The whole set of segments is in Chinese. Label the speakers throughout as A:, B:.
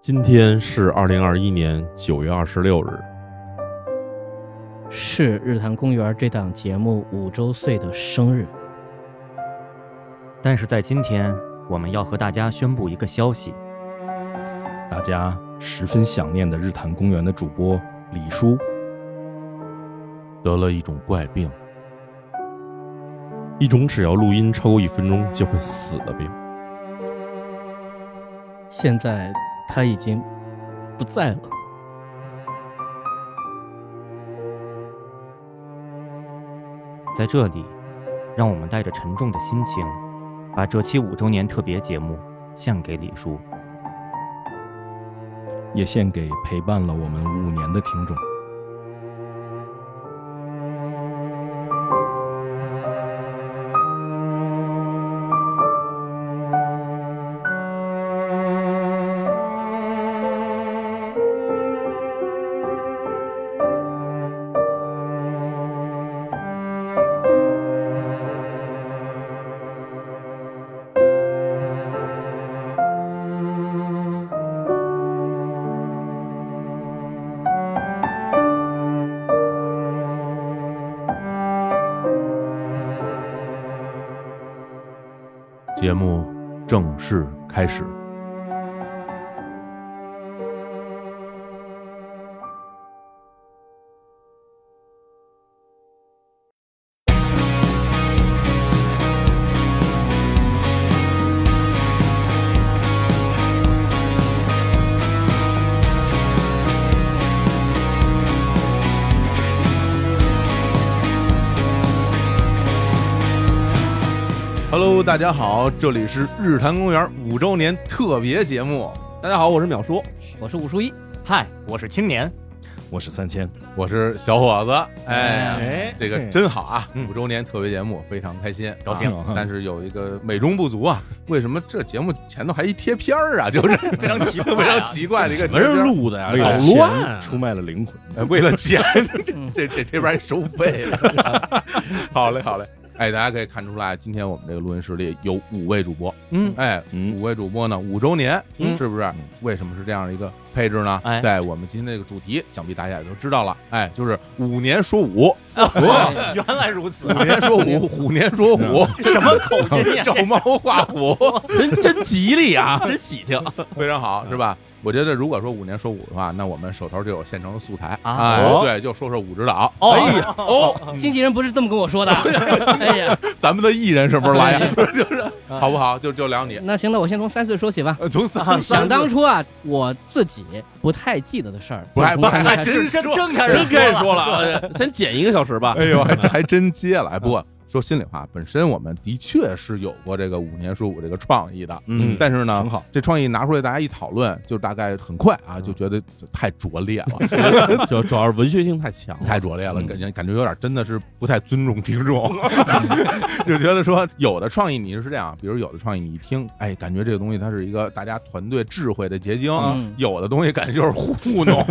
A: 今天是二零二一年九月二十六日，
B: 是《日坛公园》这档节目五周岁的生日。
C: 但是在今天，我们要和大家宣布一个消息：
D: 大家十分想念的日坛公园的主播李叔
E: 得了一种怪病，
A: 一种只要录音超过一分钟就会死的病。
B: 现在他已经不在了。
C: 在这里，让我们带着沉重的心情，把这期五周年特别节目献给李叔。
D: 也献给陪伴了我们五年的听众。
E: 节目正式开始。Hello，大家好，这里是日坛公园五周年特别节目。
A: 大家好，我是淼叔，
B: 我是武叔一，
C: 嗨，我是青年，
D: 我是三千，
E: 我是小伙子，哎，
C: 哎，
E: 这个真好啊！
C: 嗯
E: 五周年特别节目非常开心，
C: 高兴嗯
E: 啊但是有一个美中不足啊，为什么这节目前头还一贴片儿啊？就是
C: 非常奇怪、啊，
E: 非常奇怪的一个
A: 什
E: 贴
A: 么
E: 片
A: 人
E: 儿，
A: 录的呀？
D: 为
A: 搞
D: 了
A: 乱
D: 钱
A: 啊！
D: 出卖了灵魂。
E: 哎为了钱，
B: 嗯
E: 这这这边还收费。 好嘞，好嘞。哎，大家可以看出来，今天我们这个录音室里有五位主播，
C: 嗯
E: 哎，
D: 嗯
E: 五位主播呢，五周年，
C: 嗯
E: 是不是？为什么是这样一个配置呢？
C: 哎
E: 对我们今天这个主题，想必大家也都知道了，哎，就是五年说五，
B: 对
C: 哦原来如此，嗯
E: 五年说五，虎年说虎，
C: 什么口音呀？哦
E: 照猫 画虎，
A: 真真吉利啊，真喜庆。
E: 非常好，是吧？我觉得如果说五年说五的话，那我们手头就有现成的素材
C: 啊
E: 哎，
C: 哦
E: 对，就说说武指导，
C: 哦
A: 哎呀，哦，
B: 经纪人不是这么跟我说的。哎呀，
E: 咱们的艺人什么时候来呀？
B: 哎
E: 好不好？就就聊你，
B: 那行，那我先从三岁说起吧。
E: 呃从三
B: 想当
E: 初
B: 初啊，我自己不太记得的事儿，
E: 不太
B: 就从三岁
E: 不太
B: 开
E: 真
B: 始。
E: 是
C: 真真开始
A: 真开始
C: 说
A: 说了，呃先剪一个小时吧。
E: 哎 呦，还这还真接了。哎，不过说心里话，本身我们的确是有过这个五年说五这个创意的，
A: 嗯
E: 但是呢
D: 挺好，
E: 这创意拿出来，大家一讨论，就大概很快啊，就觉得就太拙劣了，
A: 主主要是文学性太强了，
E: 太拙劣了，
A: 嗯
E: 感觉感觉有点真的是不太尊重听众， 就觉得说有的创意你是这样，比如有的创意你一听，哎，感觉这个东西它是一个大家团队智慧的结晶。
B: 嗯
E: 有的东西感觉就是糊弄，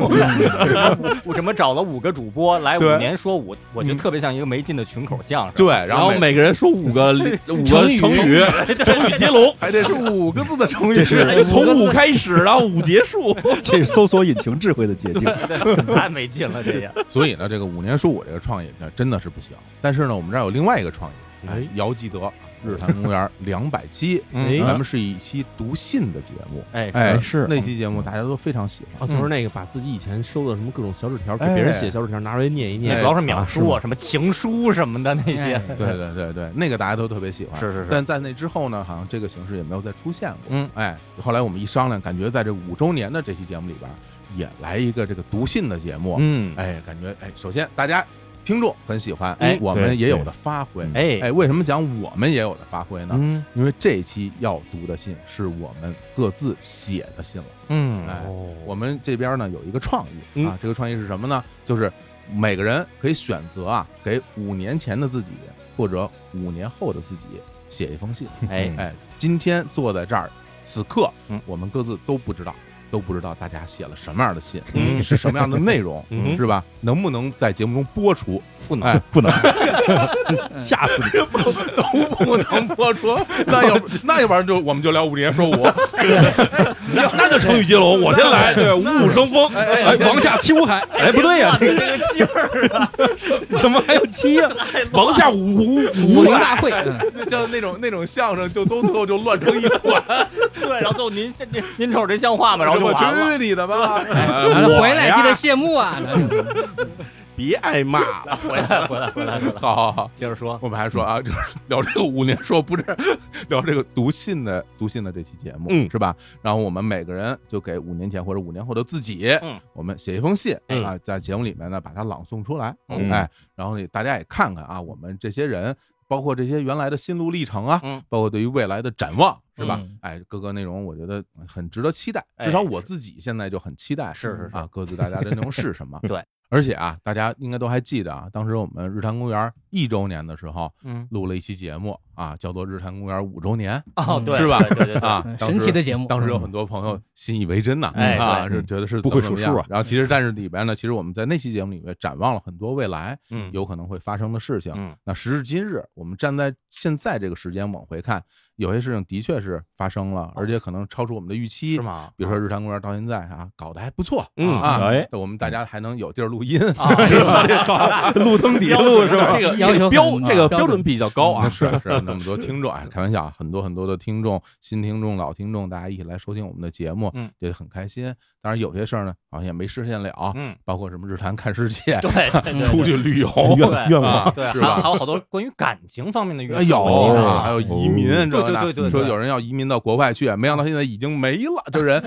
C: 我怎么找了五个主播来五
E: 对
C: 年说五，我
F: 嗯
C: 就特别像一个没劲的群口相声。
E: 对，然
A: 然
E: 后
A: 后
E: 每
A: 每个人说五个五
B: 成
A: 个
B: 语
A: 成语，成语接龙，
E: 还得是五个字的成语，
D: 这是
A: 从哎五开始，然后五结束。
D: 这是搜索引擎智慧的结晶。
C: 太没劲了，这 也
E: 所以呢，这个五年说我这个创意呢真的是不行。但是呢，我们这儿有另外一个创意，哎，姚基德日坛公园两百期，
C: 嗯
E: 咱们是一期读信的节目，
C: 哎
E: 哎
D: 是
E: 那期节目大家都非常喜
A: 啊，
E: 欢。
A: 就是那个把自己以前收的什么各种小纸条，给别人写小纸条，拿出来念一
C: 也
A: 念
E: 哎
C: 主。要是秒
A: 啊是
C: 叔
A: 吗
C: 啊，什么情书什么的那些
B: 哎，
E: 对对对对，那个大家都特别喜欢。
C: 是是是
E: 但在那之后呢，好像这个形式也没有再出现过。
C: 嗯，
E: 哎，后来我们一商量，感觉在这五周年的这期节目里边，也来一个这个读信的节目。
C: 嗯，
E: 哎，感觉哎，首先大家听众很喜欢，
C: 哎
E: 我们
D: 对
E: 也有的发挥。
C: 哎
E: 哎，为什么讲我们也有的发挥呢？
C: 嗯
E: 因为这一期要读的信是我们各自写的信了。
C: 嗯
E: 哎，
A: 哦
E: 我们这边呢有一个创意啊
A: 嗯，
E: 这个创意是什么呢？就是每个人可以选择啊，给五年前的自己或者五年后的自己写一封信。
C: 哎
E: 哎，今天坐在这儿，此刻
C: 嗯
E: 我们各自都不知道，都不知道大家写了什么样的信，
C: 嗯
E: 是什么样的内容，
A: 嗯
E: 是吧？能不能在节目中播出？
C: 不能
E: 哎，
D: 不能，
B: 嗯
D: 吓死你！
E: 都不能播出，那要不那要不然就我们就聊五年说五，
D: 那就成语接龙，我先来，对，五虎生风，
E: 哎
D: 哎，王下七武海，哎，不对呀，
F: 这个气味儿啊，
D: 怎么还有七呀？王下五虎五
B: 武
D: 虎
B: 林
D: 海，
B: 大会，嗯
E: 那像那种那种相声，就都最后就乱成一团，
F: 对，然后最后您您您瞅着这像话吗？然后就
E: 我
F: 完了。
E: 去你的 吧！
B: 完了回来记得
D: 呀
B: 谢幕啊！
D: 别挨骂了，
F: 回来回来回来回来，
E: 好好好，
F: 接着说。
E: 我们还说啊， 就是聊这个五连说，不是 聊这个读信的读信的这期节目，
D: 嗯
E: 是吧？然后我们每个人就给五年前或者五年后的自己，
C: 嗯，
E: 我们写一封信、
C: 嗯
E: 啊，在节目里面呢把它朗诵出来，
D: 嗯
E: 哎，然后呢大家也看看啊，我们这些人。包括这些原来的心路历程啊，
C: 嗯
E: 包括对于未来的展望，是吧？
B: 嗯
E: 哎，各个内容我觉得很值得期待，
C: 哎
E: 至少我自己现在就很期待。
C: 是是是
E: 啊，各自大家的内容是什么？
C: 对，
E: 而且啊，大家应该都还记得啊，当时我们日坛公园一周年的时候，
C: 嗯，
E: 录了一期节目啊，叫做《日坛公园五周年
F: 哦，
B: 嗯
F: 对，
E: 是吧
F: 对对对》对，
E: 啊
B: 嗯，
E: 当
B: 神
E: 时
B: 奇的节目
E: 当时有很多朋友信以为真呐，
F: 哎
E: 啊，
D: 对
E: 是觉得是
D: 不会
E: 怎么
D: 数
E: 怎
D: 数
E: 么样
D: 啊
E: 然后其实，但是里边呢，其实我们在那期节目里面展望了很多未来
C: 嗯，
E: 有可能会发生的事情。
C: 嗯
E: 那时至今日，我们站在现在这个时间往回看，有些事情的确是发生了，而且可能超出我们的预期。
C: 是？吗？
E: 比如说日坛公园到现在啊，搞得还不错，
D: 嗯
E: 啊，
D: 哎
E: 我们大家还能有地儿录音，
C: 啊
D: 路灯底路是吧？
B: 这个要求
D: 标
B: 很
D: 这个
B: 啊
D: 标准比较高啊，
E: 嗯是是那么多听众，哎，开玩笑啊，很多很多的听众，新听众、老听众，大家一起来收听我们的节目，
C: 嗯，
E: 也很开心。当然有些事儿呢，好像也没实现了，
C: 嗯，
E: 包括什么日坛看世界，
F: 对对对对，
E: 出去旅游
D: 愿
F: 对
D: 愿
E: 啊
D: 望，
F: 对，
E: 是
F: 还
E: 吧
F: 有还有好多关于感情方面的
E: 哎
F: 元素，
E: 有
F: 我记得
E: 啊，
F: 啊
E: 还有移民，
C: 哦
E: 这
C: 对
E: 那
C: 对对对
E: 说
C: 对
E: 有人要移民到国外去，没想到现在已经没了，这人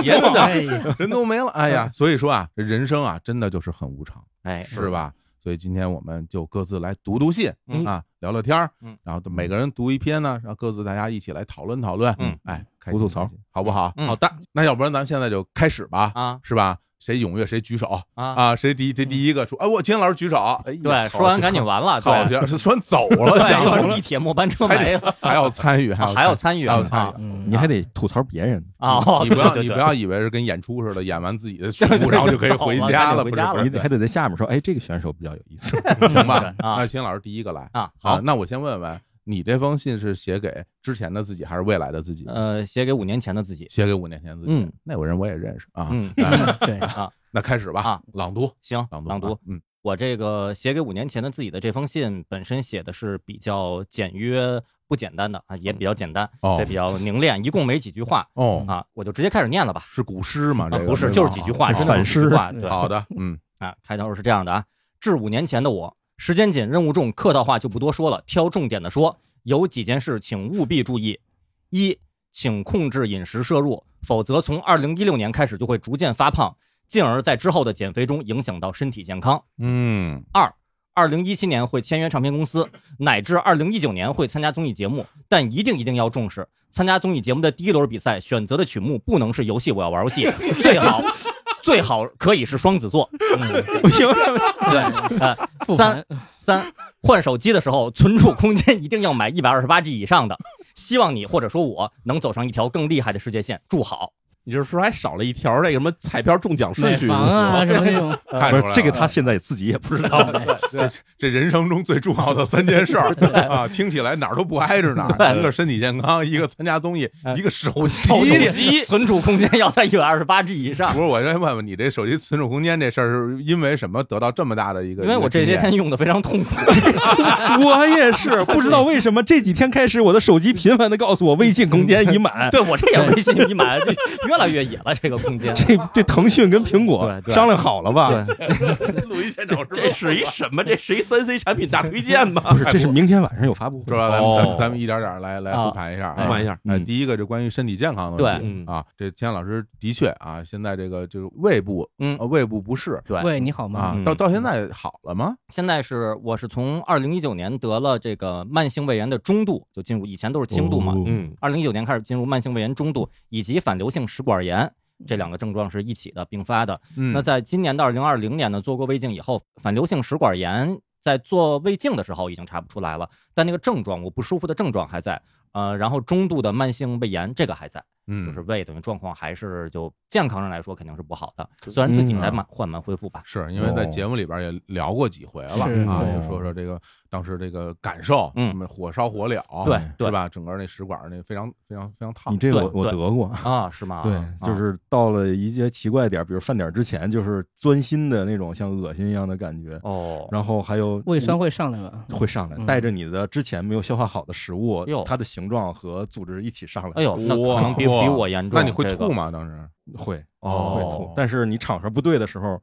C: 别的
B: 哎呀
E: 人都没了，哎呀，所以说啊，这人生啊，真的就是很无常。
C: 哎，
E: 是？吧？所以今天我们就各自来读读信、
C: 嗯
E: 啊，聊聊天儿，
C: 嗯
E: 然后每个人读一篇呢，然后各自大家一起来讨论讨论，
C: 嗯，
E: 哎，开
D: 吐
E: 心
D: 吐槽
E: 开心好不好？
C: 嗯
E: 好的，那要不然咱们现在就开始吧，
C: 啊
E: 是吧？谁踊跃谁举手
C: 啊！
E: 啊？谁第一谁第一个说？哎，我秦老师举手，哎呀，
C: 对，说完赶紧
E: 完，
C: 完了，
E: 好
C: 对，
E: 学，是说走
C: 对
E: 了，讲
C: 就是
E: 了
C: 地铁末班车
E: 还得
C: 没了，
E: 还要参与，还
C: 啊还要
E: 要
C: 参与，
E: 还要
C: 啊
E: 参与。
B: 嗯
D: 你还得吐槽别人，
C: 啊！哦
E: 你不要，
C: 对对
E: 你
C: 对
E: 不要以为是跟演出似的，演完自己的曲目，然后就可以
C: 走了
E: 回
C: 赶紧
E: 家了，
C: 回
E: 不是
C: 家
E: 不
C: 了
E: 是
D: 你得还得在下面说，哎，这个选手比较有意思，
E: 行吧？
C: 啊
E: 那秦老师第一个来
C: 啊！
E: 啊
C: 好，，
E: 那我先问问你，这封信是写给之前的自己还是未来的自己？
C: 呃，写给五年前的自己。
E: 写给五年前自己。
C: 嗯，
E: 那有人我也认识啊。
C: 嗯，
E: 哎
B: 对，
E: 那开始吧。
C: 啊，
E: 朗读，
C: 行，
E: 朗读，
C: 朗读
E: 啊。。嗯
C: 我这个写给五年前的自己的这封信，本身写的是比较简约、不简单的啊，也比较简单，
E: 哦
C: 也比较凝练，一共没几句话
E: 哦，
C: 啊，我就直接开始念了吧。啊
E: 是古诗吗？这个
C: 不是，就是几句话，
E: 哦
C: 真的
D: 反
C: 是几句
D: 诗
C: 话。对
E: 好的，嗯，
C: 啊，开头是这样的啊，致五年前的我，时间紧，任务重，客套话就不多说了，挑重点的说，有几件事请务必注意：一，请控制饮食摄入，否则从二零一六年开始就会逐渐发胖，进而在之后的减肥中影响到身体健康。
E: 嗯，
C: 二零一七年会签约唱片公司，乃至二零一九年会参加综艺节目，但一定一定要重视参加综艺节目的第一轮比赛，选择的曲目不能是游戏我要玩游戏，最好最好可以是双子座。嗯对，呃，
B: 复
C: 三
B: 盘
C: 三，换手机的时候存储空间一定要买一百二十八 G 以上的。希望你或者说我能走上一条更厉害的世界线。祝好，
A: 你就是说还少了一条那个什么彩票中奖
B: 买
A: 顺序
B: 房啊什么这种，
C: 呃
E: 看
D: 不
E: 出
D: 是
E: 来
D: 这个
E: 了
D: 他现在自己也不知道，
E: 这这人生中最重要的三件 事儿啊，听起来哪儿都不挨着呢。一个身体健康，一个参加综艺，一个手机。
C: 呃机啊存储空间要在一百二十八 G 以上
E: 不。是，我先问问你，这手机存储空间这事儿是因为什么得到这么大的一个？
C: 因为我这
E: 一个
C: 些
E: 经验
C: 天用的非常痛苦，
D: 我也是不知道为什么这几天开始，我的手机频繁的告诉我微信空间已满。
C: 对我这也微信一满，就越来越野了这个空间。
D: 这这腾讯跟苹果
C: 对对
D: 商量好了吧？
E: 录音现场
A: 哎这是一什么？这是一三 C 产品大推荐吧？
D: 不是，这是明天晚上有发布会
E: 说。吧，咱们咱
A: 哦
E: 们咱们一点点来来
C: 啊
E: 复盘一下啊，
A: 复盘一下
E: 哎，
D: 嗯
E: 第一个就关于身体健康的问
C: 对
E: 题
A: 嗯
E: 啊，这钱老师的确啊，现在这个这个胃部，
C: 嗯
E: 呃胃部不适
B: 喂，你好
E: 啊
B: 吗？，
E: 到到现在好了吗？
C: 现在是我是从二零一九年得了这个慢性胃炎的中度，就进入以前都是轻度
D: 哦
C: 嘛，
A: 嗯，
C: 二零一九年开始进入慢性胃炎中度以及反流性食管炎。这两个症状是一起的并发的。
E: 嗯，
C: 那在今年的二零二零年呢，做过胃镜以后，反流性食管炎在做胃镜的时候已经查不出来了，但那个症状，我不舒服的症状还在。呃，然后中度的慢性胃炎这个还在。
E: 嗯，
C: 就是胃等于状况还是就健康上来说肯定是不好的，虽然自己在
E: 嗯
C: 慢缓慢恢复吧。
E: 是因为
C: 哦
E: 在节目里边也聊过几回了
B: 是
E: 啊，
B: 对
E: 就说说这个当时这个感受，
C: 嗯
E: 什么火烧火燎，
C: 对对
E: 是吧？整个那食管那非常非常非常烫
D: 你，这我
C: 对
D: 我
C: 对
D: 得过，
C: 啊，是吗？
D: 对
C: 啊，
D: 就是到了一些奇怪点儿，比如饭点儿之前，就是钻心的那种，像恶心一样的感觉，
C: 哦，
D: 然后还有
B: 胃酸会上来了。
D: 会上来，
B: 嗯
D: 带着你的之前没有消化好的食物
C: 哟，
D: 它的形状和组织一起上
C: 哎
D: 来，
C: 呦，那可能比
E: 哇
C: 比我严重。
E: 那你会
C: 这个
E: 吐？吗？当时
D: 会
C: 哦
D: 会吐。但是你场合不对的时候，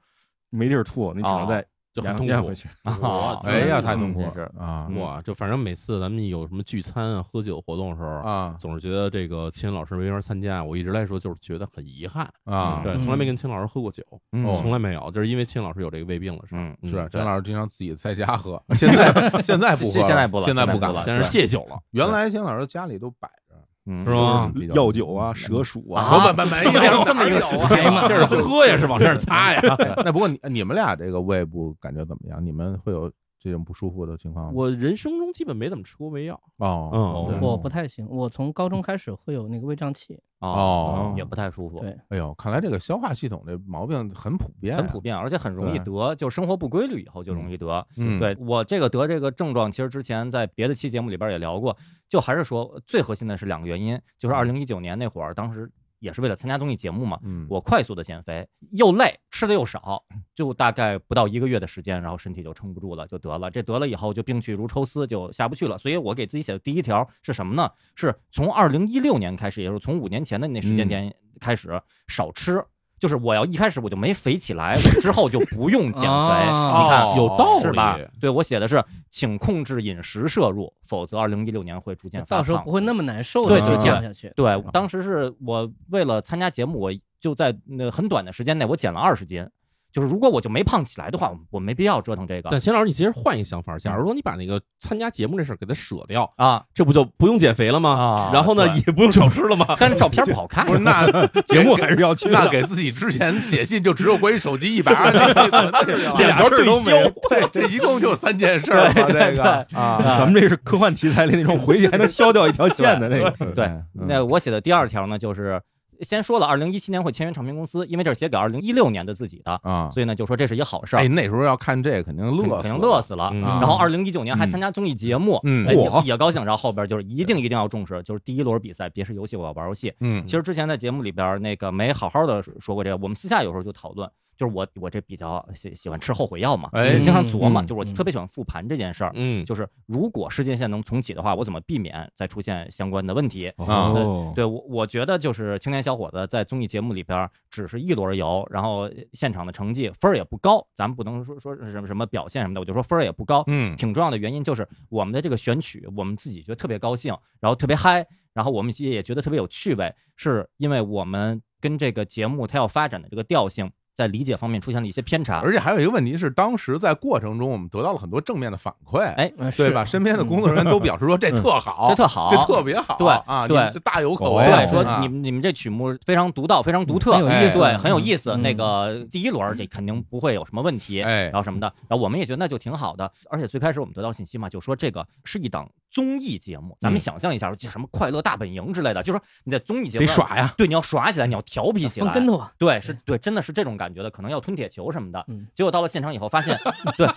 D: 没地儿吐，你只能再
E: 就很
D: 咽
E: 痛
D: 咽
E: 苦
D: 回，去。
C: 啊
A: 哦
E: 哎呀，
C: 嗯
E: 太痛苦
C: 真
E: 了
C: 是
E: 啊
C: 嗯
A: 我就反正每次咱们有什么聚餐啊、喝酒活动的时
C: 嗯
A: 候，
E: 啊
A: 总是觉得这个秦老师没法参加。我一直来说就是觉得很遗憾，
E: 啊！
A: 对，
B: 嗯
A: 从来没跟秦老师喝过酒，
C: 嗯
A: 从来没有，就是因为秦老师有这个胃病的事儿。
C: 嗯
E: 是
A: 对
E: 张老师经常自己在家 喝，现在现在不喝了，
C: 现在不了现
E: 现在
C: 在不
E: 敢
C: 了
A: 但是戒酒了，
E: 原来姜老师家里都摆 着，
C: 嗯，
A: 是 吗？
E: 比较
D: 药酒啊，蛇鼠啊，
E: 啊，没没没有这么一个
C: 有啊，嗯
A: 这是喝呀，是往这儿擦呀。
E: 哎那不过你你们俩这个胃部感觉怎么样？你们会有这种不舒服的情况吗？
A: 我人生中基本没怎么吃过胃药，
E: 哦
A: 嗯，
B: 我不太行，我从高中开始会有那个胃胀气，
E: 哦
C: 嗯也不太舒服。
B: 对
E: 哎呦，看来这个消化系统这毛病很普遍，啊
C: 很普遍，而且很容易得，就生活不规律以后就容易得。
E: 嗯
C: 对我这个得这个症状，其实之前在别的期节目里边也聊过，就还是说最核心的是两个原因，就是二零一九年那会儿，当时也是为了参加综艺节目嘛，
E: 嗯，
C: 我快速的减肥，又累，吃的又少，就大概不到一个月的时间，然后身体就撑不住了，就得了。这得了以后就病去如抽丝，就下不去了。所以我给自己写的第一条是什么呢？是从二零一六年开始，也就是从五年前的那时间点开始、少吃。就是我要一开始我就没肥起来，我之后就不用减肥。
B: 啊
C: 你看
E: 有道
C: 是
E: 理
C: 吧？对我写的是，请控制饮食摄入，否则二零一六年会逐渐发
B: 到时候
C: 胖
B: 不会那么难受的
C: 对
B: 就
C: 对
B: 降下去。
C: 对，当时是我为了参加节目，我就在那很短的时间内，我减了二十斤。就是如果我就没胖起来的话，我没必要折腾这
A: 但
C: 个
A: 秦老师，你其实换一个想法，
C: 嗯
A: 假如说你把那个参加节目这事儿给它舍掉，
C: 啊
A: 这不就不用减肥了吗？
C: 啊！
A: 然后呢，
C: 对
A: 也不用少吃了吗？
C: 但是照片不好看
E: 不，是 那
D: 节目还是要去
E: 那
D: 的。
E: 给自己之前写信就只有关于手机一百二那存的
D: 啊
E: 事情了
A: 这俩事儿都没有
E: 对，这一共就三件事儿嘛，这个啊，
D: 咱们这是科幻题材里那种回去还能消掉一条线的那个，啊
C: 对
E: 嗯，
C: 那我写的第二条呢，就是先说了，二零一七年会签约唱片公司，因为这是写给二零一六年的自己的，
E: 啊，
C: 所以呢就说这是一好事儿
E: 哎，，那时候要看这肯定乐
C: 肯
E: 死，
C: 定乐死了。
A: 嗯
C: 然后二零一九年还参加综艺节目，
E: 嗯
C: 哎
E: 嚯
C: 也也高兴。然后后边就是一定一定要重视，就是第一轮比赛别是游戏，我要玩游戏。
E: 嗯，
C: 其实之前在节目里边儿那个没好好的说过这个，我们私下有时候就讨论，就是我我这比较喜喜欢吃后悔药嘛，
E: 哎
C: 就经常琢磨，
A: 嗯
C: 就是我
B: 嗯
C: 特别喜欢复盘这件事儿，
A: 嗯，
C: 就是如果世界线能重启的话，我怎么避免再出现相关的问题？
E: 啊
D: 哦，
C: 对我，我觉得就是青年小伙子在综艺节目里边儿只是一轮游，然后现场的成绩分儿也不高，咱们不能说说是什么什么表现什么的，我就说分儿也不高，
E: 嗯
C: 挺重要的原因就是我们的这个选曲，我们自己觉得特别高兴，然后特别嗨，然后我们也觉得特别有趣味，是因为我们跟这个节目它要发展的这个调性在理解方面出现了一些偏差。
E: 而且还有一个问题是，当时在过程中我们得到了很多正面的反馈，
C: 哎，嗯
B: 呃
E: 对
B: 是
E: 吧？身边的工作人员都表示说这特好，
C: 这特好，
E: 这特别好，
C: 对
E: 啊，
C: 对
E: 你们这大有可为啊，
C: 对，说
E: 啊
C: 你们你们这曲目非常独到，非常独特，
B: 嗯很
C: 哎
B: 有意
E: 思
C: 对，很有意思。
B: 嗯
C: 那个第一轮儿这肯定不会有什么问题，
E: 哎
C: 然后什么的，然后我们也觉得那就挺好的。而且最开始我们得到信息嘛，就说这个是一档综艺节目，咱们想象一下，就什么快乐大本营之类的，就说你在综艺节目
A: 得
C: 上，
A: 耍呀。
C: 对，你要耍起来，你要调皮起
B: 翻
C: 来，
B: 跟头啊，
C: 对，是对，真的是这种感觉的，可能要吞铁球什么的。
B: 嗯
C: 结果到了现场以后，发现对，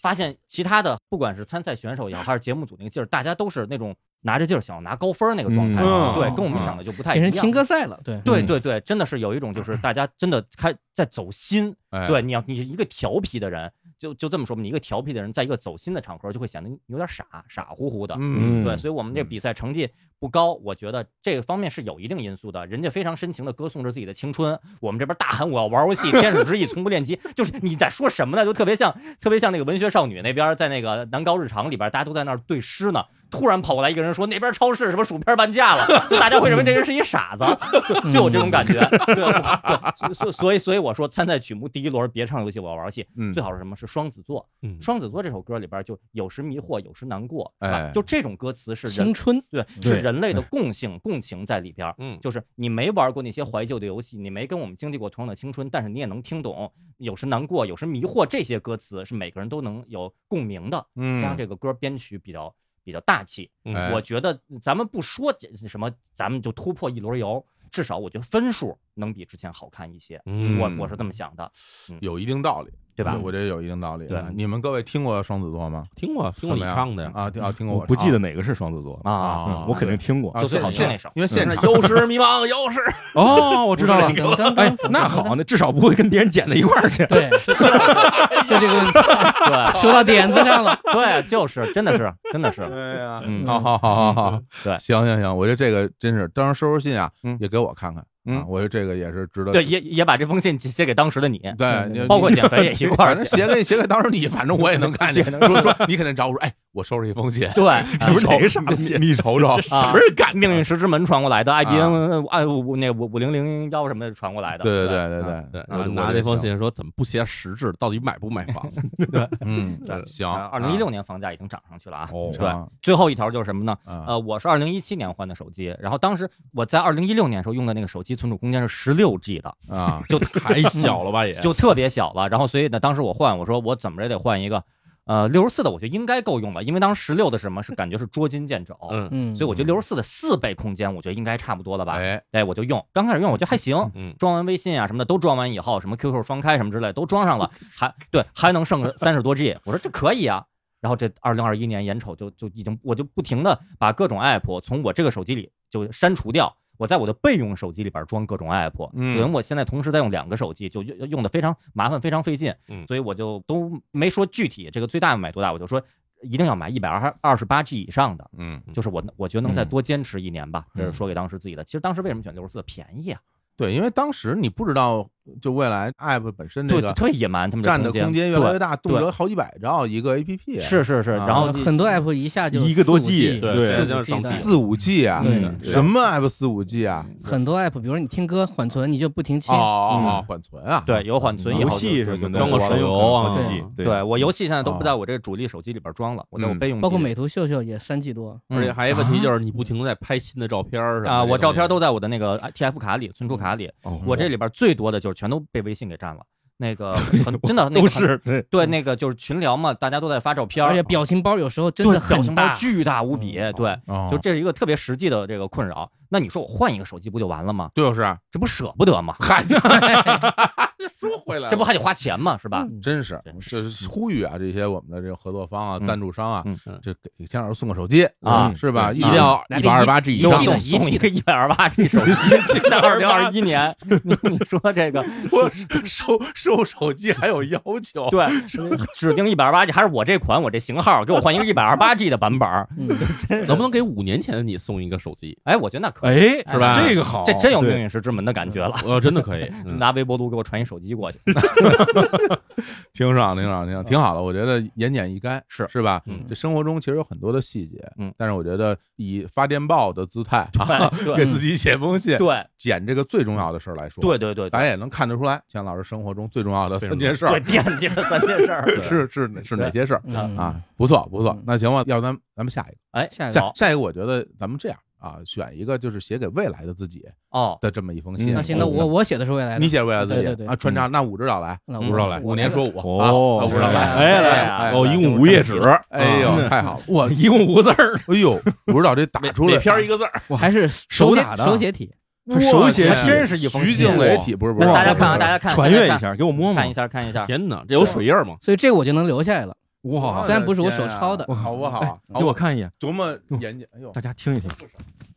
C: 发现其他的不管是参赛选手也好，还是节目组那个劲儿，大家都是那种拿着劲儿想要拿高分儿那个状态，
E: 嗯
C: 对
B: 嗯，
C: 跟我们想的就不太一
B: 变
C: 样。
B: 成情歌赛了，对，
C: 对对对，真的是有一种就是大家真的开在走心，
E: 哎
C: 对，你要你是一个调皮的人，就就这么说吧，你一个调皮的人，在一个走心的场合就会显得你有点傻傻乎乎的，
E: 嗯
C: 对，所以我们这比赛成绩不高，我觉得这个方面是有一定因素的。人家非常深情的歌颂着自己的青春，我们这边大喊我要玩游戏，天使之翼从不练级，就是你在说什么呢？就特别像特别像那个文学少女那边在那个南高日常里边，大家都在那儿对诗呢，突然跑过来一个人说那边超市什么薯片半价了，就大家会认为这人是一傻子，就就有这种感觉。对，对所以所以所以我说参赛曲目第一轮别唱游戏，我要玩游戏，
E: 嗯
C: 最好是什么？是双子座。
A: 嗯
C: 双子座这首歌里边就有时迷惑，有时难过，是吧
E: 哎
C: 就这种歌词是人
B: 青春
C: 对，
D: 对
C: 是人类的共性共情在里边儿。
A: 嗯，
C: 就是你没玩过那些怀旧的游戏，你没跟我们经历过同样的青春，但是你也能听懂，有时难过，有时迷惑，这些歌词是每个人都能有共鸣的。
E: 嗯
C: 加上这个歌编曲比较比较大气，
A: 嗯
E: 哎
C: 我觉得咱们不说这什么，咱们就突破一轮游。至少我觉得分数能比之前好看一些。
A: 嗯
C: 我我是这么想的，
E: 有一定道理，
C: 对吧？
E: 我觉得有一定道理。啊
C: 对
E: 你们各位听过双子座吗？
A: 听过听过你
E: 怎么样
A: 唱的呀，
E: 啊，听啊，听过
D: 我
E: 我
D: 不记得
E: 唱
D: 哪个是双子座了，
C: 啊，
E: 啊，
D: 嗯我肯定听过
E: 啊
C: 就最好听
E: 现
C: 那首
E: 因为现场
F: 有时迷 茫，有时
D: 哦，我知道了。
B: 噔噔
D: 哎
B: 噔噔，
D: 那
B: 噔
D: 好，
B: 噔
D: 那至少不会跟别人剪到一块儿去。
B: 对，就这个
C: 对
B: 说到点子上了。
C: 对，就是真的是真的 是，
E: 对呀
C: 嗯
E: 好好好好好，
C: 对
E: 行行行，我觉得这个真是，当时收收信啊
C: 嗯，
E: 也给我看看啊
C: 嗯，
E: 我觉得这个也是值得
C: 对，也也把这封信写给当时的你，
E: 对，你
C: 包括减肥也一块
E: 反
C: 儿
E: 正
C: 写。
E: 写给写给当时你，反正我也能看见。说说你肯定找我说，哎，我收拾一封信，
C: 对，啊
E: 不是哪个傻逼，你瞅瞅，
C: 啊命运石之门传过来的，IBN
E: 啊
C: 哎五那五五零零幺什么的传过来的。嗯
E: 对对对对对
A: 对，
E: 我
A: 然后
E: 就
A: 拿
E: 我
A: 那
E: 就
A: 封
E: 想，
A: 信说怎么不写实质，到底买不买房？
E: 嗯，
A: 啊
E: 行，
C: 呃二零一六年房价已经涨上去了啊。
E: 哦，
C: 对
E: 啊，
C: 最后一条就是什么呢？
E: 啊
C: 呃，我是二零一七年换的手机，然后当时我在二零一六年时候用的那个手机存储空间是十六 G 的，
E: 啊，
C: 就
A: 太小了吧也。
C: 就特别小了。然后所以呢，当时我换，我说我怎么着也得换一个，呃，六十四的，我就应该够用了，因为当时十六的是什么是感觉是捉襟见肘，
A: 嗯
B: 嗯，
C: 所以我觉得六十四的四倍空间，我觉得应该差不多了吧？
E: 哎，
C: 哎，我就用，刚开始用我觉得还行，
A: 嗯，
C: 装完微信啊什么的都装完以后，什么 QQ 双开什么之类都装上 了，还对还能剩个三十多 G，我说这可以啊。然后这二零二一年眼瞅就就已经我就不停的把各种 app 从我这个手机里就删除掉，我在我的备用手机里边装各种 app，等
E: 嗯
C: 于我现在同时在用两个手机，就用用的非常麻烦，非常费劲
A: 嗯，
C: 所以我就都没说具体这个最大买多大，我就说一定要买一百二二十八 G 以上的，
E: 嗯，
C: 就是我我觉得能再
E: 嗯
C: 多坚持一年吧，这是说给当时自己的。其实当时为什么选六十四便宜啊？
E: 对，因为当时你不知道，就未来 app 本身这
C: 对，
E: 个
C: 特别野蛮，他们这
E: 占的空间越来越
C: 对
E: 大，动辄好几百兆一个 app，
C: 是是是，
E: 啊
C: 然后
B: 呃很多 app 一下就
D: 一个多 G，
B: G，
D: 对
B: 四
A: 这就是
B: 五 G
A: 上
B: 的
A: 次
E: 四五 G 啊，
B: 对
A: 嗯
E: 什么 app 四五 G 啊？
B: 很多 app，比如说你听歌缓存，你就不停切
E: 哦。哦哦，缓存啊，
C: 对有缓存以
D: 游
C: 后就
D: 戏什么的，
A: 装个手游啊
D: 手机
C: 对我游戏现在都
E: 哦
C: 不在我这个主力手机里边装了，我在我
E: 嗯
C: 备用机里，
B: 包括美图秀秀也三 G 多，
C: 嗯
A: 而且还有一问题就是你不停的在拍新的照片儿什么的
C: 啊，我照片都
A: 这
C: 在我的那个 TF 卡里、存储卡里，
D: 哦
E: 嗯
C: 我这里边最多的就是全都被微信给占了。那 个很真的那个
D: 都
C: 很
D: 是对
C: 对那个就是群聊嘛，大家都在发照片儿，
B: 而且表情包有时候真
C: 啊对
B: 的
C: 表
B: 很
C: 情包
B: 大。
C: 巨大无比，对，
E: 哦，
C: 就这是一个特别实际的这个困扰。那你说我换一个手机不就完了吗？
E: 就是啊
C: 这不舍不得吗？
E: 嗨，说回来
C: 这不还得花钱吗？是吧？
E: 真是，这是呼吁啊，这些我们的这个合作方啊、
C: 嗯
E: 赞助商啊
C: 嗯
A: 嗯，
E: 这给给先老师送个手机
C: 啊
E: 是吧？
A: 一定要
B: 拿
A: 一
B: 个
A: 百二十八 G 以
C: 又
A: 上。
C: 送送一个一百二八 G 手机，在二零二一年， 你你说这个
E: 我收收手机还有要
A: 哦
E: 求，
C: 对，指定一百二八 G，还是我这款我这型号，给我换一个一百二八 G 的版本儿。
B: 嗯，
A: 能不能给五年前的你送一个手机？
C: 哎，我觉得那可以，
D: 哎，
C: 是吧
D: 这个好，
E: 哦
C: 这啊真有命
D: 对
C: 运石之门的感觉了。
A: 呃，真的可以。嗯
C: 拿微波炉给我传一手机过去，
E: 挺爽，挺爽，挺爽，挺好的。我觉得言简意赅，是是吧？
A: 嗯
E: 这生活中其实有很多的细节，
C: 嗯
E: 但是我觉得以发电报的姿态啊，
C: 对
E: 给自己写封信，
C: 对
E: 捡这个最重要的事儿来说，，
C: 对对对
E: 大
C: 对
E: 家也能看得出来，钱老师生活中最重要的三件事
C: 对，
E: 儿
C: 惦记的三件事儿。对
E: 是是哪是哪些事儿
B: 嗯
E: 啊？不错不错
B: 嗯，
E: 那行吧，要不咱咱们下一个。
C: 哎，
B: 下一个
E: 下下一个，我觉得咱们这样啊，选一个就是写给未来的自己
C: 哦，
E: 的这么一封信。
B: 嗯那行，那我我写的是未来的，
E: 哦你写未来的自
B: 对对
E: 己
B: 对
E: 啊，穿插那武指导来，
B: 那
C: 嗯
E: 武指导来，
B: 我
E: 五年
B: 来
E: 说五
D: 哦
E: 啊，武指导来，
D: 哎
C: 来
E: 哎
D: 哦，一共五页纸，嗯
E: 哎呦，太好了，
D: 哇，一共五个字儿，
E: 哎呦，武指导这打出来啊
A: 每篇一个字儿，
B: 还是
D: 手
B: 写
D: 打的
B: 手写体，
E: 哇
D: 手写
E: 还
C: 真是一封
E: 徐
C: 信
E: 静蕾体不是不是，
C: 那大家
E: 不是
C: 看啊看，大家看，
D: 传阅一
C: 下，
D: 下，给我摸摸
C: 看一。下，看一下。
A: 天哪，这有水印儿吗？
B: 所以这个我就能留下来了。
C: 哦
D: 哇，
B: 虽然不是我手抄的
E: 我的天啊好不好啊？
D: 给我看一眼，
E: 琢磨严谨，哎呦，
D: 大家听一听，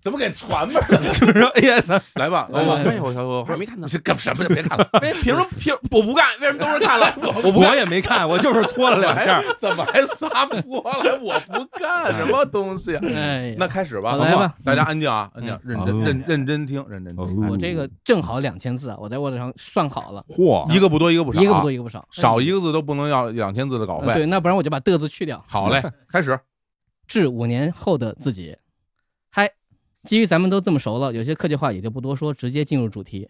E: 怎么给传吧？
D: 就是说 ASM
E: 来吧，来
A: 哎
E: 吧，
A: 我我我还没看呢。
E: 这干什么？别看了，
A: 哎，凭 什么凭我不干？为什么都是看了？我不
D: 我
A: 干。
D: 也没看，我就是搓了两下。
E: 哎怎么还撒泼了？我不干什么东西。啊
B: 哎呀，
E: 那开始吧，
B: 好
E: 好不
B: 来
E: 好
B: 吧
E: 大家安静啊，安静，认真
D: 哦
E: 认认真听，认真听。
B: 我这个正好两千字啊，我在 Word 上算好了，
D: 嚯，
E: 一个不多，一个不少啊，
B: 一个不多一个不少，嗯
E: 少一个字都不能要两千字的稿
B: 呃
E: 费。啊
B: 对，那不然我就把的字去掉。
E: 好嘞， 开始。
B: 致五年后的自己。嗨，基于咱们都这么熟了，有些客气话也就不多说，直接进入主题。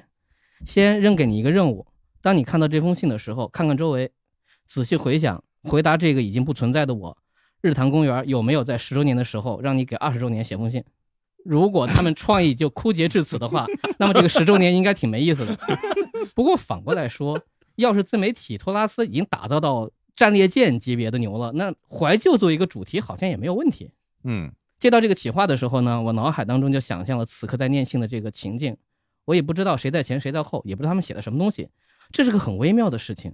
B: 先扔给你一个任务，当你看到这封信的时候，看看周围，仔细回想，回答这个已经不存在的我。日坛公园有没有在十周年的时候让你给二十周年写封信？如果他们创意就枯竭至此的话，那么这个十周年应该挺没意思的。不过反过来说，要是自媒体托拉斯已经打造到战列舰级别的牛了，那怀旧作为一个主题好像也没有问题。
E: 嗯
B: 接到这个企划的时候呢，我脑海当中就想象了此刻在念信的这个情境。我也不知道谁在前谁在后，也不知道他们写的什么东西，这是个很微妙的事情。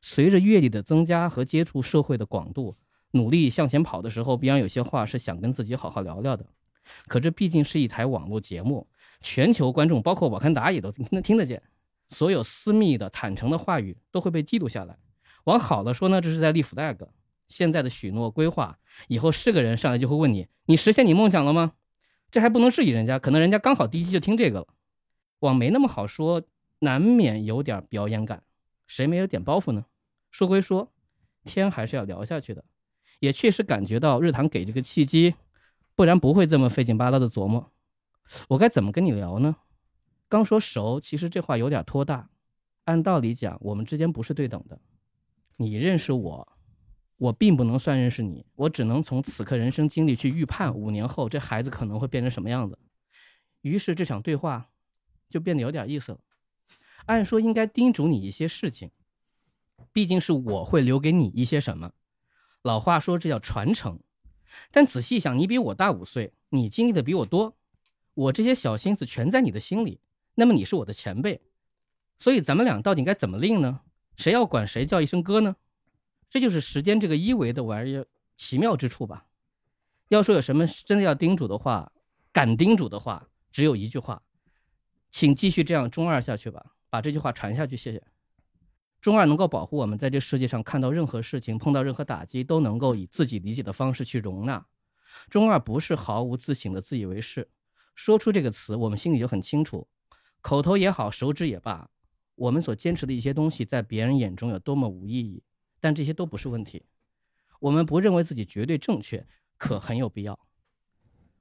B: 随着阅历的增加和接触社会的广度，努力向前跑的时候，必然有些话是想跟自己好好聊聊的。可这毕竟是一台网络节目，全球观众包括瓦坎达也都能听得见，所有私密的、坦诚的话语都会被记录下来。往好了说呢，这是在立 flag。现在的许诺规划，以后是个人上来就会问你：“你实现你梦想了吗？”这还不能质疑人家，可能人家刚好第一期就听这个了。往没那么好说，难免有点表演感，谁没有点包袱呢？说归说，天还是要聊下去的。也确实感觉到日坛给这个契机，不然不会这么费劲巴拉的琢磨，我该怎么跟你聊呢？刚说熟，其实这话有点拖大。按道理讲，我们之间不是对等的，你认识我，我并不能算认识你，我只能从此刻人生经历去预判五年后这孩子可能会变成什么样子。于是这场对话就变得有点意思了。按说应该叮嘱你一些事情，毕竟是我会留给你一些什么。老话说这叫传承，但仔细想，你比我大五岁，你经历的比我多，我这些小心思全在你的心里。那么你是我的前辈，所以咱们俩到底该怎么令呢？谁要管谁叫一声哥呢？这就是时间这个一维的玩意儿奇妙之处吧。要说有什么真的要叮嘱的话，敢叮嘱的话，只有一句话，请继续这样中二下去吧，把这句话传下去，谢谢。中二能够保护我们在这世界上看到任何事情、碰到任何打击，都能够以自己理解的方式去容纳。中二不是毫无自省的自以为是。说出这个词，我们心里就很清楚，口头也好，手指也罢，我们所坚持的一些东西，在别人眼中有多么无意义，但这些都不是问题。我们不认为自己绝对正确，可很有必要。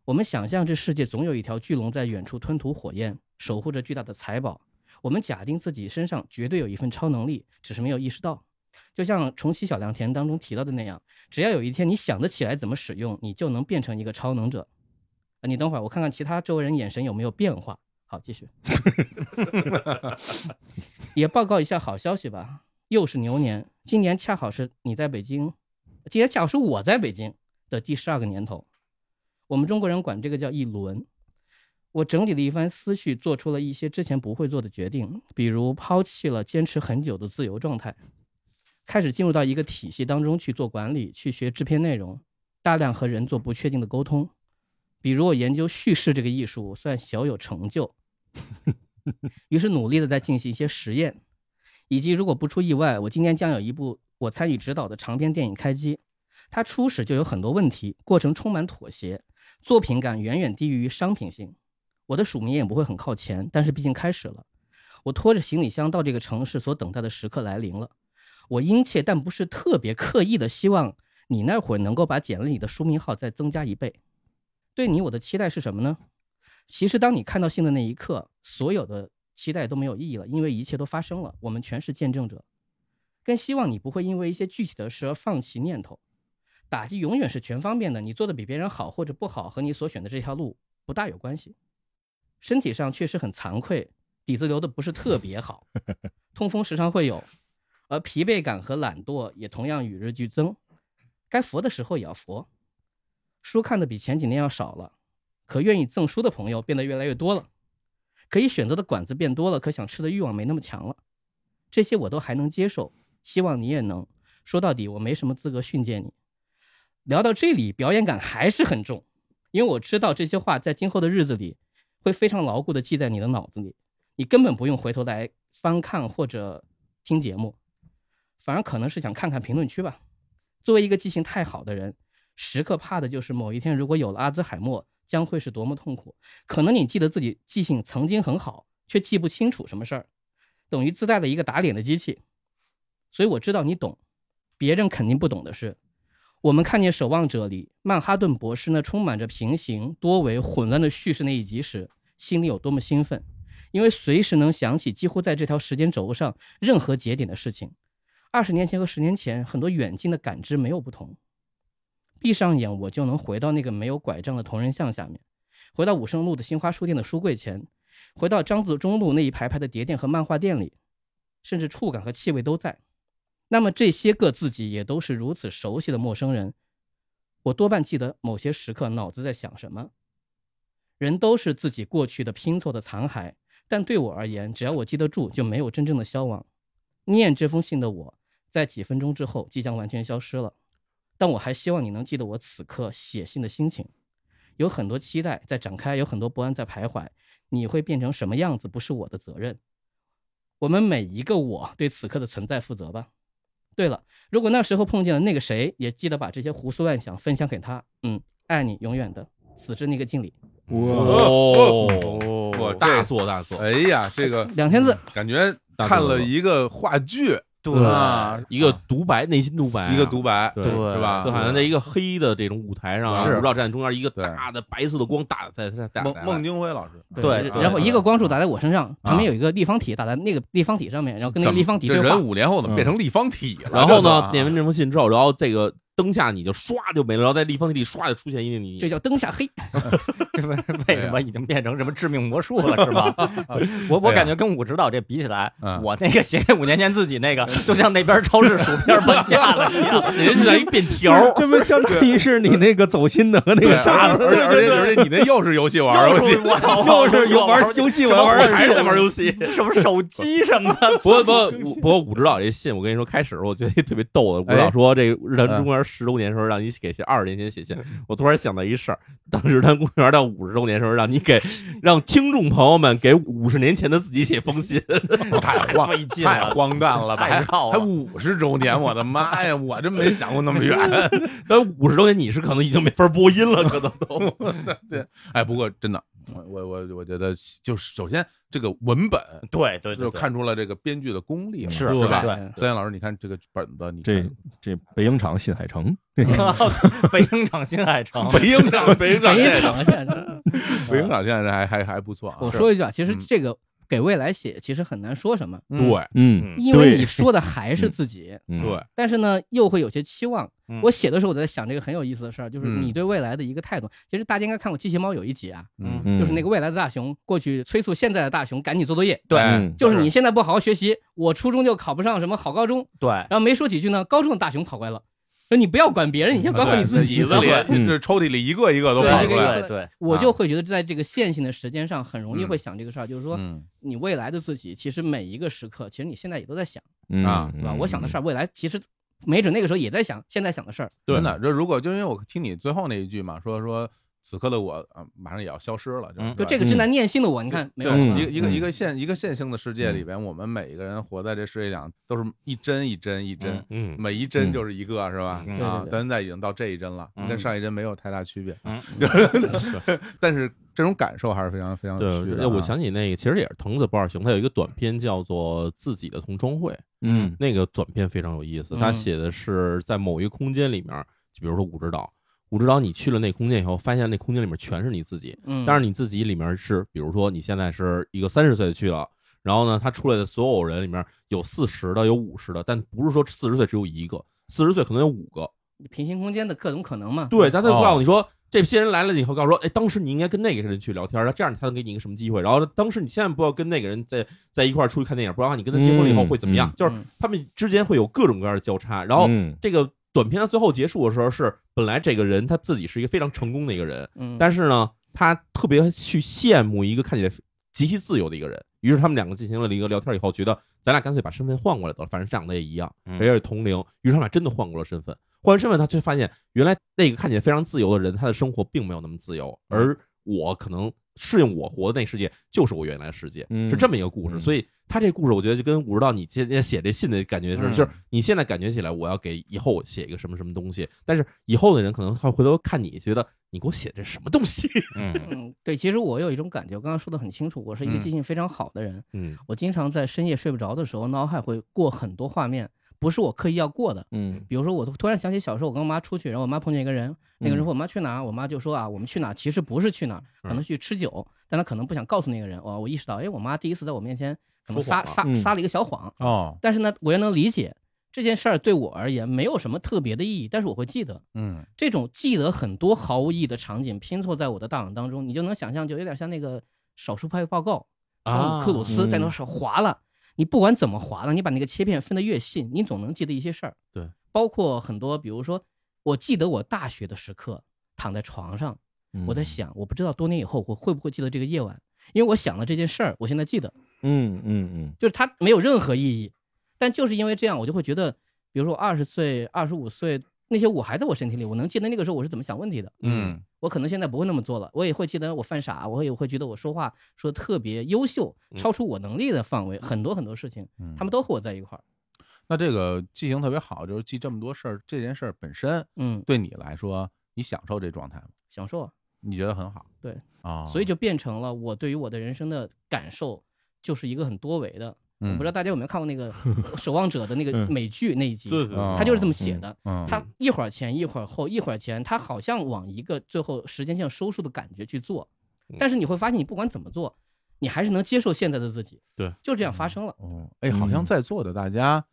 B: 我们想象这世界总有一条巨龙在远处吞吐火焰，守护着巨大的财宝，我们假定自己身上绝对有一份超能力，只是没有意识到。就像《重启小良田》当中提到的那样，只要有一天你想得起来怎么使用，你就能变成一个超能者。啊，你等会儿，我看看其他周围人眼神有没有变化。好，继续。 也报告一下好消息吧，又是牛年，今年恰好是你在北京，今年恰好是我在北京的第十二个年头。我们中国人管这个叫一轮。我整理了一番思绪，做出了一些之前不会做的决定，比如抛弃了坚持很久的自由状态，开始进入到一个体系当中去做管理，去学制片内容，大量和人做不确定的沟通。比如我研究叙事这个艺术，算小有成就。 于是努力的在进行一些实验，以及如果不出意外，我今年将有一部我参与执导的长篇电影开机。它初始就有很多问题，过程充满妥协，作品感远远低于商品性。我的署名也不会很靠前，但是毕竟开始了。我拖着行李箱到这个城市所等待的时刻来临了。我殷切但不是特别刻意的希望你那会儿能够把简历里的书名号再增加一倍。对你我的期待是什么呢？其实当你看到信的那一刻，所有的期待都没有意义了，因为一切都发生了，我们全是见证者。更希望你不会因为一些具体的事而放弃念头。打击永远是全方面的，你做的比别人好或者不好，和你所选的这条路不大有关系。身体上确实很惭愧，底子留的不是特别好，痛风时常会有，而疲惫感和懒惰也同样与日俱增。该佛的时候也要佛，书看的比前几年要少了，可愿意赠书的朋友变得越来越多了，可以选择的馆子变多了，可想吃的欲望没那么强了。这些我都还能接受，希望你也能。说到底，我没什么资格训诫你。聊到这里，表演感还是很重，因为我知道这些话在今后的日子里。会非常牢固的记在你的脑子里，你根本不用回头来翻看或者听节目，反而可能是想看看评论区吧。作为一个记性太好的人，时刻怕的就是某一天如果有了阿兹海默，将会是多么痛苦。可能你记得自己记性曾经很好，却记不清楚什么事儿，等于自带了一个打脸的机器。所以我知道你懂，别人肯定不懂的是。我们看见《守望者》里曼哈顿博士那充满着平行、多维、混乱的叙事那一集时，心里有多么兴奋，因为随时能想起几乎在这条时间轴上任何节点的事情。二十年前和十年前，很多远近的感知没有不同。闭上眼，我就能回到那个没有拐杖的同仁像下面，回到武圣路的新华书店的书柜前，回到张自忠路那一排排的碟店和漫画店里，甚至触感和气味都在。那么这些个自己也都是如此熟悉的陌生人，我多半记得某些时刻脑子在想什么。人都是自己过去的拼凑的残骸，但对我而言，只要我记得住，就没有真正的消亡。念这封信的我，在几分钟之后即将完全消失了，但我还希望你能记得我此刻写信的心情。有很多期待在展开，有很多不安在徘徊。你会变成什么样子，不是我的责任。我们每一个我对此刻的存在负责吧。对了，如果那时候碰见了那个谁，也记得把这些胡思乱想分享给他。嗯，爱你，永远的，此致那个敬礼。
A: 哦，
E: 我
A: 大作大作，
E: 哎呀，这个
B: 两千字，
E: 感觉
A: 大
E: 看
A: 作
E: 了一个话剧，啊
A: 对一个独白，内心独白啊，
E: 一个独白，
A: 对
E: 是吧
A: 就？好像在一个黑的这种舞台上啊，
E: 是
A: 五绕站中间一个
E: 对
A: 大的白色的光打在在打
E: 孟孟京辉老师，
C: 嗯对嗯啊
B: 然后一个光束打在我身上，旁边有一个立方体打在那个立方体上面，然后跟那个立方体
E: 这
B: 对话
E: 人。五年后怎么变成立方体了？
A: 然后
E: 这啊
A: 呢
E: 个，
A: 念完这封信之后，然后这个灯下你就唰就没了，然后在立方体里唰就出现一个你，
B: 这叫灯下黑，
F: 这不是为什么已经变成什么致命魔术了是吗？呃我我感觉跟武指导这比起来
E: 嗯，
F: 我那个写给五年前自己那个，就像那边超市薯片搬家了一样。
A: 你这就像一便条 儿，
F: 这不相当于是你那个走心的和那
E: 对，啊而且而且而且你那又是游戏，我玩游戏，
F: 又是有玩游戏，我
A: 我
F: 玩
A: 还是在玩游戏。
F: 什么手机什么的，
A: 不过不过不过武指导这信，我跟你说，开始我觉得特别逗的。武指导说，这个日坛公园十周年时候让你给写，二十年前写信。我突然想到一事儿，当日坛公园到五十周年时候，让你给让听众朋友们给五十年前的自己写封信。
F: 太
E: 荒
F: 费劲
E: 太
F: 了，
E: 荒诞了吧？还
F: 太绕
E: 还
F: 了。
E: 五十周年，我的妈呀！我真没想过那么远。
A: 但五十周年你是可能已经没法播音了，可能都。
E: 哎，不过真的，我我我我觉得就是首先这个文本
F: 对对
E: 就
F: 对，
E: 看出了这个编剧的功力了，
F: 是
E: 是吧？
F: 对
E: 三岩老师，你看这个本子，你
D: 这
E: 看
D: 这北影厂信海城，
F: 北影厂新海城，
E: 北影厂，北影厂
B: 没
E: 现在，
B: 想哎一下。
E: 北影厂现在还还还不错啊。
B: 我
E: 是
B: 说一句啊，其实
E: 嗯
B: 这个给未来写，其实很难说什么，
E: 对，
D: 嗯
F: 嗯
B: 因为
D: 对
B: 你说的还是自己。
D: 嗯
E: 对
B: 但是呢，又会有些期望
F: 嗯。
B: 我写的时候，我在想这个很有意思的事儿，就是
E: 嗯
B: 你对未来的一个态度。其实大家应该看过《机器猫》有一集啊，
E: 嗯，
D: 嗯
B: 就是那个未来的大熊过去催促现在的大熊赶紧做作业，
E: 对
D: 嗯
B: 就是你现在不好好学习，我初中就考不上什么好高中。
F: 对
B: 然后没说几句呢，高中的大熊跑过来了，说你不要管别人，你先管好你自己
E: 椅子
B: 吧。
E: 里
D: 嗯
E: 这抽屉里一个一个都
B: 对
E: 跑
B: 这个
E: 出
B: 意
E: 来
B: 思
E: 了。
F: 对对，
B: 我就会觉得在这个线性的时间上，很容易
E: 嗯
B: 会想这个事儿，就是说
E: 嗯，
B: 你未来的自己，其实每一个时刻，其实你现在也都在想，
D: 嗯
E: 啊
B: 对吧？我想的事儿，未来其实没准那个时候也在想，现在想的事儿。
E: 真的，这如果就因为我听你最后那一句嘛，说说此刻的我啊，马上也要消失了，就
F: 嗯
B: 就
E: 对
B: 这个正在念信的我，你看没有
E: 对
D: 嗯
E: 一个一个
D: 嗯
E: 一个线一个线性的世界里边，我们每一个人活在这世界上，都是一帧一帧一帧
A: 嗯，
F: 嗯，
E: 每一帧就是一个，是吧
F: 嗯？
E: 啊
B: 对对，对
E: 咱现在已经到这一帧了，
F: 嗯
E: 跟上一帧没有太大区别，
F: 嗯，
E: 但是这种感受还是非常非常有趣
A: 对，哎
E: 的啊。
A: 我想起那个，其实也是藤子不二雄，他有一个短片叫做《自己的同窗会》，
D: 嗯
A: 那个短片非常有意思，他
B: 嗯
A: 写的是在某一个空间里面，就比如说武指导，武指导你去了那空间以后，发现那空间里面全是你自己，
B: 嗯，
A: 但是你自己里面是，比如说你现在是一个三十岁的去了，然后呢，他出来的所有人里面有四十的，有五十的，但不是说四十岁只有一个，四十岁可能有五个，
B: 平行空间的各种可能嘛。
D: 嗯
A: 对，但他就
E: 哦
A: 告诉你说。这些人来了以后，告诉说，哎，当时你应该跟那个人去聊天，然后这样他能给你一个什么机会？然后当时你千万不要跟那个人在在一块儿出去看电影，不然的话你跟他结婚了以后
D: 嗯
A: 会怎么样？
D: 嗯
A: 就是他们之间会有各种各样的交叉。然后
D: 嗯
A: 这个短片的最后结束的时候是，本来这个人他自己是一个非常成功的一个人，
B: 嗯，
A: 但是呢，他特别去羡慕一个看起来极其自由的一个人。于是他们两个进行了一个聊天以后，觉得咱俩干脆把身份换过来得了，反正长得也一样，
F: 嗯
A: 也是同龄。于是他们俩真的换过了身份，换完身份，他却发现原来那个看起来非常自由的人，他的生活并没有那么自由，而我可能适应我活的那世界就是我原来的世界，
D: 嗯
A: 是这么一个故事。
D: 嗯
A: 所以他这故事，我觉得就跟武指导你今天写这信的感觉是，
E: 嗯
A: 就是你现在感觉起来，我要给以后写一个什么什么东西，但是以后的人可能会回头看你，觉得你给我写这什么东西？
F: 嗯
B: 嗯，对，其实我有一种感觉，我刚刚说的很清楚，我是一个
E: 嗯
B: 记性非常好的人。
A: 嗯，
B: 我经常在深夜睡不着的时候，脑海会过很多画面，不是我刻意要过的。
D: 嗯
B: 比如说，我突然想起小时候我跟我妈出去，然后我妈碰见一个人，那
A: 嗯
B: 个人问我妈去哪儿，我妈就说啊，我们去哪儿，其实不是去哪儿，可能去吃酒，但她可能不想告诉那个人。哦，我意识到，哎，我妈第一次在我面前可能
A: 说谎
B: 撒
A: 了
B: 撒
D: 嗯
B: 撒了一个小谎，
E: 哦，
B: 但是呢，我也能理解这件事儿对我而言没有什么特别的意义，但是我会记得。
E: 嗯，
B: 这种记得很多毫无意义的场景拼凑在我的大脑当中，你就能想象，就有点像那个少数派报告，汤姆克鲁斯在那手划了，你不管怎么划了，你把那个切片分得越细，你总能记得一些事儿。
A: 对，
B: 包括很多，比如说，我记得我
D: 嗯
B: 大学的时刻躺在床上，我在想，我不知道多年以后我会不会记得这个夜晚，因为我想了这件事儿，我现在记得，
D: 嗯嗯嗯，
B: 就是它没有任何意义，但就是因为这样，我就会觉得，比如说我二十岁、二十五岁那些我还在我身体里，我能记得那个时候我是怎么想问题的，
E: 嗯，
B: 我可能现在不会那么做了，我也会记得我犯傻，我也会觉得我说话说得特别优秀，
A: 嗯
B: 超出我能力的范围，很多很多事情，
E: 嗯
B: 他们都和我在一块儿，
E: 那这个记性特别好，就是记这么多事儿，这件事儿本身
B: 嗯，
E: 对你来说，你享受这状态吗？
B: 享受啊，
E: 你觉得很好？
B: 对
E: 啊，
B: 所以就变成了我对于我的人生的感受就是一个很多维的。
E: 嗯
B: 我不知道大家有没有看过那个《守望者》的那个美剧那一集，
A: 对对对
E: 嗯
B: 他就是这么写的。
E: 嗯
B: 他一会儿前一会儿后一会儿前，他好像往一个最后时间线收束的感觉去做，
E: 嗯
B: 但是你会发现你不管怎么做，你还是能接受现在的自己。
A: 对，
B: 就这样发生了。
E: 哦，哎，好像
D: 嗯
E: 在座的大家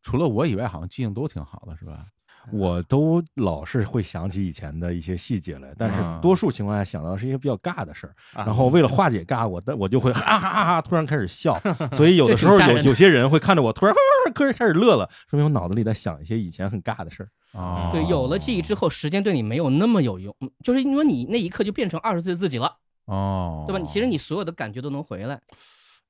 E: 除了我以外，好像记性都挺好的，是吧？
D: 我都老是会想起以前的一些细节来，但
E: 啊
D: 是多数情况下想到的是一些比较尬的事儿，
C: 啊
D: 然后为了化解尬，我但我就会啊哈哈哈哈突然开始笑，所以有的时候
B: 这挺吓
D: 有
B: 人的
D: 有些人会看着我突然开始开始乐了，说明我脑子里在想一些以前很尬的事儿。
E: 啊，
B: 对，有了记忆之后，时间对你没有那么有用，嗯就是因为你那一刻就变成二十岁的自己了，
E: 哦，
B: 对吧？其实你所有的感觉都能回 来，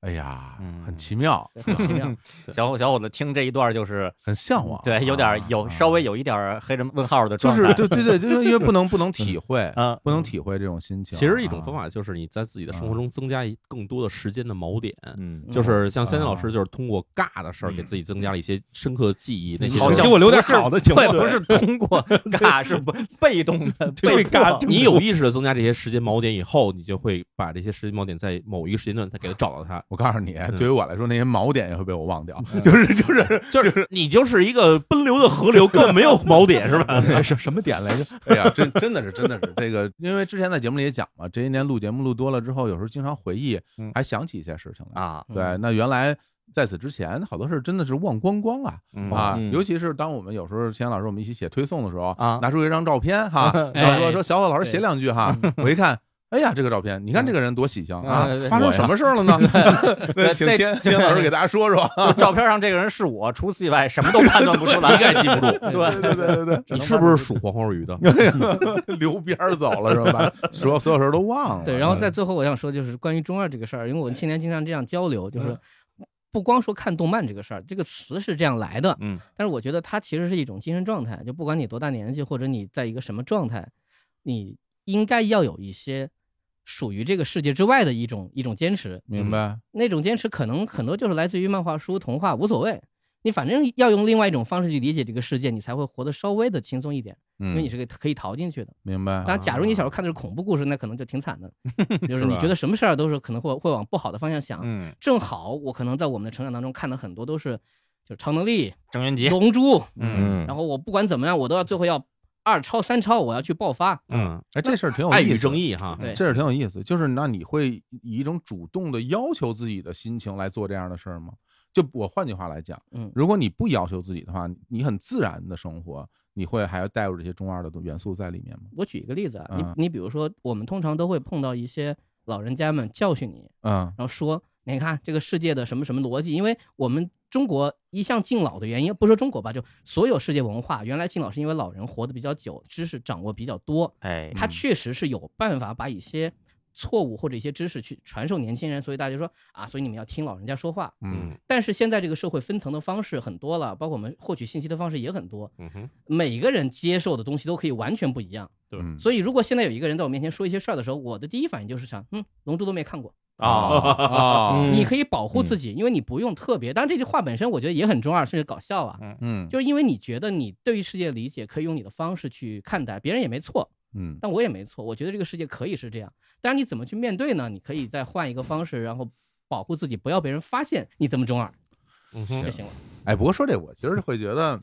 E: 哎呀，很
C: 嗯
E: 奇妙，
B: 很奇妙。
C: 小伙小伙子听这一段就是，
E: 很向往，
C: 对，有
E: 啊
C: 点有稍微有一点黑人问号的
E: 就
C: 状态，
E: 是对对对，就是因为不能不能体会，
C: 啊，
F: 嗯
E: 不能体会这种心情。
A: 其实一种方
E: 啊，
A: 法就是你在自己的生活中增加一更多的时间的锚点，
D: 嗯
B: 嗯
A: 就是像三三老师，就是通过尬的事儿给自己增加了一些深刻的记忆。那些
C: 好像
D: 给我留点
C: 不是
D: 好的行吗
C: 对，不是通过尬，是不被动的被
D: 对尬
C: 迫
D: 这。
A: 你有意识的增加这些时间锚点以后，你就会把这些时间锚点在某一个时间段再给它找到它。
E: 我告诉你，对于我来说，那些锚点也会被我忘掉， 就是就是
A: 就是你就是一个奔流的河流，根本没有锚点，是吧？
D: 什什么点来着？
E: 哎呀，真真的是，真的是这个，因为之前在节目里也讲嘛，这些年录节目录多了之后，有时候经常回忆，还想起一些事情来。
C: 啊，
E: 对，那原来在此之前，好多事儿真的是忘光光啊
C: 嗯
E: 啊！
D: 嗯
E: 尤其是当我们有时候钱老师我们一起写推送的时候
C: 啊
F: 嗯
E: 拿出一张照片哈，然后说
B: 哎
E: 说小伙老师写两句哈，我一看。哎呀，这个照片，你看这个人多喜庆啊
C: 嗯！
E: 发生什么事儿了 呢？对，请
C: 对
E: 钱钱老师给大家说说。
C: 就照片上这个人是我，除此以外什么都判断不 出来，一 概记不住。
E: 对对对对对，
A: 你 是不是属黄花鱼的？
E: 溜边儿走了是吧？把所有所有事儿都忘了。
B: 对，然后在最后我想说，就是关于中二这个事儿，因为我们青年经常这样交流，
E: 嗯
B: 就是不光说看动漫这个事儿，这个词是这样来的，
C: 嗯，
B: 但是我觉得它其实是一种精神状态，就不管你多大年纪，或者你在一个什么状态，你应该要有一些属于这个世界之外的一种一种坚持，
E: 明白，
B: 那种坚持可能很多就是来自于漫画书、童话，无所谓。你反正要用另外一种方式去理解这个世界，你才会活得稍微的轻松一点，因
E: 嗯，
B: 为你是个可以逃进去的。
E: 明白。啊
B: 当然，假如你小时候看的是恐怖故事，那可能就挺惨的，就是你觉得什么事儿都是可能会会往不好的方向想。
C: 嗯，
B: 正好我可能在我们的成长当中看的很多都是，就是超能力、
C: 郑渊 洁，
B: 龙珠，
C: 嗯，
B: 然后我不管怎么样，我都要最后要二超三超，我要去爆发。
A: 嗯，
E: 哎，这事儿挺有
A: 爱
E: 意
A: 与
E: 思
A: 正，义哈，
B: 对，
E: 这事儿挺有意思。就是那你会以一种主动的要求自己的心情来做这样的事儿吗？就我换句话来讲，
B: 嗯
E: 如果你不要求自己的话，你很自然的生活，你会还要带入这些中二的元素在里面吗？
B: 我举一个例子啊，
E: 嗯
B: 你你比如说，我们通常都会碰到一些老人家们教训你，
E: 嗯
B: 然后说，你看这个世界的什么什么逻辑，因为我们中国一向敬老的原因，不说中国吧，就所有世界文化，原来敬老是因为老人活得比较久，知识掌握比较多，
C: 哎，
B: 他确实是有办法把一些错误或者一些知识去传授年轻人，所以大家就说啊，所以你们要听老人家说话。
E: 嗯，
B: 但是现在这个社会分层的方式很多了，包括我们获取信息的方式也很多，
A: 嗯哼，
B: 每个人接受的东西都可以完全不一样。
A: 对
E: 嗯
B: 所以如果现在有一个人在我面前说一些事儿的时候，我的第一反应就是想，嗯，《龙珠》都没看过。
E: 哦
F: 哦
C: 啊，
E: 啊，
B: 你可以保护自己，因为你不用特别。当然，这句话本身我觉得也很中二，甚至搞笑啊。
E: 嗯
B: 就是因为你觉得你对于世界的理解可以用你的方式去看待，别人也没错，
E: 嗯
B: 但我也没错。我觉得这个世界可以是这样，但是你怎么去面对呢？你可以再换一个方式，然后保护自己，不要被人发现你这么中二
A: 嗯
B: 就
A: 哼，
B: 行了。
E: 哎，不过说这我其实会觉得，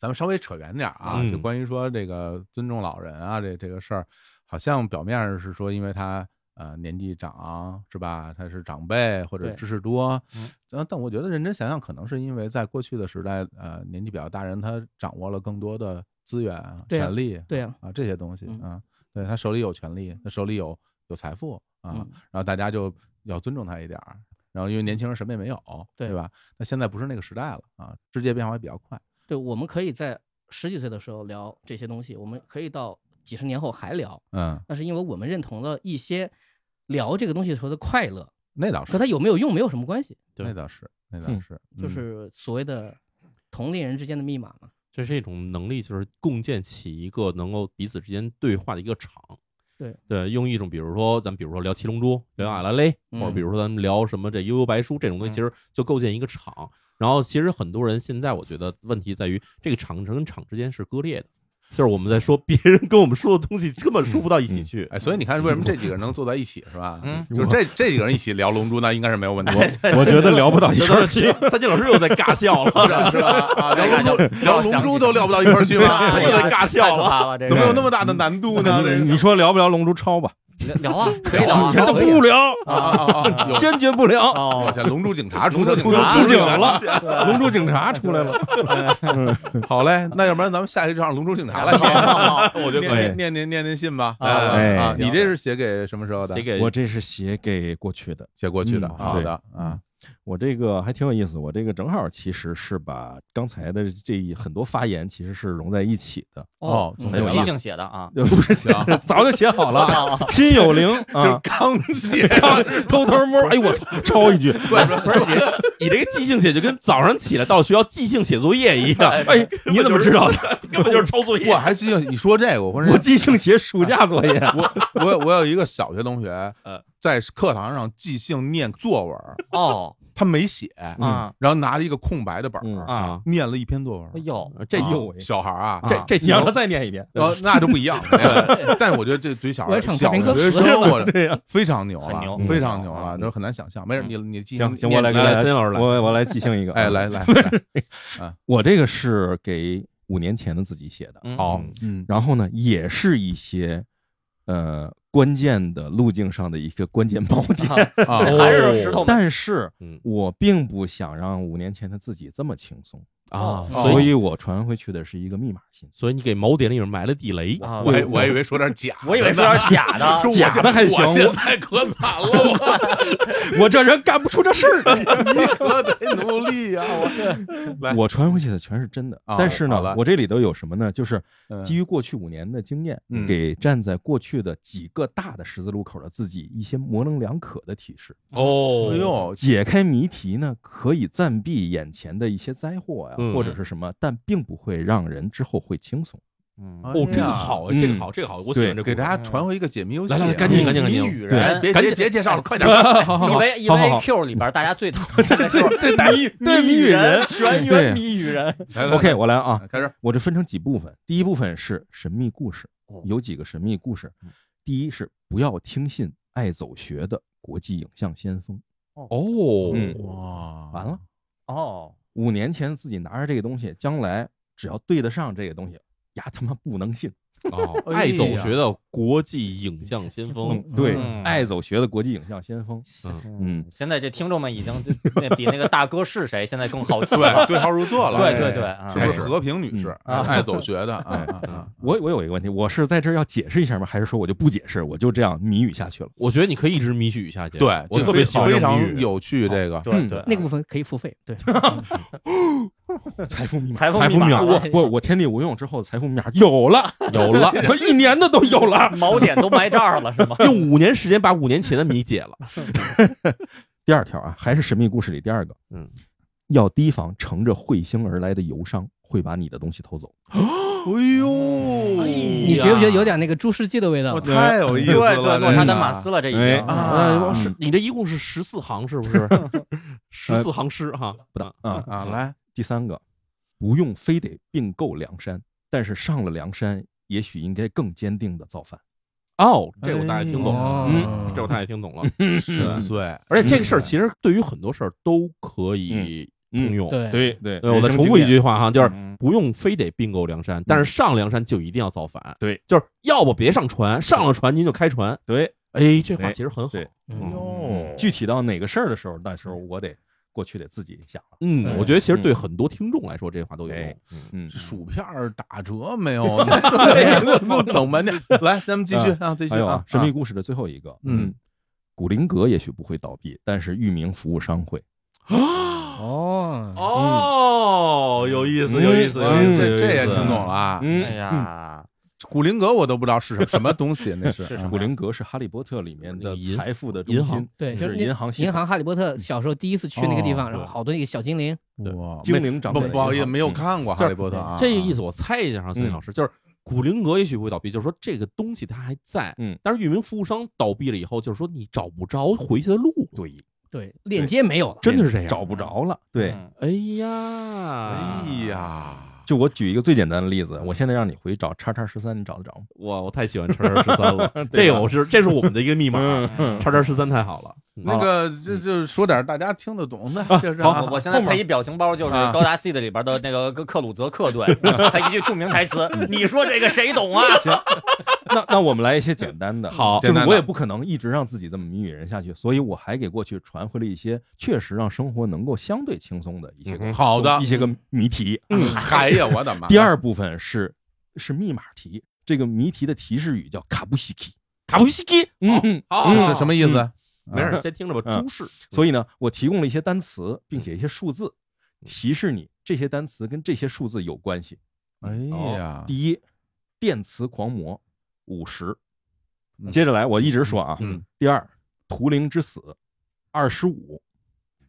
E: 咱们稍微扯远点儿啊，
A: 嗯
E: 就关于说这个尊重老人啊，这这个事儿，好像表面上是说因为他呃年纪长是吧，他是长辈或者
B: 对
E: 知识多，嗯，但我觉得认真想想，可能是因为在过去的时代，呃，年纪比较大人他掌握了更多的资源、
B: 对啊
E: 权利
B: 对啊，
E: 啊这些东西
B: 嗯
E: 啊，对他手里有权利，他手里有有财富啊，
B: 嗯
E: 然后大家就要尊重他一点儿。然后因为年轻人什么也没有，对
B: 对
E: 吧？那现在不是那个时代了啊，世界变化也比较快。
B: 对，我们可以在十几岁的时候聊这些东西，我们可以到几十年后还聊，
E: 嗯
B: 那是因为我们认同了一些聊这个东西的时候的快乐，
E: 那倒
B: 和
E: 是，
B: 它有没有用没有什么关系，
A: 对
E: 那倒是，那倒
A: 嗯
E: 是，
B: 就
E: 嗯
B: 是所谓的同类人之间的密码嘛。
A: 这是一种能力，就是共建起一个能够彼此之间对话的一个场。
B: 对
A: 对，用一种比如说咱们比如说聊七龙珠，聊阿拉蕾，
B: 嗯
A: 或者比如说咱们聊什么这悠悠白书这种东西，
F: 嗯
A: 其实就构建一个场。然后其实很多人现在我觉得问题在于这个场跟场之间是割裂的，就是我们在说别人跟我们说的东西根本说不到一起去。
E: 哎，所以你看，为什么这几个人能坐在一起是吧？
F: 嗯
E: 就是这这几个人一起聊《龙珠》，那应该是没有问题，
D: 我觉得聊不到一块儿去。
A: 三金老师又在尬笑 了，
E: 是吧？是吧 啊，聊
D: 哎
E: 《龙珠》聊《龙珠》都聊不到一块儿去吗？
A: 他
E: 哎
A: 又
E: 呀
A: 在尬笑了。
F: 了，这
E: 怎么有那么大的难度呢？这
D: 你说聊不聊《龙珠超》吧？
F: 聊啊？可以聊啊
E: 聊可以
D: 不聊，
E: 啊啊啊！有
D: 坚决不聊。
E: 我
F: 哦，
E: 这龙珠警察出
D: 出
E: 警察
D: 出警 了，龙珠警察出来了。
E: 好嘞，那要不然咱们下期就让龙珠警察来
A: 我就
E: 念
D: 可以
E: 念念念念念信吧。
F: 哎
D: 哎
E: 啊，
F: 行
E: 你这是写给什么时候的
A: 写？给
D: 我这是写给过去的，
E: 写过去的，
D: 嗯
E: 好的啊，
D: 我这个还挺有意思。我这个正好其实是把刚才的这一很多发言其实是融在一起的，
E: 哦
B: 嗯
F: 很有即兴写的啊。
D: 呃不是写
E: 行，
D: 早就写好了。心有灵
E: 就是
D: 啊，
E: 刚 写，
D: 偷偷摸，哎我操，抄一句，
A: 不是你，你这个即兴写就跟早上起来到学校即兴写作业一样，
D: 哎你怎么知道的？
A: 根本就是抄作业
E: 我。还记得你说这个，我
D: 我
E: 说
D: 即兴写暑假作业，
E: 我我有我有一个小学同学，在课堂上即兴念作文，
F: 哦
E: 他没写，
F: 啊
E: 然后拿了一个空白的本
D: 嗯
E: 儿，
F: 啊！
E: 念了一篇作文
F: 哎。呦，
D: 这
E: 啊
D: 又为
E: 小孩儿啊，
D: 这
F: 啊
D: 这你让他再念一遍，
E: 呃，那就不一样。了。但是我觉得这对于小孩儿
B: 我要唱
E: 小
B: 太平歌
E: 学
B: 词
E: 生
B: 了
E: 活
D: 对呀，
E: 非常牛了
F: 很牛，
E: 非常牛了，
F: 嗯
E: 这很难想象。没事，你你继续
D: 行行，
E: 念
D: 我来给
A: 来来
D: 大
A: 森
D: 家，
A: 老师来
D: 我我来即兴一 个，啊
E: 哎，来，来来，
D: 我这个是给五年前的自己写的，
F: 嗯
E: 好， 嗯，
D: 然后呢，也是一些呃关键的路径上的一个关键 锚点，
E: 啊
F: 这还是石头门
D: 但是
A: 嗯
D: 我并不想让五年前的自己这么轻松，
A: 啊，
E: 哦
A: 所
D: 所
A: 以
D: 以我传回去的是一个密码信。
A: 所以你给锚点里面埋了地雷，
F: 啊！
E: 哎我还我还以为说点假的呢，
F: 我以为是点假的，
E: 说我
D: 啊假的还行
E: 我现在可惨了，我
D: 我这人干不出这事儿来。
E: 你可得努力呀，我来
D: 我传回去的全是真的
E: 啊，
D: 但是
E: 好了
D: 呢，我这里头有什么呢？就是
E: 嗯
D: 基于过去五年的经验
E: 嗯，
D: 给站在过去的几个大的十字路口的自己一些模棱两可的提示。
A: 哦
E: 哎呦，
D: 解开谜题呢，可以暂避眼前的一些灾祸呀、
A: 嗯
D: 或者是什么，但并不会让人之后会轻松。
F: 嗯，
A: 哦，
E: 哎
A: 这个
E: 呀，
A: 好，
D: 嗯
A: 这个好，这个好，我喜欢这个
E: 给大
A: 家。
E: 家传回一个解谜游戏，
A: 来来来赶紧赶紧赶紧
E: 谜语
D: 对
E: 人，别
F: 赶
E: 别
F: 紧
E: 别介绍了，快点，
F: 以为以
D: 好好
F: 为
D: 好
F: Q 里边大家最讨 厌的就是
D: 对谜语对谜语人
F: 全员谜语人，
E: 来来来
D: OK，我来啊，
E: 开始，
D: 我这分成几部分，第一部分是神秘故事
F: 哦，
D: 有几个神秘故事。第一是不要听信爱走学的国际影像先锋。
A: 哦，
D: 嗯
E: 哇
D: 完了，
F: 哦，
D: 五年前自己拿着这个东西，将来只要对得上这个东西，呀他妈不能信。
A: 哦，
E: 哎
A: 爱
E: 呀
A: 走学的国际影像先锋，
D: 对，
F: 嗯
D: 爱走学的国际影像先锋。嗯，
F: 现在这听众们已经就那比那个大哥是谁现在更好奇
E: 对
F: 了，
E: 对号入座了，
F: 对对
E: 哎
F: 对，啊
E: 是不是和平女士
F: 嗯
E: 爱走学的啊
D: 哎
E: 啊？啊
D: 我我有一个问题，我是在这儿要解释一下吗？还是说我就不解释，我就这样谜语下去了？
A: 我觉得你可以一直迷语下去。
E: 对，
A: 我
E: 这
A: 特
E: 非
A: 别喜欢
E: 非
A: 这种谜
E: 常
A: 语。
E: 有趣这个。
F: 对
D: 嗯
F: 对，
B: 那个部分可以付费， 对，嗯
D: 财富密码，
F: 财富
D: 富
F: 密码
D: 码，我
B: 对
D: 我我天地无用之后，财富密码有了，
A: 有了，
D: 我一年的都有了。
F: 锚点都埋这儿了是吗？
A: 用五年时间把五年前的谜解了。
D: 第二条啊，还是神秘故事里第二个，
A: 嗯，
D: 要提防乘着彗星而来的游商会把你的东西偷走。
E: 哎呦，
B: 你觉不觉得有点那个《诸世纪》的味道
E: 我？太 有意思了，
F: 对对，
E: 这个
F: 诺查丹马斯了，这已
D: 哎
F: 经
A: 啊，
E: 啊
A: 是 你这一共是十四行，是不是？ 十四行诗哈，不大
D: 啊
E: 啊，来，
D: 第三个，不用非得并购梁山，但是上了梁山，也许应该更坚定的造反。
A: 哦，这我大概听懂了，
B: 哎
A: 嗯，这我大概听懂了。
E: 十岁，
A: 而且这个
E: 嗯
A: 事儿其实对于很多事儿都可以通用。
B: 对
D: 对对
A: 对，我再重复一，句话哈，就是
D: 嗯
A: 不用非得并购梁山，但是上梁山就一定要造反。
D: 对，
A: 就是要不别上船，上了船您就开船。
D: 对，
A: 哎，这话
D: 对
A: 其实很好。
D: 对
B: 嗯，
E: 哟
D: 具体到哪个事儿的时候，那时候我得过去得自己想了。
A: 嗯，
B: 对
A: 我觉得其实对很多听众来说，这话都有
D: 哎
A: 用。
D: 嗯，
E: 薯片儿打折没有？我等半天，来，咱们继续啊，继续
D: 还有
E: 啊
D: 啊，，神秘故事的最后一个，
E: 嗯，
D: 古灵阁也许不会倒闭，但是域名服务商会。
B: 哦，
A: 哦，有意思，
D: 嗯
A: 有意思，有
E: 嗯
A: 意思，
E: 这这
A: 有意思
C: 哎
E: 也听懂了啊，
D: 嗯
F: 哎呀，
E: 古灵阁我都不知道是什么什么东西，那是
C: 是
E: 嗯
D: 古灵阁是《哈利波特》里面
A: 啊那个
D: 的
A: 银
D: 财富的
A: 银
D: 中
A: 行
D: 心，
B: 对，就是是
D: 银行系
B: 银
D: 统
B: 行哈利波特小时候第一次去那个地方，
D: 哦
B: 然后好多那个小精灵，
D: 对
E: 哇
D: 精灵长
E: 不
D: 辈
E: 不好意思，没有
D: 嗯
E: 看过《哈利波特》啊，
A: 这个
E: 啊
A: 意思我猜一下哈，森林
D: 嗯
A: 老师，就是古灵阁也许会倒闭，就是说这个东西它还在，
D: 嗯，
A: 但是域名服务商倒闭了以后，就是说你找不着回去的路，对，
B: 对，链接没有了。
A: 真的是这样，
D: 找不。着了。对，
C: 嗯
A: 哎呀，
E: 哎，呀，
D: 就我举一个最简单的例子，我现在让你回找叉叉十三，你找得着吗？
A: 我我太喜欢叉叉十三了， 啊这个我是这是我们的一个密 码， 叉叉十三太好了，嗯
E: 那个就就说点大家听得懂的， 就是啊
C: 我我现在配一表情包，就是
E: 啊
C: 《高达 seed》里边的那个克克鲁泽克顿，他一句著名台 词：“你说这个谁懂啊
D: 那那我们来一些简单 的，
A: 好
D: 就是
E: 简单的
D: 我也不可能一直让自己这么迷语人下去，所以我还给过去传回了一些确实让生活能够相对轻松的一些个
E: 嗯 好的
D: 一，些个谜题。啊
E: 嗯，哎呀，我的妈！
D: 第二部分是是密码题，这个谜题的提示语叫卡布西基，
A: 卡布西哦基，
D: 嗯嗯，
A: 好，
E: 是什么意思？
A: 没事，先听着吧，
D: 嗯
A: 朱氏，
D: 所以呢，我提供了一些单词，
A: 嗯
D: 并且一些数字，提示你这些单词跟这些数字有关系。
E: 哎
A: 啊
E: 呀，
D: 第一，电磁狂魔五十
E: 嗯。
D: 接着来，我一直说啊。
A: 嗯
D: 第二，图灵之死二十五。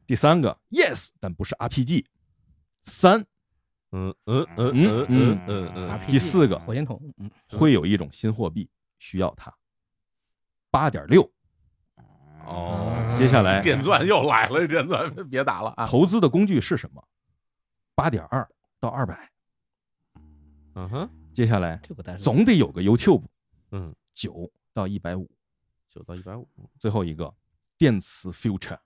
D: 第三个，yes，但不是 RPG。三，
A: 嗯嗯嗯嗯嗯嗯嗯，
B: RPG
D: 第四个
B: 火箭筒，嗯，
D: 会有一种新货币需要它。八点六。
A: 哦，
D: 接下来，
E: 电钻又来了，电钻别打了啊！
D: 投资的工具是什么？八点二到二百。
A: 嗯哼，
D: 接下来，
B: 这个单
D: 总得有个 YouTube。
A: 嗯，
D: 九到一百五。
A: 九到一百五，
D: 最后一个电磁 future，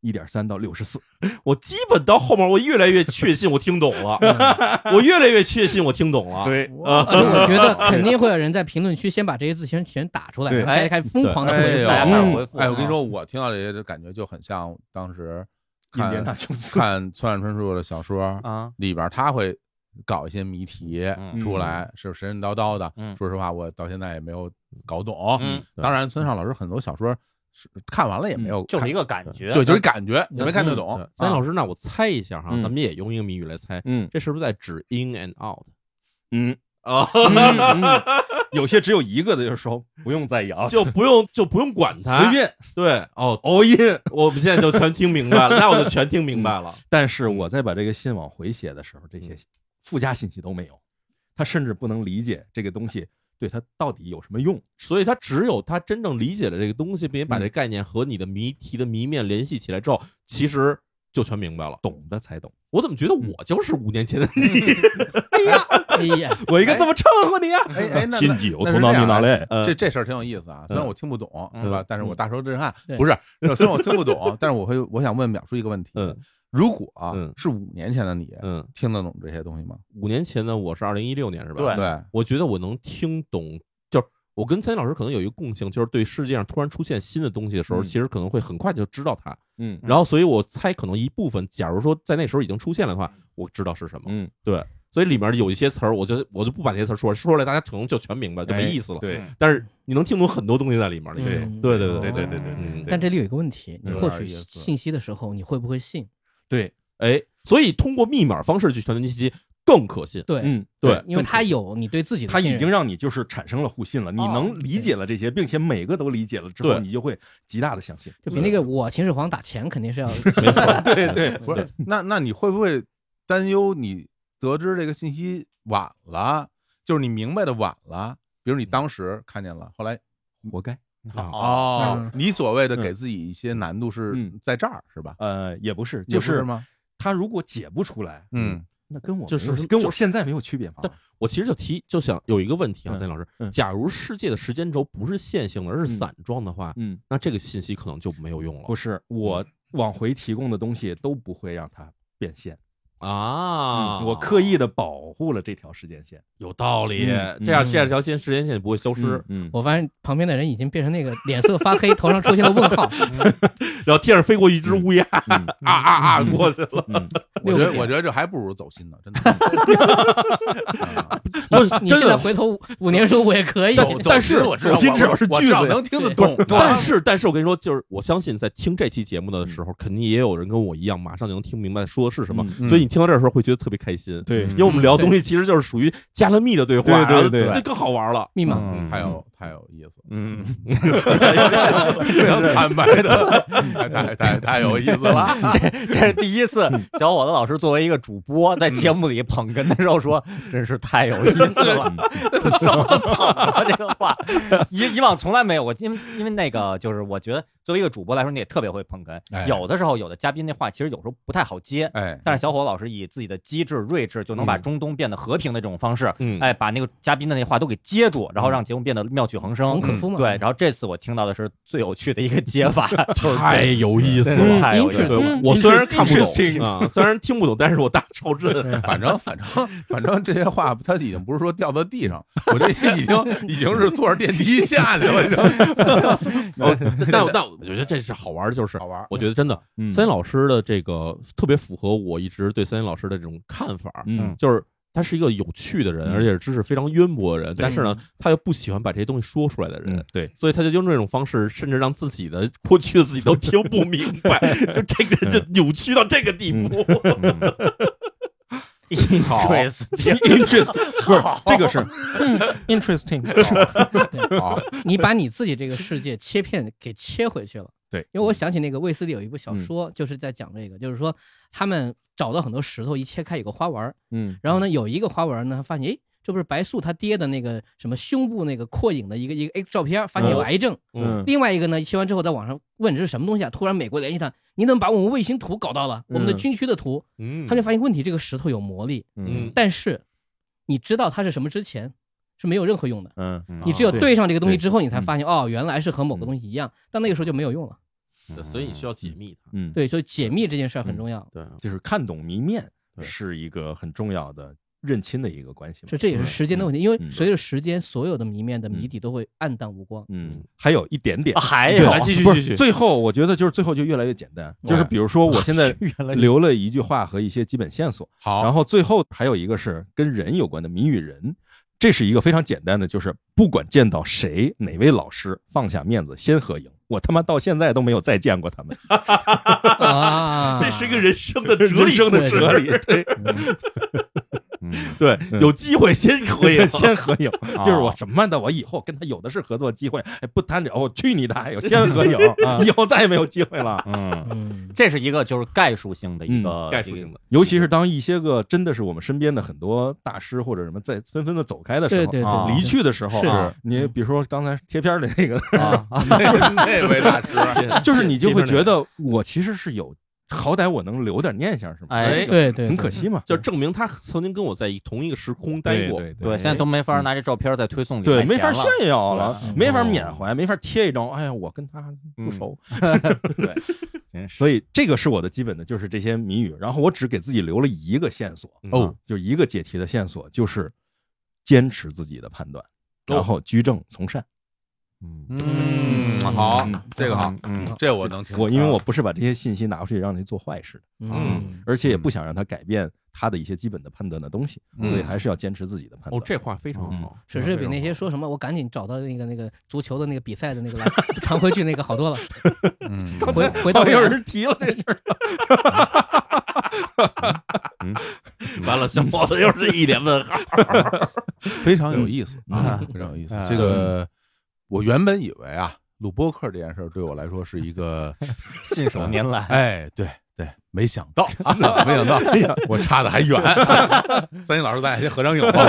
D: 一点三到六十四。
A: 我基本到后面我越来越确信我听懂了， 我越来越确信我听懂了，
D: 对
A: 啊，
B: 而且我觉得肯定会有人在评论区先把这些字全全打出来，
D: 对
B: 然后大家开始疯狂的
E: 哎
B: 回
E: 呦，
B: 复。
C: 哎
D: 嗯
C: 回复
E: 哎，我跟你说，我听到这些就感觉就很像当时
D: 印第安
E: 看
D: 纳琼斯。
E: 看村上春树的小说？”
C: 啊，
E: 里边，他会搞一些谜题
C: 嗯
E: 出来，是神神叨叨的。
C: 嗯
E: 说实话，我到现在也没有搞懂。
C: 嗯
E: 当然，村上老师很多小说是看完了也没有看，
C: 就是一个嗯感觉，
E: 对，就是一感觉，你没看得
A: 对
C: 嗯
E: 懂。啊
A: 咱哦老
E: 师
A: 师，那我猜一下哈，
D: 嗯
A: 咱们也用一个谜语来猜，
D: 嗯
A: 这是不是在指 in and out
D: 嗯
A: 啊？
D: 嗯嗯，有些只有一个的，就是说不用再摇，
A: 啊就不用就不用管它，
D: 啊随便
A: 对哦，
D: all in。
A: 我们现在就全听明白了，那我就全听明白了。
D: 但是我在把这个信往回写的时候，这些
A: 嗯
D: 附加信息都没有，他甚至不能理解这个东西对他到底有什么用。
A: 所以他只有他真正理解了这个东西，并且把这概念和你的谜题的谜面联系起来之后，其实就全明白了。
D: 懂的 才懂。
A: 我怎么觉得我就是五年前的你？
B: 哎呀，
D: 我应该这么称呼你啊！
C: 嗯
E: 哎哎，那
D: 心
E: 那
D: 机有
E: 那
D: 头
E: 是
D: 脑你
E: 这样
D: 脑嘞？
A: 呃
E: 这这事儿挺有意思啊，虽然我听不懂，
C: 嗯
E: 对吧？但是我大受震撼。
B: 对
E: 不是，呃虽然我听不懂，啊但是我会，我想问淼叔一个问题：
A: 嗯
E: 如果啊
A: 嗯
E: 是五年前的你，
A: 嗯，
E: 听得懂这些东西吗？
A: 五年前呢，我是二零一六年是吧？
C: 对
E: 对，
A: 我觉得我能听懂，就是我跟参老师可能有一个共性，就是对世界上突然出现新的东西的时候，
D: 嗯
A: 其实可能会很快就知道它。
D: 嗯
A: 然后，所以我猜可能一部分，假如说在那时候已经出现了的话，我知道是什么。
D: 嗯，
A: 对，所以里面有一些词儿，我就我就不把那些词儿说了，说出来大家可能就全明白，就没意思了。
D: 哎对，
A: 但是你能听懂很多东西在里面。
B: 对
D: 嗯
A: 对对对对
D: 对对对对
A: 嗯，
B: 但这里有一个问题，你
E: 有
B: 获
E: 点
B: 取
E: 意思
B: 信息的时候，你会不会信？
D: 对，
A: 哎，所以通过密码方式去传递信息更可 信。
B: 对，
D: 嗯，
A: 对，
B: 因为他有你对自己的
D: 他
B: 信
D: 已
B: 任
D: 经让你就是产生了互信了，你能理解了这些，并且每个都理解了之后，
A: 对
D: 你就会极大的相信。
B: 就比那个我秦始皇打钱肯定是要
A: 没 错，
D: 对对，
E: 不是，那那你会不会担忧你得知这个信息晚了，就是你明白的晚了？比如你当时看见了，后来
D: 活该。
E: 哦
A: 啊
B: 嗯，
E: 你所谓的给自己一些难度是
D: 嗯
E: 在这儿是吧？
D: 呃，也不是，
E: 也
D: 就
E: 不是吗？
D: 他如果解不出来，
E: 嗯，
D: 那跟我
A: 就是
D: 没有跟
A: 就
D: 我现在没有区别嘛。
A: 对我其实就提就想有一个问题啊，
D: 嗯
A: 森老师，
D: 嗯
A: 假如世界的时间轴不是线性的，而是散状的话，
D: 嗯，
A: 那这个信息可能就没有用了。
D: 不是，我往回提供的东西都不会让它变现。
A: 啊，
D: 嗯我刻意的保护了这条时间线，
A: 有道理，
D: 嗯
A: 这样
B: 嗯
A: 这样一条线时间线不会消失，
D: 嗯，
B: 我发现旁边的人已经变成那个脸色发黑，头上出现了问号。
A: 然后天上飞过一只乌鸦，
D: 嗯
A: 啊啊啊过去了。
D: 嗯
E: 我
B: 六
E: 觉得
B: 个点
E: 我觉得这还不如走心呢，真的。啊
B: 你现在回头五年说我也可以，
E: 走，
A: 但是
E: 走心我知道，
D: 走心
E: 我
D: 至少是
E: 我
D: 句
E: 知道
D: 子呀
E: 能听得
D: 啊
E: 懂。
A: 但是，但是我跟你说，就是我相信在听这期节目的时候，肯定也有人跟我一样，马上就能听明白说的是什么。
D: 嗯
E: 嗯
A: 所以你听到这儿的时候会觉得特别开心，
D: 对
A: 因为我们聊的东西其实就是属于加了密的对话，
D: 对对
A: 然后
D: 对
A: 这更好玩了。
B: 密码。
E: 嗯
D: 嗯
E: 太有太有意思了，
A: 嗯，
E: 非常坦白的， 太太太太有意思了。
F: 这是第一次，小伙子老师作为一个主播，在节目里捧哏的时候说，真是太有意思了，怎么捧啊这个话？以以往从来没有过，因为因为那个就是我觉得作为一个主播来说，你也特别会捧哏
E: 哎，
F: 有的时候有的嘉宾那话其实有时候不太好接。
E: 哎，
F: 但是小伙子老师以自己的机智睿智，就能把
A: 嗯
F: 中东变得和平的这种方式，
A: 嗯
F: 哎，把那个嘉宾的那话都给接住，然后让节目变得妙趣横
B: 冯
F: 生。
B: 可夫嘛，嗯
F: 对，然后这次我听到的是最有趣的一个接法，就是
E: 太有意思
F: 对
E: 了，
F: 太有意思了。
A: 对我虽然看不懂啊，虽然听不懂，但是我大 超真。
E: 反正反正反正这些话，他已经不是说掉到地上，我这已经已经是坐着电梯下去了，你知道吗？
A: 哦但但我觉得这是好玩的，就是
E: 好玩儿。
A: 我觉得真的
D: 嗯
A: 森林老师的这个特别符合我一直对森林老师的这种看法，
D: 嗯
A: 就是他是一个有趣的人，
D: 嗯
A: 而且知识非常渊博的人，但是呢，他又不喜欢把这些东西说出来的人
D: 嗯，对，
A: 所以他就用这种方式，甚至让自己的过去的自己都听不明白， 就这个人就扭曲到这个地步。
D: 嗯
E: 好
D: interest 不是这个是 interesting，
E: 好，
B: 你把你自己这个世界切片给切回去了。
D: 对
B: 因为我想起那个卫斯理有一部小说，就是在讲这个，就是说他们找到很多石头，一切开有个花纹儿，
D: 嗯，
B: 然后呢有一个花纹儿呢，发现诶，这不是白素他爹的那个什么胸部那个扩影的一个一个 X 照片儿，发现有
D: 嗯
B: 癌症。
D: 嗯
B: 另外一个呢，切完之后在网上问这是什么东西啊？突然美国联系他，你怎么把我们卫星图搞到了？我们的
D: 嗯
B: 军区的图，
A: 嗯
B: 他就发现问题，这个石头有魔力，
D: 嗯
B: 但是你知道它是什么之前是没有任何用的。
D: 嗯，
B: 你只有
D: 对
B: 对上这个东西
D: 对
B: 之后，你才
D: 嗯
B: 发现哦，原来是和某个东西一样，但那个时候就没有用了。
A: 对所以你需要解密它。
D: 嗯，
B: 对，所以解密这件事儿很重要，
A: 对，
D: 就是看懂谜面
A: 对
D: 是一个很重要的认亲的一个关系嘛。
B: 所以这也是时间的问题，因为
D: 嗯
B: 随着时间，所有的谜面的谜
D: 嗯
B: 底都会暗淡无光。
D: 嗯，还有一点点
F: 啊，还
D: 对
F: 有
A: 来继续
D: 不
A: 继
D: 是
A: 续。
D: 最后我觉得就是最后就越来越简单，就是比如说我现在留了一句话和一些基本线索，
E: 好
D: 然，后最后还有一个是跟人有关的谜语人，这是一个非常简单的，就是不管见到谁哪位老师，放下面子先合影。我他妈到现在都没有再见过他们，
B: 啊，
D: 嗯
A: 这是一个人生的哲
D: 人
A: 理，
D: 生的
B: 对
D: 哲理，对
E: 嗯
A: 对，
D: 嗯
A: 有机会 先可以
D: 先合影，就是我什么的，我以后跟他有的是合作机会，哎，不贪着，哦，去你的，还有先合影，
C: 嗯
D: 以后再也没有机会了。
E: 嗯，
B: 嗯，
F: 这是一个就是概述性的一个
A: 嗯概述性的。
D: 尤其是当一些个真的是我们身边的很多大师或者什么在纷纷的走开的时
B: 对
D: 候，
B: 对
F: 啊
B: 对，
D: 离去的时候
B: 是
D: 啊，你比如说刚才贴片儿的那个，
B: 啊，
E: 那位大师，
A: 嗯
D: 就是你就会觉
A: 贴片
D: 得我其实是有，好歹我能留点念想是吗？
F: 哎，
B: 对对，
D: 很可惜嘛，
A: 就证明他曾经跟我在一同一个时空待过。
D: 对对
F: 对，现在都没
A: 嗯
F: 法拿这照片在推送里
D: 对，
F: 卖
D: 没
F: 钱
D: 法
F: 了
D: 炫耀了
B: 对，
D: 没法缅怀，没法贴一张，哎呀，我跟他
C: 嗯
D: 不 熟，
F: 真是
D: 所以这个是我的基本的，就是这些谜语。然后我只给自己留了一个线索，
A: 嗯
D: 啊
E: 哦，
D: 就一个解题的线索，就是坚持自己的判断，然后居正从善。嗯，
E: 嗯，好，这个好，嗯，这我能听。
D: 我因为我不是把这些信息拿过去让您做坏事的，
B: 嗯，
D: 而且也不想让他改变他的一些基本的判断的东西，
E: 嗯
D: 所以还是要坚持自己的判断。
A: 哦，这话非常好，
B: 只是比那些说什么我赶紧找到那个那个足球的那个比赛的那个 来传回去那个好多了，
E: 嗯，
B: 回回到
D: 哦有
B: 未来
D: 人提了这事儿，
A: 完了，小伙子又是一脸问号。
E: 非常有意思
D: 嗯
E: 啊，非常有意思。这个我原本以为啊，录播客这件事儿对我来说是一个，
F: 信手拈来。
E: 哎，对对，没想到啊， 没想到，我差的还远。三星老师，咱俩先合张影吧。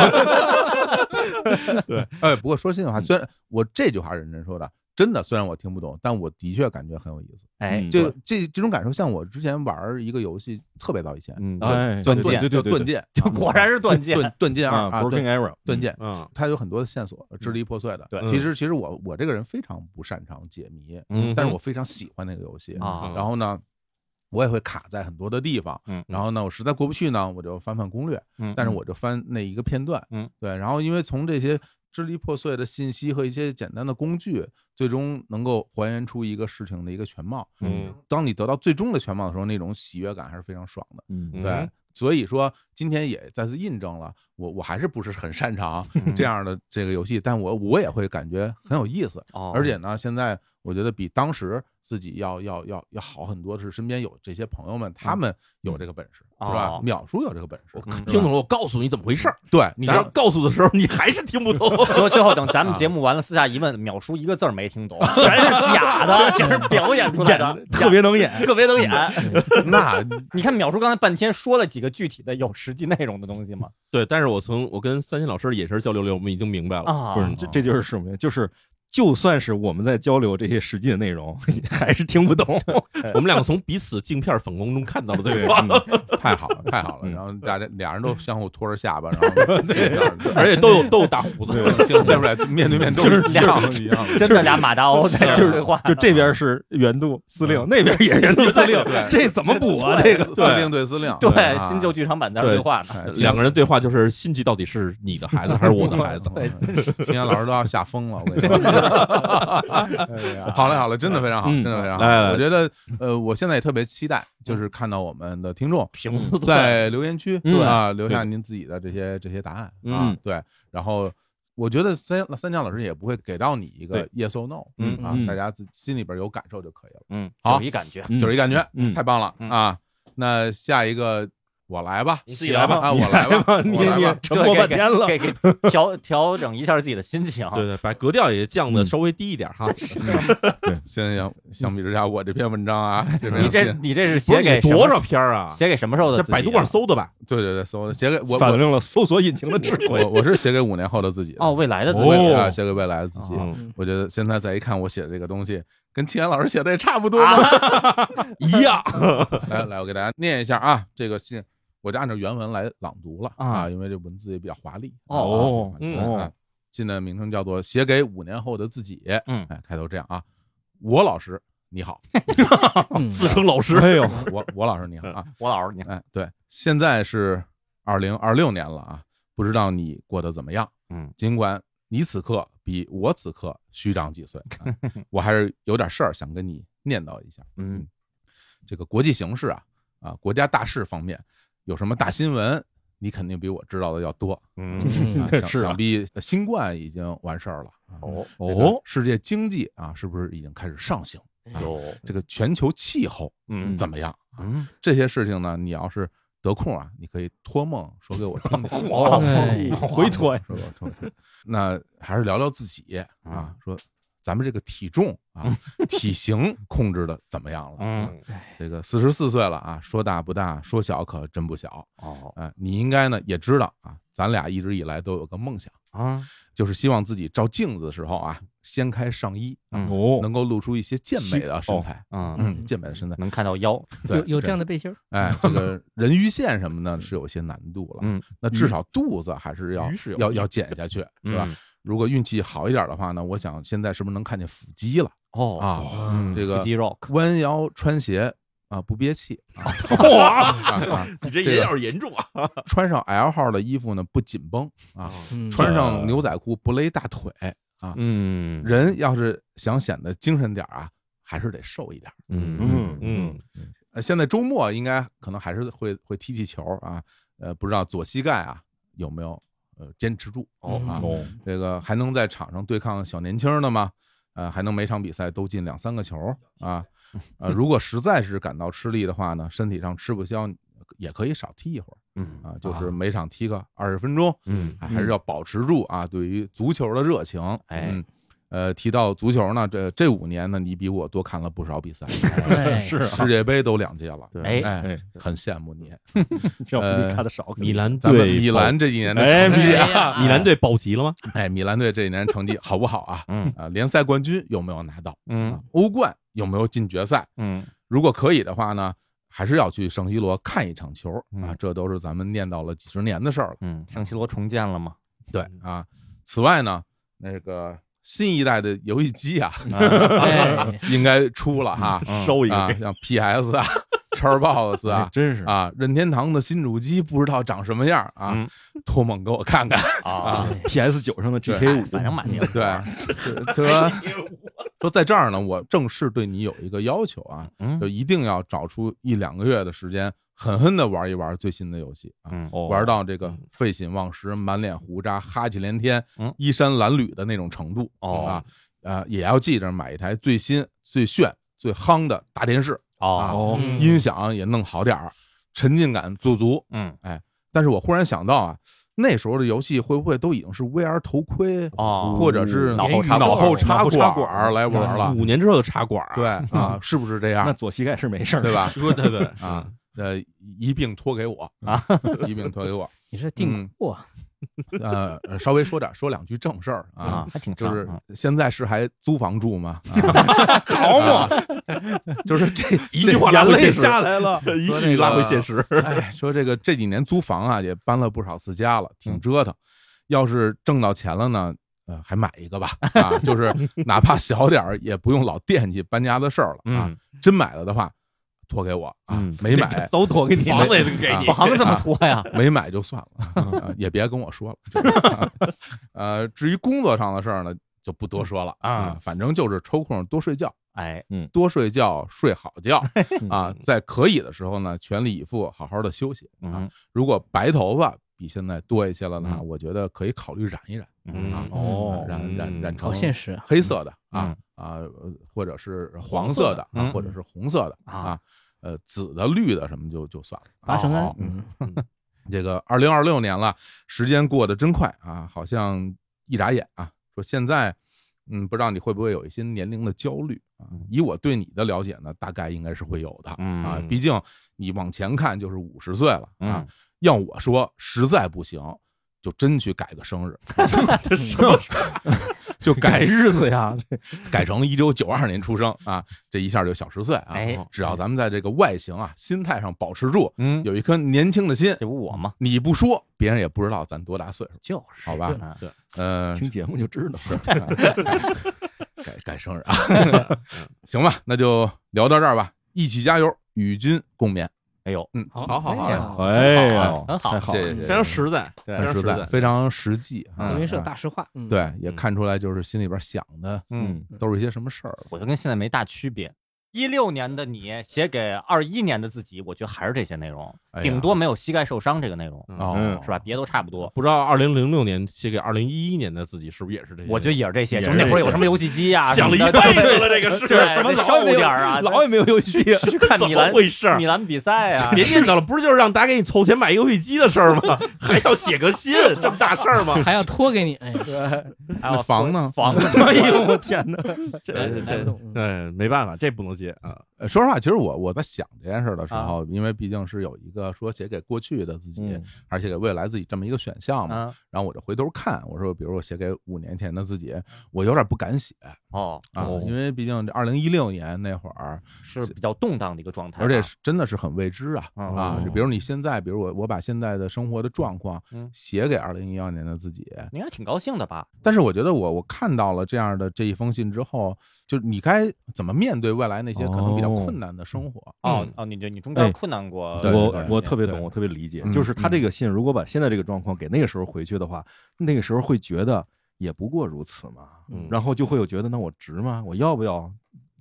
E: 对，哎，不过说心里话，虽然我这句话是认真说的，真的，虽然我听不懂，但我的确感觉很有意思。
D: 嗯
F: 哎，
E: 这这这种感受，像我之前玩儿一个游戏，特别早以前，
D: 嗯，
E: 叫
D: 哎
E: 叫
D: 对
E: 断
D: 对对
E: 叫
D: 对
E: 断
D: 对
E: 剑，
F: 就果然 是断剑。
E: 断断剑二
D: 啊
E: 啊，
D: ，Broken
E: 断
D: Arrow，
E: 断剑，
A: 嗯
E: 它有很多的线索，支离破碎的。
F: 嗯对
E: 其实其实我我这个人非常不擅长解谜，
A: 嗯
E: 但是我非常喜欢那个游戏
F: 啊
E: 然后呢，我也会卡在很多的地方，
F: 嗯
E: 然后呢，我实在过不去呢，我就翻翻攻略，
F: 嗯
E: 但是我就翻那一个片段，
F: 嗯，
E: 对。然后因为从这些支离破碎的信息和一些简单的工具，最终能够还原出一个事情的一个全貌。
A: 嗯，
E: 当你得到最终的全貌的时候，那种喜悦感还是非常爽的。
D: 嗯
E: 对，所以说今天也再次印证了我我还是不是很擅长
C: 嗯
E: 这样的这个游戏，但我我也会感觉很有意思。
C: 哦
E: 而且呢，现在我觉得比当时自己要要要要好很多，是身边有这些朋友们，他们有这个本事，
C: 嗯
E: 是吧
C: 哦？
E: 淼叔有这个本事，
C: 嗯
A: 听懂了，我告诉你怎么回事儿。
E: 对，
A: 你
E: 当
A: 要告诉的时候，你还是听不懂。
C: 最最后等咱们节目完了，私下一问，淼叔一个字儿没听懂，全是假的，全是表演出来的，
D: 特别能演。
C: 特别能演。
E: 那
C: 你看淼叔刚才半天说了几个具体的有实际内容的东西吗？
A: 对，但是我从我跟三星老师的眼神交流里，我们已经明白了。
C: 啊，
D: 不是，这这就是什么呀？就是就算是我们在交流这些实际的内容，还是听不懂。
A: 我们两个从彼此镜片反光中看到了对
D: 对，
A: 方，
D: 嗯
E: 太好了，太好了。
D: 嗯
E: 然后大家俩人都相互拖着下巴，然后对这样
A: 而且都 有都有大胡子。
E: 就这出来面对面都
D: 就是
E: 一样的一样的。
C: 真的俩马达欧在这
D: 就
C: 儿
D: 是
C: 对话，
D: 就这边是原度司令，那边也是原度司 令，
E: 对
D: 这怎么补啊？这个
E: 嗯 司令对司令，
C: 对
E: 啊
C: 新旧剧场版在这儿对话呢。
E: 哎
A: 两个人对话就是心机到底是你的孩子还是我的孩 子？
E: 对，秦岩老师都要吓疯了，我跟你说。好嘞，好嘞，真的非常好，
D: 嗯
E: 真的非常
A: 来来
E: 好。
A: 来
E: 我觉得，呃，我现在也特别期待，就是看到我们的听众
A: 评论
E: 在留言区
D: 嗯
E: 啊留下您自己的这些这些答案啊
D: 嗯，
E: 对，然后。我觉得三三江老师也不会给到你一个 yes or no，
D: 嗯
E: 啊
D: 嗯，
E: 大家自心里边有感受就可以了，
C: 嗯，
E: 好
C: 有一感觉。
D: 嗯
E: 就是一感觉，
D: 嗯
E: 太棒了
C: 嗯
E: 啊！那下一个我来吧，
C: 你自己来吧
E: 啊，我来吧，
D: 你
E: 我来吧
D: 你，沉默半天了，
C: 给给给调调整一下自己的心情。
A: 对对，把格调也降的稍微低一点 哈。
E: 行行，相比之下，我这篇文章啊，这篇
C: 嗯你这
E: 信
C: 你这是
A: 不
C: 写
A: 是
C: 给
A: 你
C: 什么
A: 多少篇儿 啊？
C: 写给什么时候的
A: 在
C: 自己啊？
A: 百度上搜的吧？
E: 对对对，搜的写给我
D: 反
E: 我
D: 映了搜索引擎的智慧
E: 我。我是写给五年后的自己的
C: 哦，，未来的自己。
E: 未来啊，写给未来的自己。
C: 哦
A: 嗯
E: 我觉得现在再一看我写的这个东西，跟秦岩老师写的也差不多
C: 啊
E: 嘛。
A: 一 样。
E: 来来，我给大家念一下啊，这个信我就按照原文来朗读了
C: 啊
E: 啊，因为这文字也比较华丽。
C: 哦
E: 啊
A: 嗯
E: 啊信的名称叫做《写给五年后的自己》。
C: 嗯
E: 哎，开头这样啊，我老师你好，
B: 嗯
A: 自称老师，
D: 哎呦，
E: 我我老师你好啊，
C: 我老师你
E: 哎，对，现在是二零二六年了啊，不知道你过得怎么样？
C: 嗯，
E: 尽管你此刻比我此刻虚长几岁 啊，我还是有点事儿想跟你念叨一下。
C: 嗯，
E: 这个国际形势啊，啊，国家大事方面有什么大新闻，你肯定比我知道的要多。
C: 嗯
E: 啊、想
D: 是啊
E: 想必新冠已经完事儿了。啊
C: 哦
E: 这个
D: 哦
E: 世界经济啊，是不是已经开始上行？
C: 有
E: 这个全球气候
C: 嗯
E: 怎么样？啊？
C: 嗯
E: 这些事情呢，你要是得空啊，你可以托梦说给我听听。
C: 哦
B: 哎
D: 回托呀
E: 说给我听听。 那还是聊聊自己啊
C: 嗯，
E: 说咱们这个体重啊、体型控制的怎么样了？
C: 嗯
E: 这个四十四岁了啊，说大不大，说小可真不小
C: 哦
E: 啊、你应该呢也知道啊，咱俩一直以来都有个梦想，
C: 啊
E: 就是希望自己照镜子的时候啊，掀开上衣啊，
C: 嗯
D: 哦，
E: 能够露出一些健美的身材。
C: 嗯，
E: 嗯，健美的身材，
C: 能看到腰。
E: 对
B: 有有这样
E: 的，
B: 的背心儿，
E: 哎，这个人鱼线什么的是有些难度了，
C: 嗯，
E: 那至少肚子还是要
A: 鱼是有
E: 要要减下去，对吧？
C: 嗯
E: 如果运气好一点的话呢，我想现在是不是能看见腹肌了
C: 哦
E: 啊？
C: 嗯
E: 这个
C: 腹肌肉
E: 弯腰穿鞋啊，不憋气啊，
A: 哇，
E: 啊啊
A: 你这也
E: 也有
A: 有点严重啊！
E: 穿上 L 号的衣服呢不紧绷啊，
B: 嗯
E: 穿上牛仔裤不勒大腿啊。
C: 嗯
E: 人要是想显得精神点儿啊，还是得瘦一点儿。
C: 嗯
A: 嗯，
E: 呃，现在周末应该可能还是会会踢踢球啊，呃，不知道左膝盖啊有没有呃坚持住
C: 哦
E: 啊？
B: 哦
D: 嗯
E: 这个还能在场上对抗小年轻的吗？呃，还能每场比赛都进两三个球啊？
C: 嗯
E: 呃，如果实在是感到吃力的话呢，身体上吃不消，也可以少踢一会儿
C: 嗯
E: 啊，就是每场踢个二十分钟，
C: 嗯
E: 啊还是要保持住啊对于足球的热情。
C: 哎
E: 嗯，呃，提到足球呢，这这五年呢，你比我多看了不少比 赛，
B: 哎
D: 是啊
E: 世界杯都两届了，
C: 哎
E: 哎
D: 哎，
E: 很羡慕你。
D: 这我看的少，
A: 米兰
E: 咱们
A: 队
E: 呃米兰这几年的
D: 哎
E: 成绩啊，
B: 哎呀
A: 米兰队保级了吗？
E: 哎，米兰队这一年成绩好不好啊？
C: 嗯
E: 啊，联赛冠军有没有拿到？啊
C: 嗯，
E: 欧冠有没有进决赛？
C: 嗯
E: 如果可以的话呢，还是要去圣西罗看一场球啊
C: 嗯，
E: 这都是咱们念叨了几十年的事儿了。
C: 嗯，圣西罗重建了吗？
E: 对啊，此外呢，那个新一代的游戏机啊，
B: 哎
E: 应该出了哈，
D: 嗯
A: 收
E: 啊，像 PS 啊、Xbox
D: 哎
E: 啊。
D: 真是
E: 啊，任天堂的新主机不知道长什么样啊
C: 嗯，
E: 托梦给我看 看。
C: 啊，
D: PS 九上的
E: 对哎
D: GK 五，
C: 反正买定
E: 对，说说说在这儿呢，我正式对你有一个要求啊，
C: 嗯
E: 就一定要找出一两个月的时间狠狠的玩一玩最新的游戏啊，
C: 嗯
D: 哦
E: 玩到这个废寝忘食、满脸胡渣、哈气连天
C: 嗯、
E: 衣衫褴褛的那种程度
C: 哦
E: 啊，呃，也要记着买一台最新、最炫、最夯的大电视，
C: 哦，
D: 哦，
B: 嗯
E: 啊音响也弄好点儿，沉浸感足足。哎
C: 嗯
E: 但是我忽然想到啊，那时候的游戏会不会都已经是 VR 头盔，
C: 哦，
E: 或者是
C: 脑后插
E: 脑后
D: 管儿脑后插
E: 管
D: 管
E: 儿
D: 儿
E: 来玩了？
A: 五年之后就插管儿啊，
E: 对啊，是不是这
D: 那
E: 样？
D: 左膝盖是没事儿，
E: 对？吧？
A: 说对对
E: 啊，呃，一并托给我
C: 啊，
E: 一并托给我。
B: 你是定库啊？
E: 呃，呃稍微说点说两句正事儿啊
C: 啊，，还挺
E: 就
C: 长
E: 是
C: 嗯
E: 现在是还租房住吗？好嘛， 就是这
A: 一句话拉
E: 眼
A: 回
E: 泪
A: 现实
E: 下来了，
A: 一
E: 说
A: 句
E: 那
A: 拉回
E: 个
A: 现实，
E: 哎，说这个这几年租房啊，也搬了不少次家了，
C: 嗯
E: 挺折腾。要是挣到钱了呢，呃，还买一个吧，啊，就是哪怕小点儿，也不用老惦记搬家的事儿了啊。
C: 嗯
E: 真买了的话，托给我啊
C: 嗯，
E: 没买
A: 都托给你，房子也给你，啊
C: 房子怎么拖呀？
E: 没买就算 了，啊也别跟我说了。就是啊呃，至于工作上的事儿呢，就不多说了
C: 啊，
E: 反正就是抽空多睡觉。
C: 哎，
E: 多睡觉，睡好觉
D: 嗯
E: 啊，在可以的时候呢，全力以赴，好好的休息啊
C: 嗯。
E: 如果白头发比现在多一些了呢，
C: 嗯
E: 我觉得可以考虑染一染
C: 嗯
E: 啊，
D: 哦
E: 染染染成
B: 好现实啊，
E: 黑色的啊
C: 嗯
E: 啊，呃或者是黄色的啊，
C: 嗯
E: 或者是红色的啊
C: 啊，
E: 呃，紫的、绿的什么就就算了。
B: 八神庵
C: 哦，
B: 嗯，
E: 这个二零二六年了，时间过得真快啊，好像一眨眼啊。说现在，嗯，不知道你会不会有一些年龄的焦虑啊？以我对你的了解呢，大概应该是会有的啊。
C: 嗯
E: 毕竟你往前看就是五十岁了啊
C: 嗯。
E: 要我说，实在不行，就真去改个生日，
A: 这什么事儿？
E: 就 改
D: 日子呀，
E: 改成一九九二年出生啊，这一下就小十岁啊
C: 哎。
E: 只要咱们在这个外形啊、心态上保持住，
C: 嗯，
E: 有一颗年轻的心，
C: 这不我吗？
E: 你不说，别人也不知道咱多大岁数，
C: 就是
E: 好吧？
C: 对，
E: 呃，
D: 听节目就知道。
E: 改改生日啊， 行吧，那就聊到这儿吧，一起加油，与君共勉。
C: 哎呦，
E: 嗯，
B: 好
A: 好好好
B: 哎呀
D: 哎呀，
C: 很好
D: 太好
E: 谢
D: 了
E: 谢，谢谢
A: 非常实在，非
E: 很
A: 常
E: 实在，
A: 在，
E: 嗯非常实际啊。
B: 德云社
E: 啊
B: 大实话，嗯，
E: 对，也
A: 嗯
E: 看出来就是心里边想的
C: 嗯，
E: 都是一些什么事儿了。
C: 我就跟现在没大区别。一六年的你写给二一年的自己，我觉得还是这些内容
E: 哎，呀
C: 顶多没有膝盖受伤这个内容，
A: 嗯
E: 哦
D: 嗯，
C: 是吧？？别都差不多。
A: 不知道二零零六年写给二零一一年的自己是不是也是这些？
C: 我觉得也是这些，
D: 也
C: 就是那会儿
D: 这些
C: 有什么游戏机呀、
A: 想了一
C: 什么
A: 辈
C: 的
A: 子了，这个事
C: 对，
A: 怎么
C: 得
A: 老
C: 稍微点儿啊，
D: 老也没有游 戏，
C: 去 看
A: 怎
C: 米
A: 么
C: 兰
A: 回事儿？
C: 米兰比赛啊，
A: 别念叨了，不是就是让大家给你凑钱买游戏机的事儿 吗？还要写个信，这么大事 儿吗？
B: 还要托给你，哎，
C: 还有
E: 那房呢
C: 房子
D: 哎呦我天哪！
E: 嗯
A: 这
B: 来来不
A: 这
B: 动，嗯
A: 嗯，没办法，这不能接啊。
E: 呃说实话，其实我我在想这件事儿的时候，因为毕竟是有一个说写给过去的自己
D: 嗯，
E: 还是写给未来自己这么一个选项嘛。
C: 啊，
E: 然后我就回头看，我说，比如我写给五年前的自己，我有点不敢写
C: 哦，
E: 啊
D: 哦，
E: 因为毕竟这二零一六年那会儿，
C: 是比较动荡的一个状态啊，
E: 而且是真的是很未知啊
C: 嗯
E: 啊！
D: 嗯
E: 就比如你现在，比如我我把现在的生活的状况
C: 嗯
E: 写给二零一二年的自己，
C: 你应该挺高兴的吧？
E: 但是我觉得我我看到了这样的这一封信之后，就你该怎么面对未来那些可能比较
D: 哦
E: 困难的生活？
C: 哦
A: 嗯
C: 哦，你就你中
D: 哎
C: 间困难过
E: 对
C: 两年，
D: 我我特别
E: 对
D: 懂，我特别理解
E: 嗯。
D: 就是他这个信，如果把现在这个状况给那个时候回去的话，那个时候会觉得也不过如此嘛，
A: 嗯
D: 然后就会有觉得那我值吗？我要不要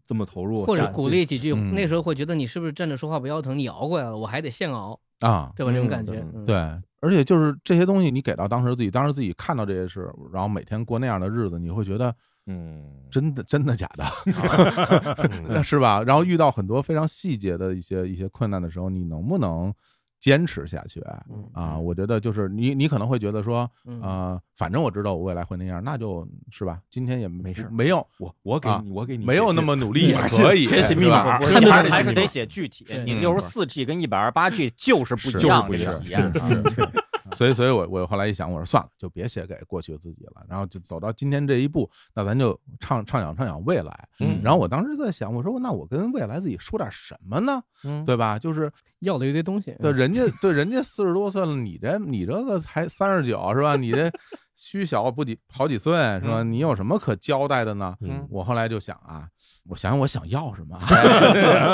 D: 这么投入？
B: 或者
D: 下
B: 鼓励几句，
E: 嗯
B: 那时候会觉得你是不是站着说话不腰疼，你熬过来了，我还得现熬，
E: 啊，
B: 对吧？这种感
D: 对
B: 觉，嗯，
E: 对，而且就是这些东西你给到当时自己，当时自己看到这些事，然后每天过那样的日子，你会觉得
D: 嗯，
E: 真的真的假的？
A: 嗯
E: 那是吧？然后遇到很多非常细节的一些一些困难的时候，你能不能坚持下去
B: 嗯
E: 啊？我觉得就是你，你可能会觉得说，
B: 嗯
E: 呃，反正我知道我未来会那样，那就是吧，今天也没
D: 事儿
E: 没有
D: 我我给
E: 啊
D: 你我给你
E: 没有
D: 写
E: 那
D: 信
E: 么努力也
D: 而且
E: 可以，
A: 写信密
E: 对吧
A: 码
C: 我
B: 看
C: 你
B: 着
C: 还
B: 就是
C: 还是
B: 密码
C: 得写具体
B: 对，
C: 你
E: 嗯
C: 六十四 G 跟一百二十八 G 就是不一
E: 就是
C: 样
E: 不
C: 这
E: 一样
C: 个体验，
E: 是是是 所以，所以我我后来一想，我说算了，就别写给过去的自己了，然后就走到今天这一步，那咱就畅畅想畅想未来。
A: 嗯
E: 然后我当时在想，我说那我跟未来自己说点什么呢？
C: 嗯
E: 对吧？就是
B: 要了一堆东西，嗯
A: 嗯
E: 对人家对人家四十多岁了，你这你这个才三十九是吧？你这虚小不几好几岁是吧？你有什么可交代的呢？
A: 嗯
E: 我后来就想啊，我想想我想要什么，啊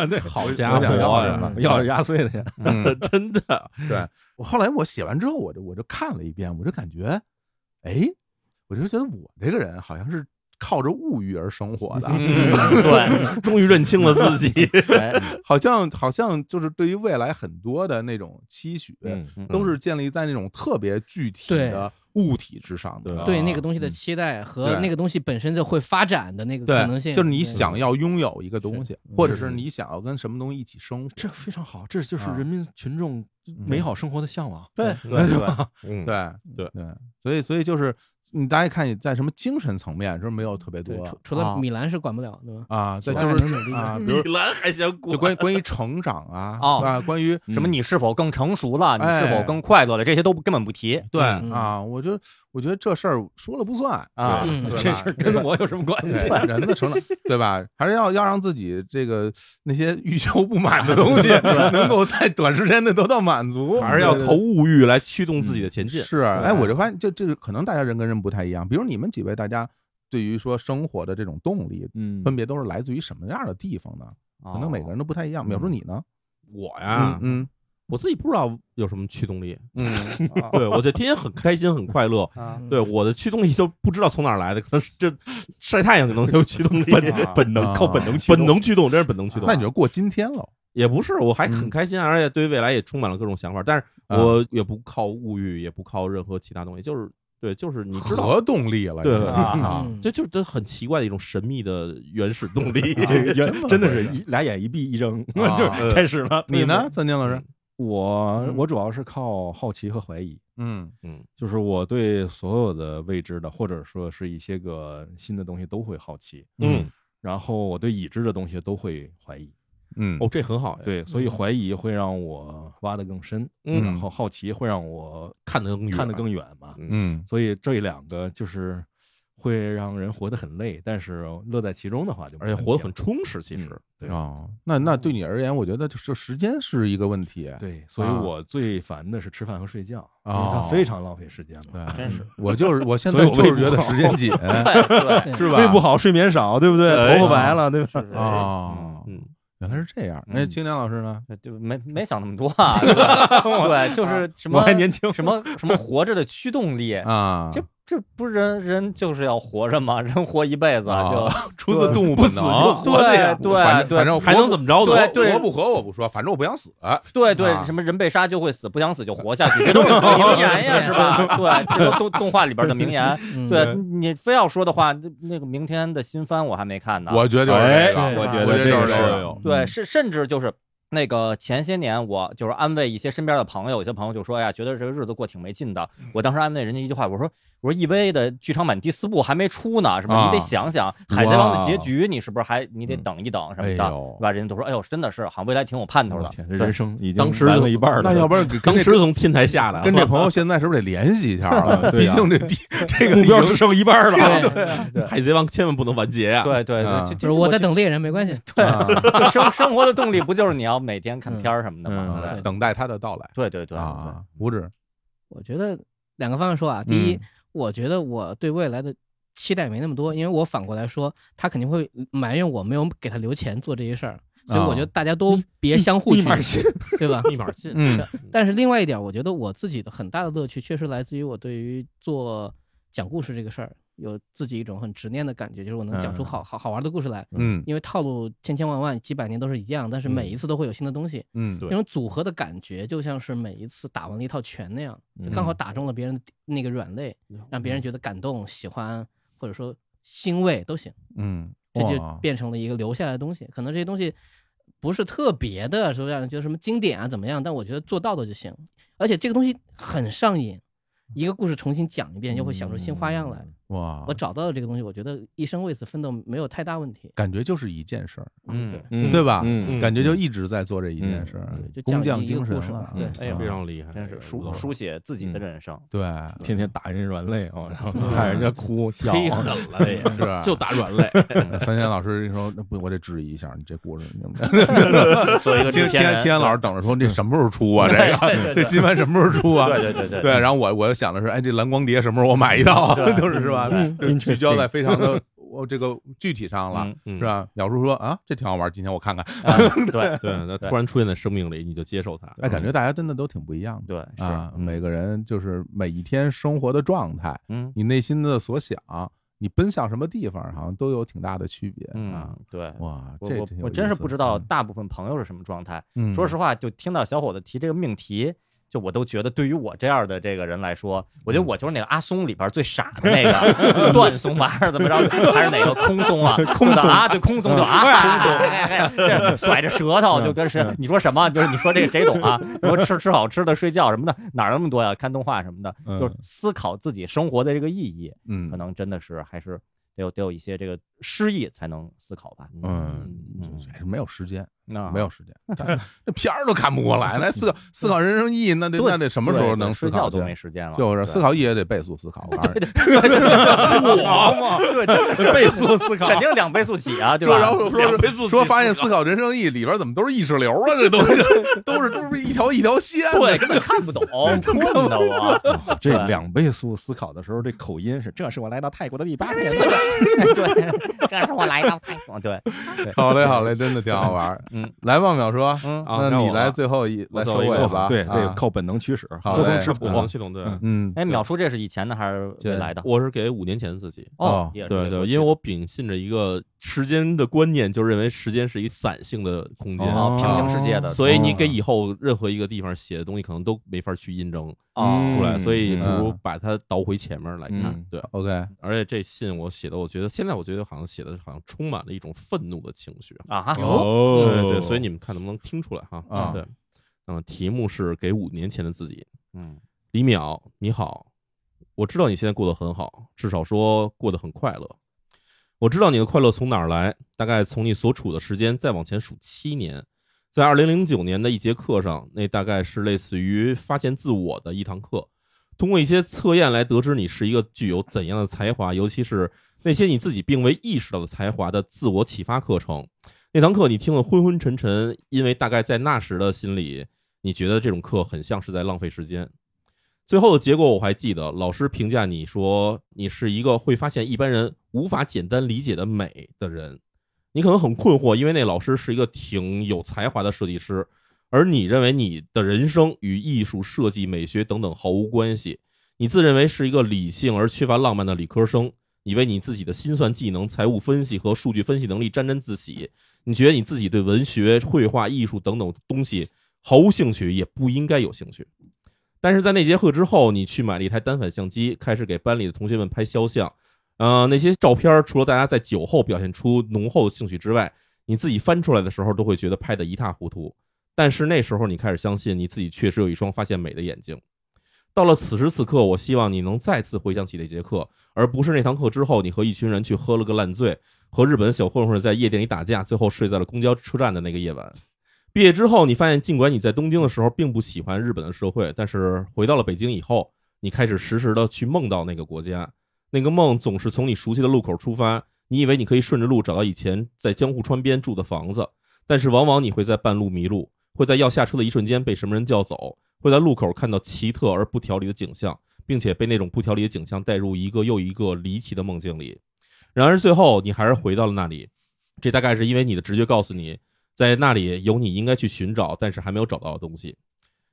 A: 哎 好
E: 我
A: 家
E: 想要什
A: 伙，嗯
E: 么？
D: 要压岁 的呀，
E: 嗯，
A: 真的，
E: 对我后来我写完之后，我就我就看了一遍，我就感觉，哎，我就觉得我这个人好像是靠着物欲而 生活的，
C: 嗯
A: 对，终于认清了自己，
C: 哎
E: 好像好像就是对于未来很多的那种期许，
A: 嗯
E: 都是建立在那种特别具体的物体之上的。
B: 对那个东西的期待和那个东西本身就会发展的那个可能性，嗯
E: 就是你想要拥有一个东西，或者是你想要跟什么东西一起生活，
D: 这非常好，这
E: 啊
D: 就是人民群
E: 嗯
D: 众美好生活的向往。
E: 对
D: 对吧？
E: 对对对，所以所以就是你大家看你在什么精神层面是没有特别多，
B: 除了米兰是管不了，对吧？
E: 啊，对，就是 啊，比 如
A: 米兰还想管，
E: 就关关于成长啊啊，关于
C: 什么你是否更成熟了，你是否更快乐了，这些都根本不提。
E: 对啊，我就我觉得这事儿说了不算
C: 啊，
B: 嗯
E: 这
C: 事跟我有什么关 系？
E: 人的成长，对吧？还是要要让自己这个那些欲求不满 的东西，能够在短时间内得到满足，
A: 还是要靠物欲来驱动自己的前进。
E: 是，哎，我就发现这这个可能大家人跟人不太一样，比如你们几位，大家对于说生活的这种动力，
D: 嗯，
E: 分别都是来自于什么样的地方呢？
C: 哦
E: 可能每个人都不太一样。淼
A: 哦
E: 叔，你呢？
A: 我呀，
E: 嗯，
A: 我自己不知道有什么驱动力，
E: 嗯，
C: 哦
A: 对我就天天很开心，很快 乐，对我的驱动力都不知道从哪来的，可能是这晒太阳就能有驱动力，啊
D: 本本能靠本能驱
A: 本能驱动，真是本能驱动。啊
E: 那你就过今天了。
A: 也不是，我还很开心，啊而且对未来也充满了各种想法，但是我也不靠物欲，也不靠任何其他东西，就是对，就是你知道
E: 核动力了，
A: 对嗯
E: 啊，
B: 嗯
A: 这就这很奇怪的一种神秘的原始动力，
D: 这个真的是一俩眼一闭一睁 就开始了。
E: 啊你呢，曾经老师？
D: 啊嗯我我主要是靠好奇和怀疑，
E: 嗯
A: 嗯，
D: 就是我对所有的未知的，或者说是一些个新的东西都会好奇，
A: 嗯，
D: 然后我对已知的东西都会怀疑。
E: 嗯，
A: 哦，这很好呀。
D: 对，所以怀疑会让我挖得更深，
A: 嗯
D: 然后好奇会让我
A: 看得更远
D: 看得更远嘛。
E: 嗯，
D: 所以这两个就是会让人活得很累，但是乐在其中的话就，
A: 而且活得很充实。其实，
D: 对
E: 哦，那那对你而言，我觉得就是时间是一个问题。
D: 对，所以
A: 啊
D: 我最烦的是吃饭和睡觉，因为
E: 哦
D: 它非常浪费时间嘛。
E: 对，
C: 真是
E: 我就是我现
D: 所
E: 在
D: 以我
E: 就是
D: 胃
E: 觉
D: 不
E: 得时间
D: 好
E: 紧
C: 对，
B: 对
E: 是吧？
D: 胃不好，睡眠少，对不对？头发白了，对吧？
E: 哦，
A: 嗯，
E: 原来是这样。那
D: 嗯
E: 青年老师呢？
C: 就没没想那么多啊。对，就是什么
D: 我还年轻，
C: 什么什么活着的驱动力，
E: 啊，
C: 这这不是人人就是要活着吗？ 人活一辈子就
E: 啊出自动物本能，
C: 对对
E: 反
C: 对
E: 正
A: 还
E: 反正
A: 能怎么着呢？
C: 对
E: 么活不活我不说，反正我不想死。
C: 对对，
E: 啊
C: 什么人被杀就会死，不想死就活下去，这都是名言 呀，是吧？对，这都动动画里边的名言。
B: 嗯
C: 对你非要说的话，那那个明天的新番我还没看呢。
E: 我觉得就是
D: 哎
E: 这个，
B: 对
E: 我
B: 我
E: 觉
B: 觉
D: 得
E: 得
D: 这
E: 就
D: 个
E: 是这
D: 是
E: 个。
C: 对，是甚至就是那个前些年，我就是安慰一些身边的朋友，有些朋友就说哎呀，觉得这个日子过挺没劲的。
E: 嗯
C: 我当时安慰人家一句话，我说我说 EVA 的剧场版第四部还没出呢，是吧？
E: 啊
C: 你得想想《海贼王》的结
E: 哇哦
C: 局，你是不是还你得等一等什
E: 哎
C: 么的，
E: 呦
C: 对，吧？人家都说哎呦，真的是好像未来挺有盼头
D: 哎我
C: 的
D: 天，。这
C: 对
D: 人生已经
A: 当时
D: 来
A: 就
D: 了一半了。
E: 那要不然跟
A: 当
E: 这
A: 时从天台下来，
E: 跟这朋友现在是不是得联系一下啊？
D: 对
E: 毕
D: 呀
E: 竟这地这 个
D: 目标
E: 已
D: 只
E: 经
D: 剩一半了。
A: 《啊海贼王》千万不能完结啊！，
C: 对对
E: 啊
C: 对，就
B: 哎就是
C: 就
B: 我
C: 在
B: 在等猎人，没关系。
E: 啊
C: 就生生活的动力不就是你要每天看片儿什么的吗？
E: 嗯等待他的到来
C: 对对对对
E: 啊，五指
B: 我觉得两个方面说啊，第一，
D: 嗯
B: 我觉得我对未来的期待没那么多，因为我反过来说，他肯定会埋怨我没有给他留钱做这些事儿，所以我觉得大家都别相互
D: 啊 立
B: 取
D: 马
B: 暖，对吧？
A: 密码信，
E: 嗯
B: 但是另外一点，我觉得我自己的很大的乐趣，确实来自于我对于做讲故事这个事儿，有自己一种很执念的感觉，就是我能
D: 嗯
B: 讲出好好好玩的故事来。
E: 嗯
B: 因为套路千千万万几百年都是一样，但是
D: 嗯
B: 每一次都会有新的东西，
E: 嗯
A: 对
B: 那种组合的感觉，就像是每一次打完了一套拳那样，就刚好打中了别人的那个软肋，让别人觉得感动、喜欢或者说欣慰都行，
E: 嗯，
B: 这就
E: 哇
B: 变成了一个留下来的东西。可能这些东西不是特别的说让人觉得什么经典啊怎么样，但我觉得做到的就行。而且这个东西很上瘾，一个故事重新讲一遍，就会想出新花样来。
E: 哇
B: 我，找到了这个东西，我觉得一生为此奋斗没有太大问题。
E: 感觉就是一件事儿，
C: 嗯
B: 对
D: 嗯
E: 对吧
D: 嗯，
E: 感觉就一直在做这一件事儿
B: 嗯对，就
E: 工
B: 讲
E: 匠
B: 一个
E: 精神
B: 故事
E: 了
B: 嘛，对
E: 嗯
C: 哎呦
A: 非常厉害，
C: 真是书
A: 武
C: 书写自己的人生。
E: 对，
D: 天天打人软肋啊，然 后 看人家哭笑。
A: 忒狠了，这也
E: 是吧
A: 啊哎就打软肋，
E: 三千老师说：“那不，我得质疑一下你这故事。你们
C: 做一个制片
E: 青青
C: 人
E: 青安老师等着说这什么时候出啊？这个这新番什么时候出啊？
C: 对对对对
E: 对。然后我我又想的是，哎，这蓝光碟什么时候我买一套？ 就是是吧？
C: 对
E: 就聚焦在非常的我这个具体上了，
A: 嗯
E: 是？吧？鸟叔说啊，这挺好玩，今天我看看。
C: 啊 对
A: 对，那突然出现在生命里，你就接受它。
E: 哎，感觉大家真的都挺不一样的。”
C: 对嗯是，
E: 啊，每个人就是每一天生活的状态，
C: 嗯
E: 你内心的所想，你奔向什么地方，好像都有挺大的区别啊
C: 嗯。，对。
E: 哇，
C: 我
E: 这
C: 我
E: 挺有
C: 我
E: 意
C: 真是
E: 思
C: 不
E: 的
C: 知道，大部分朋友是什么状态。
E: 嗯
C: 说实话，就听到小伙子提这个命题，就我都觉得对于我这样的这个人来说，我觉
E: 嗯
C: 得我就是那个阿松里边最傻的那个 段松吧，还是怎么着，还是哪个空松啊？空松啊，对，空
E: 嗯
C: 松就啊， 空松哎哎哎这甩着舌头就跟谁？
E: 嗯
C: 你说什么？就是你说这个谁懂 啊？你说吃吃好吃的，睡觉什么的，哪儿那么多呀？看动画什么的，
E: 嗯
C: 就是思考自己生活的这个意义，
E: 嗯
C: 可能真的是还是。得有得有一些这个诗意才能思考吧，
E: 嗯，
C: 嗯啊
E: 就还是没有时间，
C: 那
E: 没 有时间，看这片儿都看不过来，来思考思考人生意义，那得
C: 对
E: 那得什么时候
C: 对
E: 能
C: 对
E: 思
C: 睡
E: 考
C: 觉
E: 去
C: 都？没时间了，
E: 就是
C: 对
E: 思考意义也得倍速思考，我告诉你。
C: 对，真的 是倍速思考，肯定两倍速起啊，对
E: 说，
C: 吧？
E: 然后
A: 两倍
E: 说
A: 速
E: 说
A: 起
E: 说发现思考人生意义里边怎么都是意识流啊，这东西都是都是一条一条线。
C: 对，，根本看 不懂，困的我。哎
D: 这
C: 对
D: 两倍速思考的时候，这口音是，这是我来到泰国的第八天。
C: 对， 这是我来到泰国，对，
E: 好嘞，好嘞，真的挺好玩儿。
C: 嗯，
E: 来吧，淼叔，
C: 嗯
A: 啊
E: 那
A: 该
E: 你
A: 我
E: 来
A: 了
E: 最后一来
A: 我
E: 收
A: 走一
E: 尾
A: 个
E: 吧。
D: 对，这个
E: 啊
D: 靠本能驱使，
E: 好
D: 喝
E: 嘞
D: 风吃补
A: 我。王系统对，
D: 嗯
E: 嗯，
C: 哎，秒叔这是以前的还是未来的？
A: 我是给五年前自己。
E: 哦
C: 也是
A: 对对，因为我秉信着一个时间的观念，就认为时间是一散性的空间，
D: 嗯
C: 哦，平行世界的，
A: 所以你给以后任何一个地方写的东西，可能都没法去印证
C: 哦
A: 出来，所以不
E: 嗯
A: 如把它倒回前面来看。
D: 嗯
A: 对，
E: OK，
A: 而且这信我写的，我觉得现在我觉得好像写的好像充满了一种愤怒的情绪。
C: 啊哈，
D: 哦
A: 对对，所以你们看能不能听出来哈？
E: 啊
A: 对，嗯，题目是给五年前的自己。
C: 嗯，
A: 李淼，你好，我知道你现在过得很好，至少说过得很快乐。我知道你的快乐从哪儿来，大概从你所处的时间再往前数七年，在二零零九年的一节课上，那大概是类似于发现自我的一堂课，通过一些测验来得知你是一个具有怎样的才华，尤其是那些你自己并未意识到的才华的自我启发课程。那堂课你听得昏昏沉沉，因为大概在那时的心里，你觉得这种课很像是在浪费时间。最后的结果我还记得，老师评价你说你是一个会发现一般人无法简单理解的美的人。你可能很困惑，因为那老师是一个挺有才华的设计师，而你认为你的人生与艺术、设计、美学等等毫无关系。你自认为是一个理性而缺乏浪漫的理科生，你为你自己的心算技能、财务分析和数据分析能力沾沾自喜。你觉得你自己对文学、绘画、艺术等等东西毫无兴趣，也不应该有兴趣。但是在那节课之后，你去买了一台单反相机，开始给班里的同学们拍肖像。呃，那些照片儿除了大家在酒后表现出浓厚的兴趣之外，你自己翻出来的时候都会觉得拍得一塌糊涂。但是那时候你开始相信你自己确实有一双发现美的眼睛。到了此时此刻，我希望你能再次回想起那节课，而不是那堂课之后你和一群人去喝了个烂醉，和日本小混混在夜店里打架，最后睡在了公交车站的那个夜晚。毕业之后，你发现尽管你在东京的时候并不喜欢日本的社会，但是回到了北京以后，你开始时时的去梦到那个国家，那个梦总是从你熟悉的路口出发。你以为你可以顺着路找到以前在江户川边住的房子，但是往往你会在半路迷路，会在要下车的一瞬间被什么人叫走，会在路口看到奇特而不条理的景象，并且被那种不条理的景象带入一个又一个离奇的梦境里。然而最后，你还是回到了那里，这大概是因为你的直觉告诉你，在那里有你应该去寻找，但是还没有找到的东西。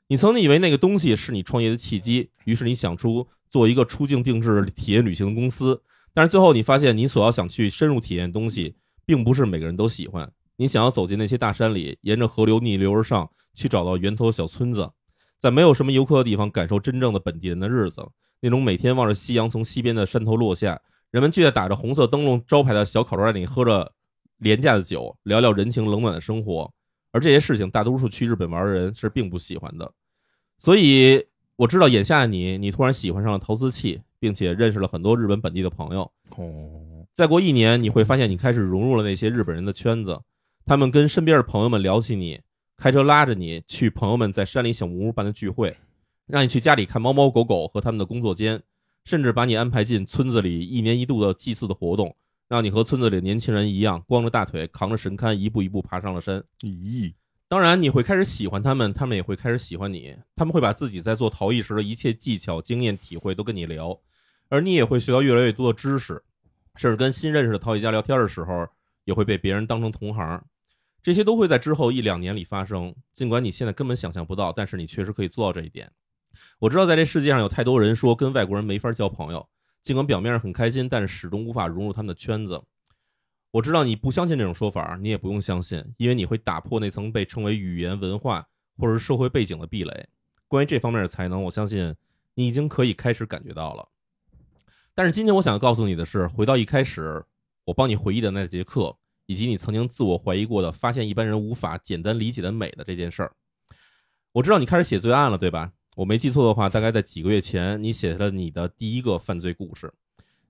A: 你曾经以为那个东西是你创业的契机，于是你想出做一个出境定制体验旅行公司，但是最后你发现你所要想去深入体验的东西，并不是每个人都喜欢。你想要走进那些大山里，沿着河流逆流而上，去找到源头小村子，在没有什么游客的地方感受真正的本地人的日子，那种每天望着夕阳从西边的山头落下，人们聚在打着红色灯笼招牌的小烤肉店里喝着廉价的酒，聊聊人情冷暖的生活。而这些事情，大多数去日本玩的人是并不喜欢的。所以我知道，眼下的你，你突然喜欢上了陶瓷器，并且认识了很多日本本地的朋友。
D: 哦，
A: 再过一年，你会发现你开始融入了那些日本人的圈子，他们跟身边的朋友们聊起你，开车拉着你去朋友们在山里小木屋办的聚会，让你去家里看猫猫狗狗和他们的工作间，甚至把你安排进村子里一年一度的祭祀的活动，让你和村子里的年轻人一样，光着大腿扛着神龛一步一步爬上了山。
D: 咦，
A: 当然，你会开始喜欢他们，他们也会开始喜欢你。他们会把自己在做陶艺时的一切技巧、经验、体会都跟你聊，而你也会学到越来越多的知识，甚至跟新认识的陶艺家聊天的时候，也会被别人当成同行。这些都会在之后一两年里发生。尽管你现在根本想象不到，但是你确实可以做到这一点。我知道在这世界上有太多人说跟外国人没法交朋友，尽管表面上很开心，但是始终无法融入他们的圈子。我知道你不相信这种说法，你也不用相信，因为你会打破那层被称为语言、文化或者社会背景的壁垒。关于这方面的才能，我相信你已经可以开始感觉到了。但是今天我想告诉你的是，回到一开始我帮你回忆的那节课，以及你曾经自我怀疑过的发现一般人无法简单理解的美的这件事儿。我知道你开始写罪案了，对吧？我没记错的话，大概在几个月前，你写了你的第一个犯罪故事。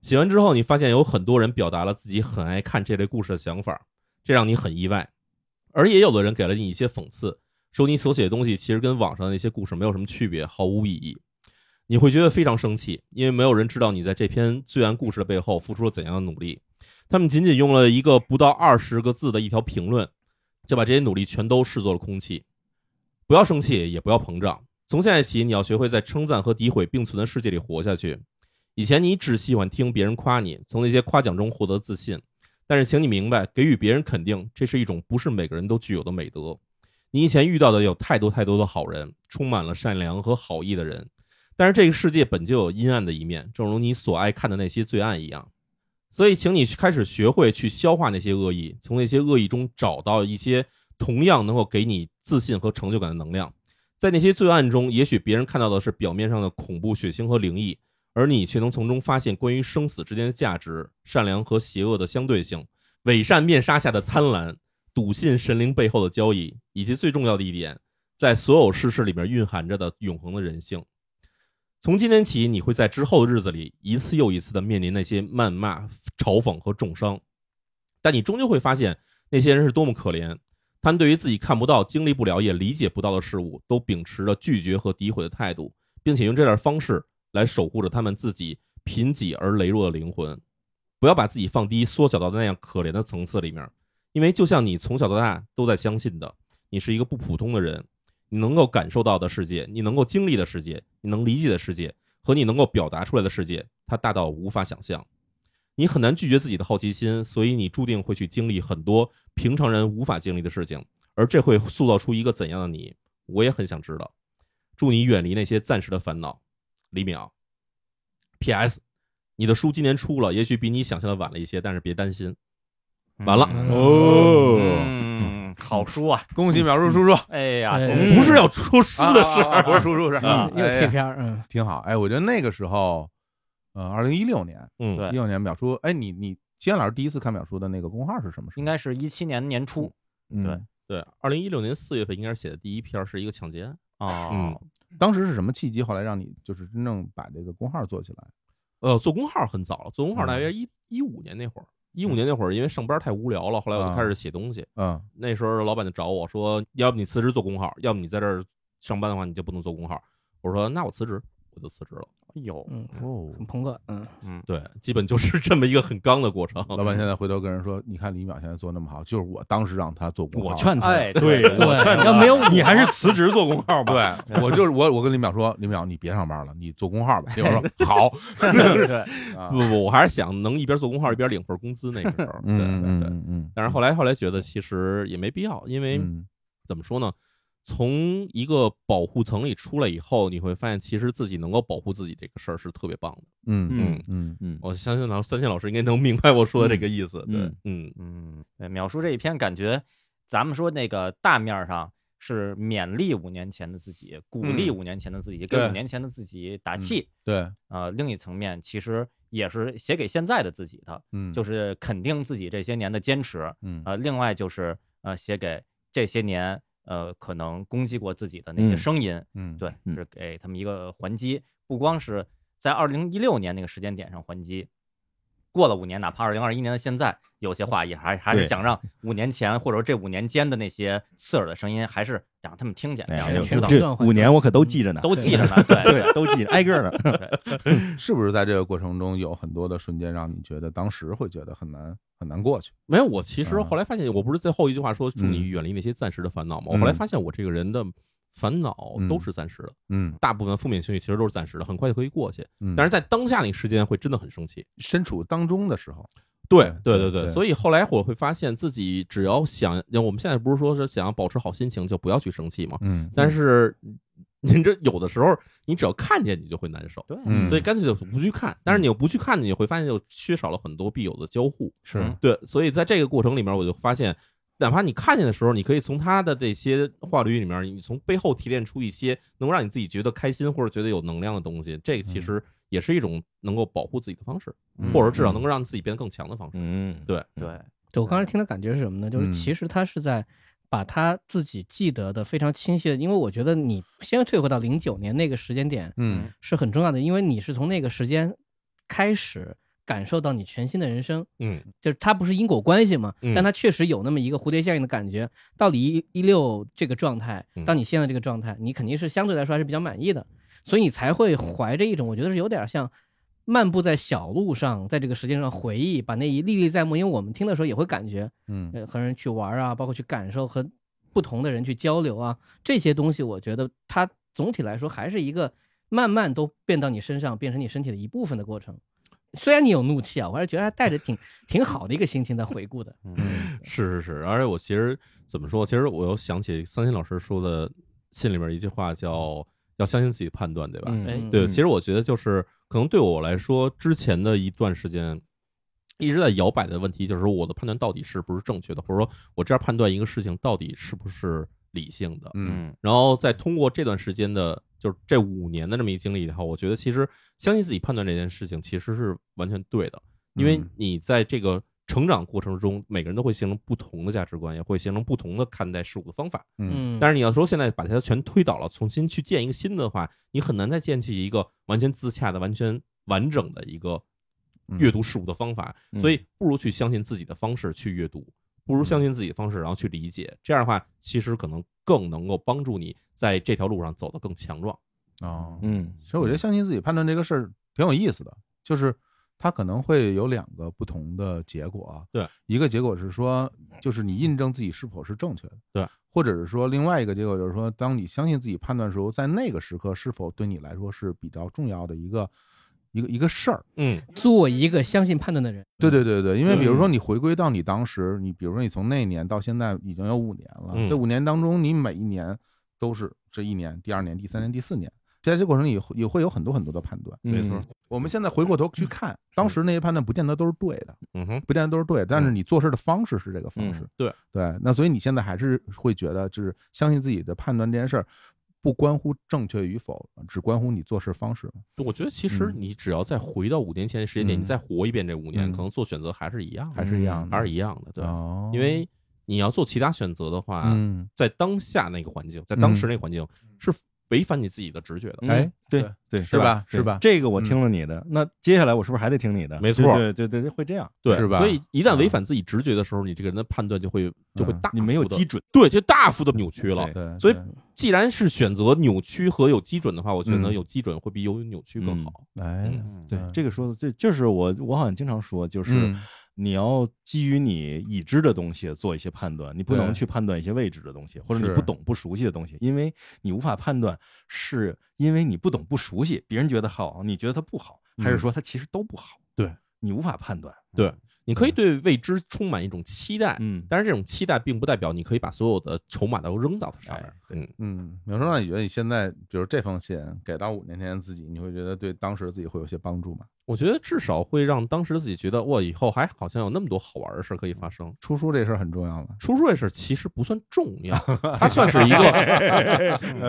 A: 写完之后，你发现有很多人表达了自己很爱看这类故事的想法，这让你很意外。而也有的人给了你一些讽刺，说你所写的东西其实跟网上的那些故事没有什么区别，毫无意义。你会觉得非常生气，因为没有人知道你在这篇罪案故事的背后付出了怎样的努力。他们仅仅用了一个不到二十个字的一条评论，就把这些努力全都视作了空气。不要生气，也不要膨胀。从现在起，你要学会在称赞和诋毁并存的世界里活下去。以前你只喜欢听别人夸你，从那些夸奖中获得自信。但是，请你明白，给予别人肯定，这是一种不是每个人都具有的美德。你以前遇到的有太多太多的好人，充满了善良和好意的人。但是，这个世界本就有阴暗的一面，正如你所爱看的那些罪案一样。所以，请你开始学会去消化那些恶意，从那些恶意中找到一些同样能够给你自信和成就感的能量。在那些罪案中，也许别人看到的是表面上的恐怖、血腥和灵异。而你却能从中发现关于生死之间的价值、善良和邪恶的相对性、伪善面纱下的贪婪、笃信神灵背后的交易，以及最重要的一点，在所有世事里面蕴含着的永恒的人性。从今天起，你会在之后的日子里一次又一次的面临那些谩骂、嘲讽和重伤，但你终究会发现那些人是多么可怜，他们对于自己看不到、经历不了、也理解不到的事物，都秉持着拒绝和诋毁的态度，并且用这点方式。来守护着他们自己贫瘠而羸弱的灵魂，不要把自己放低，缩小到那样可怜的层次里面。因为就像你从小到大都在相信的，你是一个不普通的人，你能够感受到的世界，你能够经历的世界，你能理解的世界和你能够表达出来的世界，它大到无法想象。你很难拒绝自己的好奇心，所以你注定会去经历很多平常人无法经历的事情，而这会塑造出一个怎样的你？我也很想知道。祝你远离那些暂时的烦恼。李淼，P.S. 你的书今年出了，也许比你想象的晚了一些，但是别担心。完了
E: 哦
C: 嗯，好书啊！
E: 恭喜淼叔 叔叔，
C: 哎呀，
B: 哎
C: 真
B: 嗯
A: 不是要出书的事
E: 啊啊啊啊
A: 儿，
E: 不是叔叔是
B: 嗯，又
E: 哎
B: 贴
E: 呀
B: 片儿，嗯，
E: 挺好。哎，我觉得那个时候，呃，二零一六年，
A: 嗯，
C: 对
E: 一六年淼叔，哎，你你金岩老师第一次看淼叔的那个公号是什么时候？
C: 应该是一七年年初
E: 嗯
C: 对
A: 对，二零一六年四月份应该是写的第一篇，是一个抢劫案。
C: 啊
A: 嗯，
E: 当时是什么契机？后来让你就是真正把这个公号做起来？
A: 呃，做公号很早了，做公号大
E: 嗯
A: 约一一五年那会儿，一五年那会儿因为上班太无聊了，后来我就开始写东西。
E: 嗯
A: 那时候老板就找我说，要不你辞职做公号，要不你在这儿上班的话你就不能做公号。我说那我辞职，我就辞职了。
C: 有
B: 嗯，
E: 哦
B: 很朋克，嗯，
A: 对，基本就是这么一个很刚的过程。
E: 老板现在回头跟人说：“你看李淼现在做那么好，就是我当时让他做公号。”
D: 我 劝他，
C: 哎
D: 对，
B: 对
D: 我劝，
B: 要
D: 他，
B: 没有我
D: 你还是辞职做公号吧。
E: 对， 我就是我，我跟李淼说，李淼你别上班了，你做公号吧。李淼说好，
C: 对，
E: 啊
A: 不不，我还是想能一边做公号一边领份工资那个时 候，对对
E: 嗯
A: 对。
E: 嗯嗯，
A: 但是后来后来觉得其实也没必要，因为
E: 嗯
A: 怎么说呢，从一个保护层里出来以后，你会发现其实自己能够保护自己这个事儿是特别棒的。
E: 嗯
A: 嗯，
E: 嗯
D: 嗯，
A: 我相信老三线老师应该能明白我说的这个意思。
D: 嗯
A: 对，嗯
C: 嗯，对，淼叔这一篇感觉，咱们说那个大面儿上是勉励五年前的自己，鼓励
E: 嗯
C: 五年前的自己，给
E: 对
C: 五年前的自己打
E: 嗯
C: 气。
E: 对，
C: 呃，另一层面其实也是写给现在的自己的，
E: 嗯
C: 就是肯定自己这些年的坚持。
E: 嗯
C: 呃，另外就是呃，写给这些年呃可能攻击过自己的那些
E: 嗯
C: 声音，
E: 嗯
C: 对，
D: 嗯
C: 是给他们一个还击，不光是在二零一六年那个时间点上还击，过了五年，哪怕二零二一年的现在，有些话也还还是
D: 对
C: 想让五年前或者说这五年间的那些刺耳的声音，还是想让他们听见，
D: 哎
C: 让
D: 呀
C: 他们
B: 全
C: 知道
B: 全
D: 这五年我可都记着呢，
C: 都记着呢，对
D: 对，都记着，挨个儿的。
E: 是不是在这个过程中有很多的瞬间让你觉得当时会觉得很难很难过去？
A: 没有，我其实
E: 嗯
A: 后来发现，我不是最后一句话说祝你
E: 嗯
A: 远离那些暂时的烦恼吗？
E: 嗯
A: 我后来发现我这个人的烦恼都
E: 嗯
A: 是暂时的，
E: 嗯
A: 大部分负面情绪其实都是暂时的，很快就可以过去。
E: 嗯，
A: 但是在当下那个时间会真的很生气。
E: 身处当中的时候，
A: 对
E: 对
A: 对
E: 对
A: 所以后来我会发现自己只要想，我们现在不是说是想要保持好心情，就不要去生气嘛。
E: 嗯
A: 但是你这有的时候你只要看见你就会难受，
E: 嗯
A: 所以干脆就不去看。但是你又不去看，你会发现就缺少了很多必有的交互。
E: 是
A: 对，所以在这个过程里面，我就发现，哪怕你看见的时候，你可以从他的这些话语里面，你从背后提炼出一些能让你自己觉得开心或者觉得有能量的东西。这个
E: 嗯
A: 其实也是一种能够保护自己的方式，或者至
E: 嗯
A: 少能够让自己变得更强的方式。
D: 嗯，
A: 对
F: 对，
B: 对我刚
A: 嗯
B: 才听的感觉是什么呢？就是
E: 嗯
B: 其实他是在把他自己记得的非常清晰的，因为我觉得你先退回到零九年那个时间点
E: 嗯
B: 是很重要的，因为你是从那个时间开始感受到你全新的人生，
A: 嗯，
B: 就是它不是因果关系嘛，
A: 嗯
B: 但它确实有那么一个蝴蝶效应的感觉。到你一一六这个状态
A: 嗯，
B: 到你现在这个状态，你肯定是相对来说还是比较满意的，所以你才
A: 嗯
B: 会怀着一种我觉得是有点像漫步在小路上，在这个时间上回忆，把那一历历在目。因为我们听的时候也会感觉，
E: 嗯
B: 呃，和人去玩啊，包括去感受和不同的人去交流啊，这些东西，我觉得它总体来说还是一个慢慢都变到你身上，变成你身体的一部分的过程。虽然你有怒气啊，我还是觉得还带着挺挺好的一个心情在回顾的。
A: 是是是，而且我其实怎么说？其实我又想起桑心老师说的信里面一句话，叫“要相信自己的判断”，对吧？
B: 哎
A: 对，
D: 嗯
A: 其实我觉得就是可能对我来说，之前的一段时间一直在摇摆的问题，就是说我的判断到底是不是正确的，或者说我这样判断一个事情到底是不是理性的。
E: 嗯
A: 然后再通过这段时间的，就是这五年的这么一经历以后，我觉得其实相信自己判断这件事情其实是完全对的，因为
E: 嗯
A: 你在这个成长过程中，每个人都会形成不同的价值观，也会形成不同的看待事物的方法。
E: 嗯
B: 嗯，
A: 但是你要说现在把它全推倒了，重新去建一个新的话，你很难再建起一个完全自洽的、完全完整的一个阅读事物的方法。
D: 嗯
A: 所以不如去相信自己的方式去阅读，不如
E: 嗯
A: 相信自己的方式，然后去理解。这样的话，其实可能更能够帮助你在这条路上走得更强壮。
E: 哦，
D: 嗯，
E: 其实我觉得相信自己判断这个事儿挺有意思的，就是它可能会有两个不同的结果啊。
A: 对，
E: 一个结果是说，就是你印证自己是否是正确的。
A: 对，
E: 或者是说另外一个结果就是说，当你相信自己判断的时候，在那个时刻是否对你来说是比较重要的一个一个一个事儿。
A: 嗯
B: 做一个相信判断的人，
E: 对对对对，因为比如说你回归到你当时，你比如说你从那年到现在已经有五年了，
A: 嗯
E: 这五年当中，你每一年都是这一年、第二年、第三年、第四年，在这过程里也会也会有很多很多的判断。
A: 没错
D: 嗯，
E: 我们现在回过头去看，当时那些判断不见得都是对的，
A: 嗯哼，
E: 不见得都是对的，但是你做事的方式是这个方式。
D: 嗯
A: 对
E: 对，那所以你现在还是会觉得，就是相信自己的判断这件事儿，不关乎正确与否，只关乎你做事方式。
A: 我觉得其实
E: 嗯
A: 你只要再回到五年前的时间点，
E: 嗯
A: 你再活一遍这五年，
E: 嗯
A: 可能做选择还是一样的，
E: 还是一样的
A: 还是一样的，对。
E: 哦
A: 因为你要做其他选择的话，
E: 嗯，
A: 在当下那个环境，在当时那个环境是违反你自己的直觉的。
E: 哎
D: 嗯对对，
E: 是吧？是吧？嗯
D: 这个我听了你的，那接下来我是不是还得听你的？
A: 没错
D: 对对对，对会这样，
A: 对，
E: 是吧
A: 所以一旦违反自己直觉的时候，你这个人的判断就会就会大幅地
D: 嗯你没有基准，
A: 对，就大幅的扭曲了
D: 对。
E: 对，
A: 啊所以
E: 对
A: 既然是选择扭曲和有基准的话，我觉得
E: 嗯
A: 有基准会比有扭曲
D: 嗯
A: 更好。
E: 哎，
D: 对
E: 嗯，
D: 这个说的这就是我我好像经常说，就是
E: 嗯
D: 你要基于你已知的东西做一些判断，你不能
E: 对
D: 去判断一些未知的东西，或者
E: 是
D: 你不懂不熟悉的东西，因为你无法判断，是因为你不懂不熟悉，别人觉得好，你觉得它不好，还是
E: 嗯
D: 说它其实都不好？
A: 对，
D: 你无法判断。
A: 你可以对未知充满一种期待，
D: 嗯，
A: 但是这种期待并不代表你可以把所有的筹码都扔到它上面
D: 哎。
A: 嗯，
E: 嗯，比如说，那你觉得你现在，比如这封信给到五年前的自己，你会觉得对当时的自己会有些帮助吗？
A: 我觉得至少会让当时自己觉得，哇，以后还好像有那么多好玩的事可以发生。
E: 出书这事儿很重要吗？
A: 出书这事儿其实不算重 要，它算是一个，
E: 嗯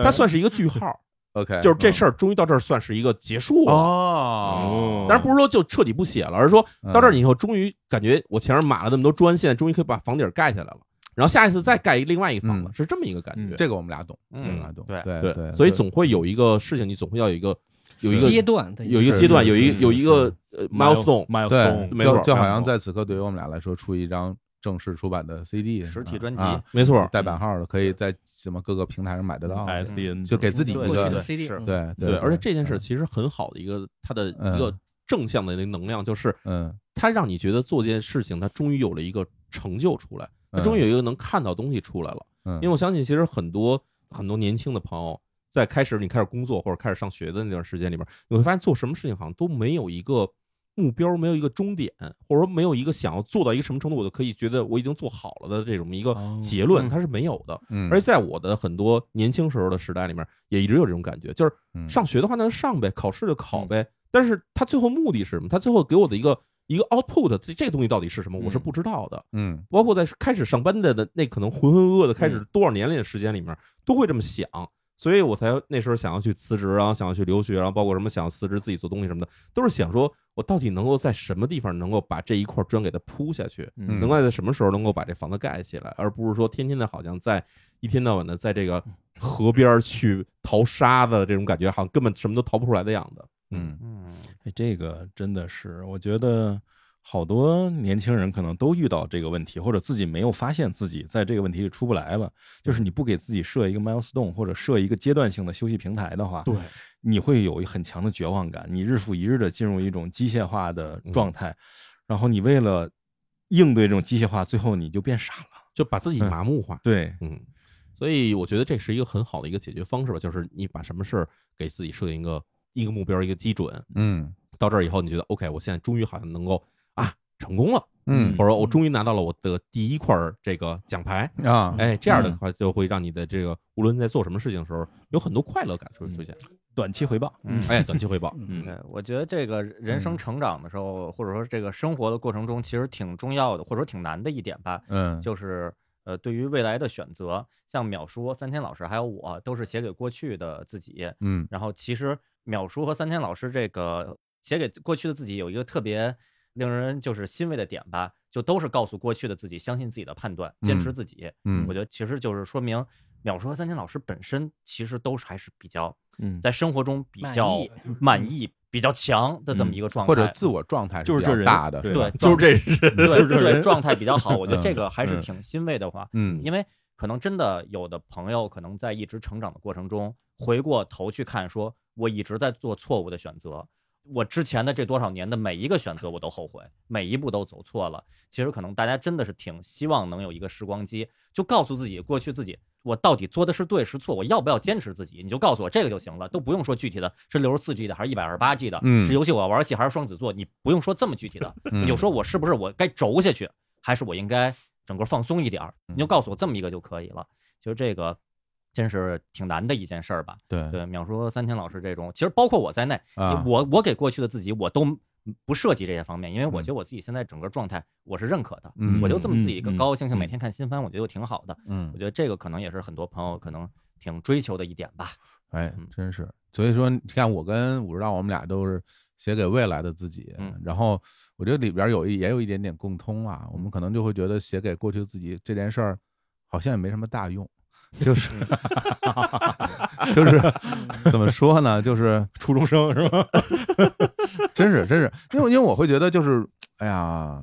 A: 它算是一个句号，
E: OK，
A: 就是这事
E: 儿
A: 儿终于到这儿算是一个结束了。
E: 哦，
A: 当然不是说就彻底不写了，而是说
E: 嗯
A: 到这儿你以后终于感觉我前面码了那么多砖，现在终于可以把房顶儿盖下来了，然后下一次再盖一另外一个房子，
E: 嗯
A: 是这么一个感觉。
E: 这个我们俩懂，我们俩懂，
F: 对
E: 对
A: 嗯对
E: 对，
A: 所以总会有一个事情，你总会要有一个有一
B: 阶
A: 个
B: 段的
A: 有一个
E: 是
A: 阶段，
E: 是
A: 有一
E: 是
A: 有一个呃 milestone。
E: 对
D: milestone，，
A: 没错
E: 就就好像
A: milestone
E: 在此刻，对于我们俩来说，出一张正式出版的 CD
F: 实体专辑
E: 啊
A: 没错
E: 啊，带版号的，可以在什么各个平台上买得到，
D: 嗯 S D N
E: 啊就给自己一
B: 过去的
E: 个
B: CD，
F: 是
B: 嗯
E: 对
A: 嗯哎对，而且这件事其实很好的一个它的一个正向的那能量，就是
E: 嗯，
A: 它让你觉得做这件事情，它终于有了一个成就出来，它
E: 嗯
A: 终于有一个能看到东西出来了。
E: 因
A: 因为我相信，其实很多很多年轻的朋友，在开始你开始工作或者开始上学的那段时间里面，你会发现做什么事情好像都没有一个目标没有一个终点，或者说没有一个想要做到一个什么程度，我就可以觉得我已经做好了的这种一个结论，它是没有的。
E: 哦嗯，
A: 而且在我的很多年轻时候的时代里面，也一直有这种感觉，就是
E: 嗯
A: 上学的话，那就上呗，考试就考呗。但是他最后目的是什么？他最后给我的一个一个 output，这这个东西到底是什么，我是不知道的。
E: 嗯
A: 包括在开始上班的的那可能浑浑噩噩的开始多少年里的时间里面，都会这么想。所以我才那时候想要去辞职，然啊后想要去留学，然后包括什么想要辞职自己做东西什么的，都是想说我到底能够在什么地方能够把这一块砖给它铺下去，
E: 嗯
A: 能够在什么时候能够把这房子盖起来，而不是说天天的好像在一天到晚的在这个河边儿去淘沙子的这种感觉，好像根本什么都淘不出来的样子。
E: 嗯
D: 哎，这个真的是，我觉得好多年轻人可能都遇到这个问题，或者自己没有发现自己在这个问题里出不来了。就是你不给自己设一个 milestone 或者设一个阶段性的休息平台的话，
A: 对，
D: 你会有很强的绝望感，你日复一日的进入一种机械化的状态，然后你为了应对这种机械化，最后你就变傻了。
A: 就把自己麻木化。
D: 对，
A: 嗯，所以我觉得这是一个很好的一个解决方式吧，就是你把什么事儿给自己设定一个一个目标一个基准，
E: 嗯
A: 到这儿以后，你觉得 OK，我现在终于好像能够啊成功了，
E: 嗯
A: 或者我终于拿到了我的第一块儿这个奖牌。
E: 啊，
A: 哎，这样的话就会让你的这个无论在做什么事情的时候，有很多快乐感出出现。
D: 短期回报，
A: 哎，短期回报，
B: 嗯
A: 嗯
C: 对，我觉得这个人生成长的时候，或者说这个生活的过程中，其实挺重要的，或者说挺难的一点吧，
E: 嗯
C: 就是呃，对于未来的选择，像淼叔、三千老师还有我，都是写给过去的自己。
E: 嗯
C: 然后其实淼叔和三千老师这个写给过去的自己有一个特别令人就是欣慰的点吧，就都是告诉过去的自己，相信自己的判断，坚持
E: 嗯
C: 自己。
E: 嗯
C: 我觉得其实就是说明淼叔和三千老师本身其实都是还是比较
D: 嗯，
C: 在生活中比
B: 满
C: 较
B: 意嗯
C: 满意、比较强的这么
D: 嗯
C: 一个状态，
E: 或者自我状态
D: 就是
E: 比
D: 这
E: 较
D: 人
E: 大的，
D: 对
E: 是吧
C: 对
A: 就是这 是
C: 对对状态比较好，我觉得这
E: 嗯
C: 个还是
E: 嗯
C: 挺欣慰的话，
E: 嗯
C: 因为可能真的有的朋友可能在一直成长的过程中，回过头去看，说我一直在做错误的选择，我之前的这多少年的每一个选择我都后悔，每一步都走错了。其实可能大家真的是挺希望能有一个时光机，就告诉自己过去自己。我到底做的是对是错？我要不要坚持自己？你就告诉我这个就行了，都不用说具体的是六十四 G 的还是一百二十八 G 的，
E: 嗯
C: 是游戏我要玩游戏还是双子座，你不用说这么具体的，
E: 嗯
C: 你就说我是不是我该轴下去，还是我应该整个放松一点儿？你就告诉我这么一个就可以了。就这个，真是挺难的一件事儿吧？
E: 对
C: 对，秒叔、三千老师这种，其实包括我在内，
E: 啊，
C: 我我给过去的自己，我都不涉及这些方面，因为我
E: 嗯
C: 觉得我自己现在整个状态我是认可的，
E: 嗯
C: 我就这么自己
D: 嗯
C: 一个
D: 嗯
C: 高高兴兴
D: 嗯
C: 每天看新番，我觉得就挺好的。
E: 嗯
C: 我觉得这个可能也是很多朋友可能挺追求的一点吧。
E: 哎
C: 嗯，
E: 真是，所以说你看，我跟武指导，我们俩都是写给未来的自己。
C: 嗯
E: 然后我觉得里边儿有一也有一点点共通啊，我
C: 嗯
E: 们可能就会觉得写给过去自己这件事儿，好像也没什么大用，就是 就是怎么说呢，就是
D: 初中生是吧？
E: 真是真是，因为因为我会觉得就是，哎呀，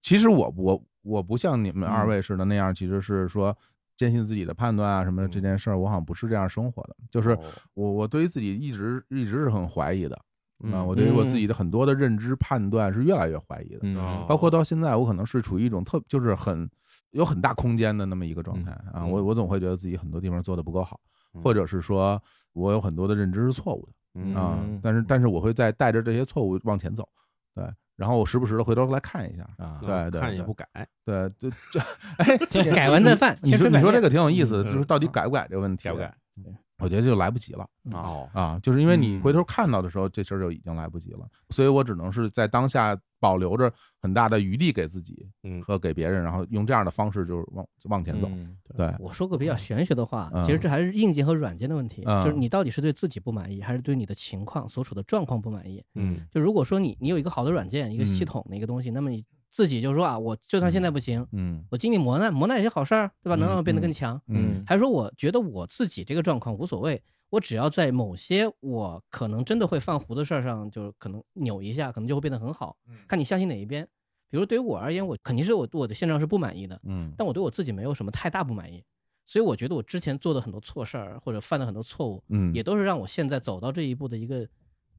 E: 其实我我我不像你们二位似的那样，其实是说坚信自己的判断啊什么的这件事儿，我好像不是这样生活的，就是我我对于自己一直一直是很怀疑的啊，
C: 嗯
E: 我对于我自己的很多的认知判断是越来越怀疑的，
D: 嗯
E: 包括到现在，我可能是处于一种特就是很有很大空间的那么一个状态啊，我我总会觉得自己很多地方做的不够好，或者是说我有很多的认知是错误的。
C: 嗯
E: 啊
D: 嗯，
E: 但是但是我会再带着这些错误往前走，对，然后我时不时的回头来看一下，
D: 啊
E: 对对对嗯
A: 看也不改，
E: 对，就就哎，
B: 改完再犯，
E: 你
B: 千
E: 说
B: 锤
E: 你
B: 百
E: 说这
B: 炼。
E: 个挺有意思的，就是
A: 嗯
E: 到底改不改这个问题，啊
A: 改不改？
E: 我觉得就来不及了
A: 嗯
C: 哦，
E: 啊，就是因为你
D: 嗯
E: 回头看到的时候，这事儿就已经来不及了，所以我只能是在当下保留着很大的余地给自己
A: 嗯，
E: 和给别人，然后用这样的方式就是往往前走，
D: 嗯
E: 对，
B: 我说个比较玄学的话，
E: 嗯
B: 其实这还是硬件和软件的问题，
E: 嗯
B: 就是你到底是对自己不满意，还是对你的情况所处的状况不满意？
A: 嗯
B: 就如果说你你有一个好的软件，一个系
E: 嗯
B: 统的一个东西，那么你自己就说啊，我就算现在不行，
E: 嗯
B: 我经历磨难，磨难也是好事儿，对吧？能让我变得
E: 嗯
B: 更强。
E: 嗯
B: 还是说我觉得我自己这个状况无所谓，我只要在某些我可能真的会犯糊的事儿上，就是可能扭一下，可能就会变得很好。看你相信哪一边。比如对于我而言，我肯定是我对我的现状是不满意的，
E: 嗯
B: 但我对我自己没有什么太大不满意，所以我觉得我之前做的很多错事儿或者犯的很多错误，
E: 嗯，
B: 也都是让我现在走到这一步的一个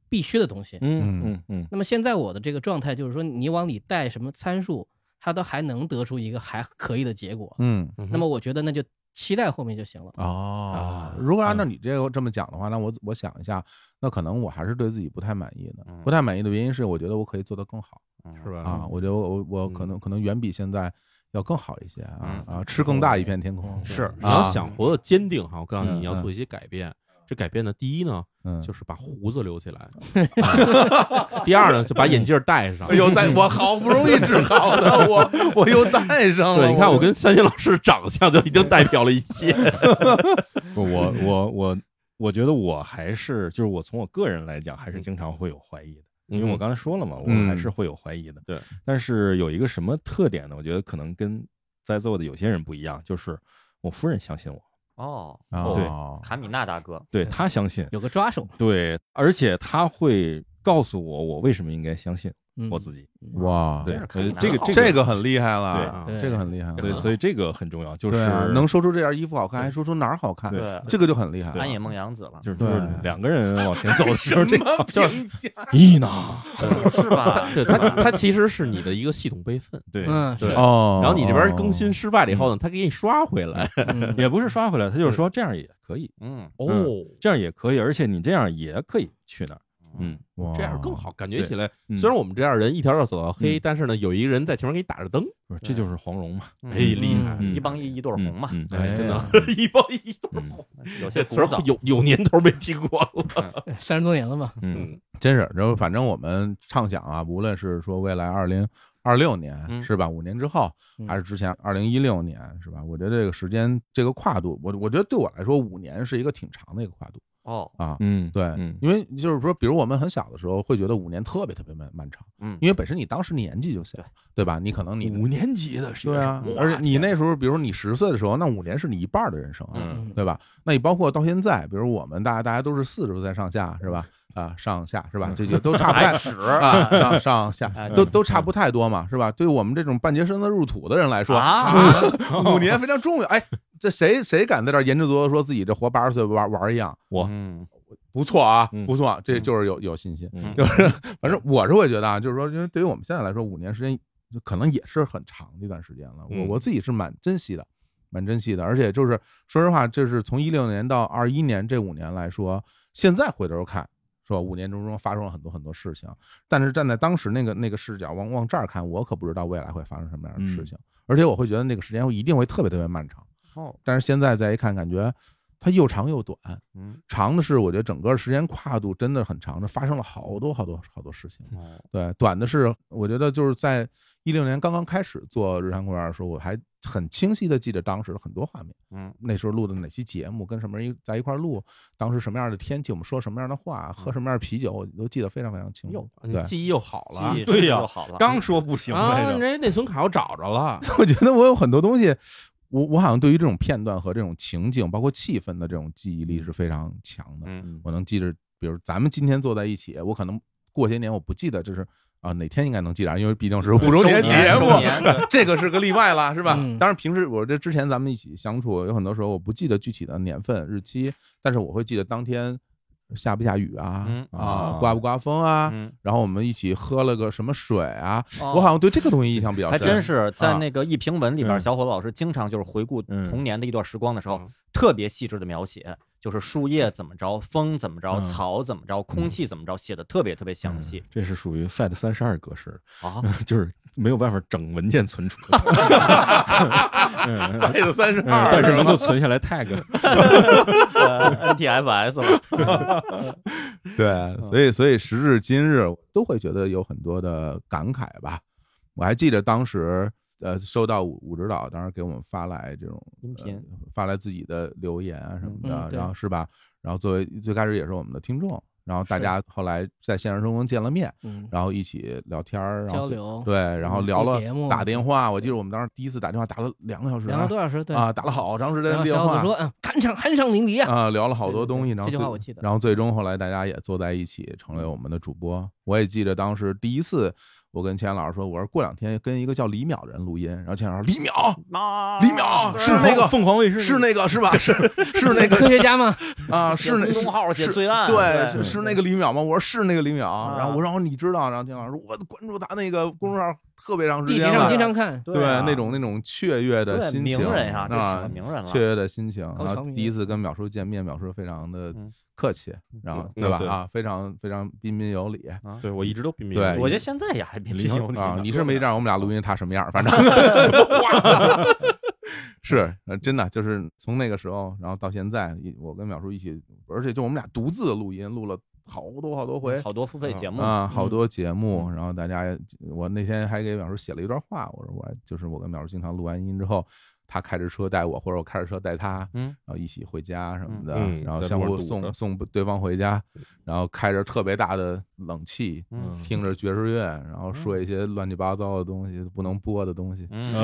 B: 必须的东西。
D: 嗯嗯嗯
B: 那么现在我的这个状态就是说，你往里带什么参数，它都还能得出一个还可以的结果。
E: 嗯
A: 嗯哼
B: 那么我觉得那就期待后面就行了。
E: 哦，如果按照你这个这么讲的话，那我我想一下，那可能我还是对自己不太满意的。不太满意的原因是，我觉得我可以做得更好
A: 是吧？
E: 啊，我觉得我我我可能可能远比现在要更好一些啊啊，吃更大一片天空
A: 是你
E: 啊
A: 要想活得坚定哈，我告诉你，
E: 嗯
A: 你要做一些改变。这改变呢，第一呢，
E: 嗯，
A: 就是把胡子留起 来；第二呢，就把眼镜戴上
E: 哎。呦，在我好不容易治好的，我我又戴上了。
A: 对，你看我跟三星老师长相就已经代表了一切。嗯
D: 不我我我我觉得我还是就是我从我个人来讲，还是经常会有怀疑的，因为我刚才说了嘛，我
E: 嗯
D: 还是会有怀疑的。
A: 对，
D: 但是有一个什么特点呢？我觉得可能跟在座的有些人不一样，就是我夫人相信我，
F: 哦，
E: 啊，
D: 对
F: 卡米娜大哥，
D: 对她相信，
B: 有个抓手，
D: 对，而且她会告诉我我为什么应该相信
B: 嗯，
D: 我自己。
E: 哇，
D: 对，
F: 这是
D: 呃
F: 可
D: 这个
F: 难好
E: 这
D: 个
E: 个很厉害了，
A: 啊
B: 对
E: 这个很厉害了，
D: 所以所以这个很重要，就是
E: 对啊能说出这件衣服好看，还说出哪儿好看，
D: 对
E: 这个就很厉害
C: 哎
F: 安
E: 了。
F: 野梦洋子了，
D: 就是就是
E: 对
D: 两个人往前走的时候，这个
E: 评价
D: 咦呢？
C: 嗯
F: 是吧？
A: 对他，他其实是你的一个系统备份，
D: 对，
B: 嗯是
D: 对，
E: 哦，
A: 然后你这边更新失败了以后呢，他给你刷回来。
B: 嗯
D: 也不是刷回来，他就是说这样也可以，
F: 嗯，
A: 哦，
D: 这样也可以，而且你这样也可以去那儿，嗯，
E: 哇，
A: 这样更好，感觉
D: 对
A: 起来。
D: 嗯
A: 虽然我们这样人一条道走到黑，
D: 嗯
A: 但是呢，有一个人在前面给你打着灯，
D: 不是这就是黄蓉嘛，
F: 嗯
A: 哎，厉害！
D: 嗯
F: 一帮一一对儿
D: 嗯
F: 红嘛，
D: 嗯
E: 哎
D: 哎，真 的，
A: 一帮一一
D: 嗯
F: 有些
A: 这
F: 古
A: 词儿
F: 早，
A: 有有年头没听过了。
B: 三十多年了嘛，
D: 嗯，
E: 真是。然后反正我们畅想啊，无论是说未来二零二六年
F: 嗯
E: 是吧，五年之后，
B: 嗯
E: 还是之前二零一六年是吧？我觉得这个时间这个跨度，我我觉得对我来说，五年是一个挺长的一个跨度
F: 哦，
E: 啊。
D: 嗯，
E: 对，
D: 嗯
E: 因为就是说，比如我们很小的时候会觉得五年特别特别漫漫长，
F: 嗯
E: 因为本身你当时年纪就小，对吧？你可能你
D: 五年级的学
E: 对啊
D: 生，，
E: 而且你那时候，比如你十岁的时候，那五年是你一半的人生啊，
B: 嗯
E: 对吧？那你包括到现在，比如我们大家大家都是四十岁上下是吧？啊，上下是吧？这就都差不 太
C: 哎
E: 啊，上上下
F: 哎
E: 都都差不太多嘛，是吧？对于我们这种半截身子入土的人来说，
F: 啊，
E: 五年非常重要。哎，这谁谁敢在这儿言之凿凿说自己这活八十岁玩玩一样？
D: 我
F: 嗯
E: 不错啊
D: 嗯，
E: 不错啊，这就是有有信心。
D: 嗯
E: 就是反正我是会觉得啊，就是说，因为对于我们现在来说，五年时间就可能也是很长的一段时间了。我
A: 嗯
E: 我自己是蛮珍惜的，蛮珍惜的。而且就是说实话，就是从一六年到二一年这五年来说，现在回头看。是吧？五年中中发生了很多很多事情，但是站在当时那个那个视角往往这儿看，我可不知道未来会发生什么样的事情，而且我会觉得那个时间会一定会特别特别漫长。
F: 哦，
E: 但是现在再一看，感觉它又长又短，
F: 嗯
E: 长的是我觉得整个时间跨度真的很长，这发生了好多好多好多事情。
F: 哦，
E: 对，短的是我觉得就是在一六年刚刚开始做日常公园的时候，我还很清晰的记得当时的很多画面，
F: 嗯
E: 那时候录的哪期节目，跟什么人一在一块儿录，当时什么样的天气，我们说什么样的话，喝什么样的啤酒，我都记得非常非常清楚。
A: 你
E: 对，
A: 哎记忆又好了
F: 记忆
D: 对呀
F: 就好了，
D: 刚说不行
A: 啊！
D: 来
A: 人
D: 着，
A: 家内存卡我找着了，
E: 我觉得我有很多东西，我我好像对于这种片段和这种情景，包括气氛的这种记忆力是非常强的。
F: 嗯
E: 我能记着，比如咱们今天坐在一起，我可能过些年我不记得，就是啊哪天应该能记着，因为 毕竟是五周年
F: 周
E: 节
F: 年
E: 目
F: 周年，
E: 这个是个例外了，是吧？
B: 嗯
E: 当然，平时我这之前咱们一起相处，有很多时候我不记得具体的年份日期，但是我会记得当天下不下雨啊，
F: 嗯
E: 啊
D: 啊
E: 刮不刮风啊，
F: 嗯，
E: 然后我们一起喝了个什么水啊，
F: 我
D: 哦
E: 我好像对这个东西印象比较
F: 哦还
E: 深，
F: 真是在
E: 啊
F: 那个一评文里边，
D: 嗯
F: 小伙子老师经常就是回顾
D: 嗯
F: 童年的一段时光的时候
A: 嗯，
F: 特别细致的描写，就是树叶怎么着，风怎么着，
D: 嗯
F: 草怎么着，
E: 嗯
F: 空气怎么着，写的特别特别详细
D: 这是属于 FAT 三十二格式，
E: 嗯
F: 啊。
D: 就是没有办法整文件存 储，嗯嗯
E: 背的三十二，
D: 但是能够存下来 tag，
F: 呃 NTFS 了，
E: 对，
B: 嗯
E: 所以所以时至今日都会觉得有很多的感慨吧。我还记得当时呃收到武武指导当时给我们发来这种
F: 音频
E: 呃发来自己的留言啊什么
B: 嗯
E: 的
B: 嗯，对
E: 然后是吧？然后作为最开始也是我们的听众，然后大
B: 是
E: 家后来在现实生活中见了面，
B: 嗯，
E: 然后一起聊天儿，然
B: 交
E: 后最
B: 流
E: 对，然后
B: 嗯
E: 聊
B: 录
E: 了
B: 节目
E: 打电话，我记得我们当时第一次打电话打了两个小时
B: 两个多小时，对
E: 啊，打了好长时
B: 然
E: 间的
B: 后
E: 电
B: 小伙
E: 话
B: 子。说，嗯，酣畅酣畅淋漓啊，
E: 啊，聊了好
B: 对
E: 多
B: 对
E: 东西，
B: 对
E: 然后
B: 这句
E: 最
B: 话我记得
E: 然后最终后来大家也坐在一起，成为我们的主播。我也记得当时第一次，我跟钱老师说，我说过两天跟一个叫李淼的人录音，然后钱老师说李淼
F: 啊
E: 李淼是那个
D: 凤凰卫视
E: 是那个是吧？是是那
B: 科
E: 个
B: 学 家嘛，
E: 啊，
F: 写
E: 是那
F: 公众号写
E: 是
F: 罪案
E: 对，
F: 对
E: 是啊是那个李淼吗？我说是那个李淼，然后我说哦你知道，然后钱老师说我关注他那个公众号特别长时
B: 地铁
E: 间
B: 上
E: 了
B: 经，常看，
E: 对
F: 啊
E: 那种那种雀跃的
C: 啊对
E: 心情
C: 名人啊，这请了
E: 啊，
C: 名人了，
E: 雀跃的心情。
B: 高
E: 然
B: 桥
E: 后
B: 名
E: 第一
B: 人
E: 次跟淼叔见面，淼叔非常的
C: 嗯
E: 客气，然后
A: 嗯
E: 对吧
D: 对？
E: 啊，非常非常彬彬有礼。
D: 对我一直都并没
E: 对
C: 我觉得现在也还比
D: 李
C: 较有礼
E: 啊
C: 呢，
E: 你是没
C: 对吧
E: 让我们俩录音，他什么样儿？反正什么话是呃真的，就是从那个时候，然后到现在，一我跟淼叔一起，而且就我们俩独自录音，录了好多好多回。
C: 好多付费节目
E: 啊，好多节目，然后大家，我那天还给淼叔写了一段话，我说我就是我跟淼叔经常录完音之后，他开着车带我，或者我开着车带他，
C: 嗯
E: 然后一起回家什么的，
A: 嗯
E: 然后
D: 在
E: 相
D: 路上
E: 互
D: 堵
E: 送
D: 着
E: 送对方回家，然后开着特别大的冷气，
C: 嗯
E: 听着爵士乐，然后说一些乱七八糟的东西，不能播的东西。
C: 嗯，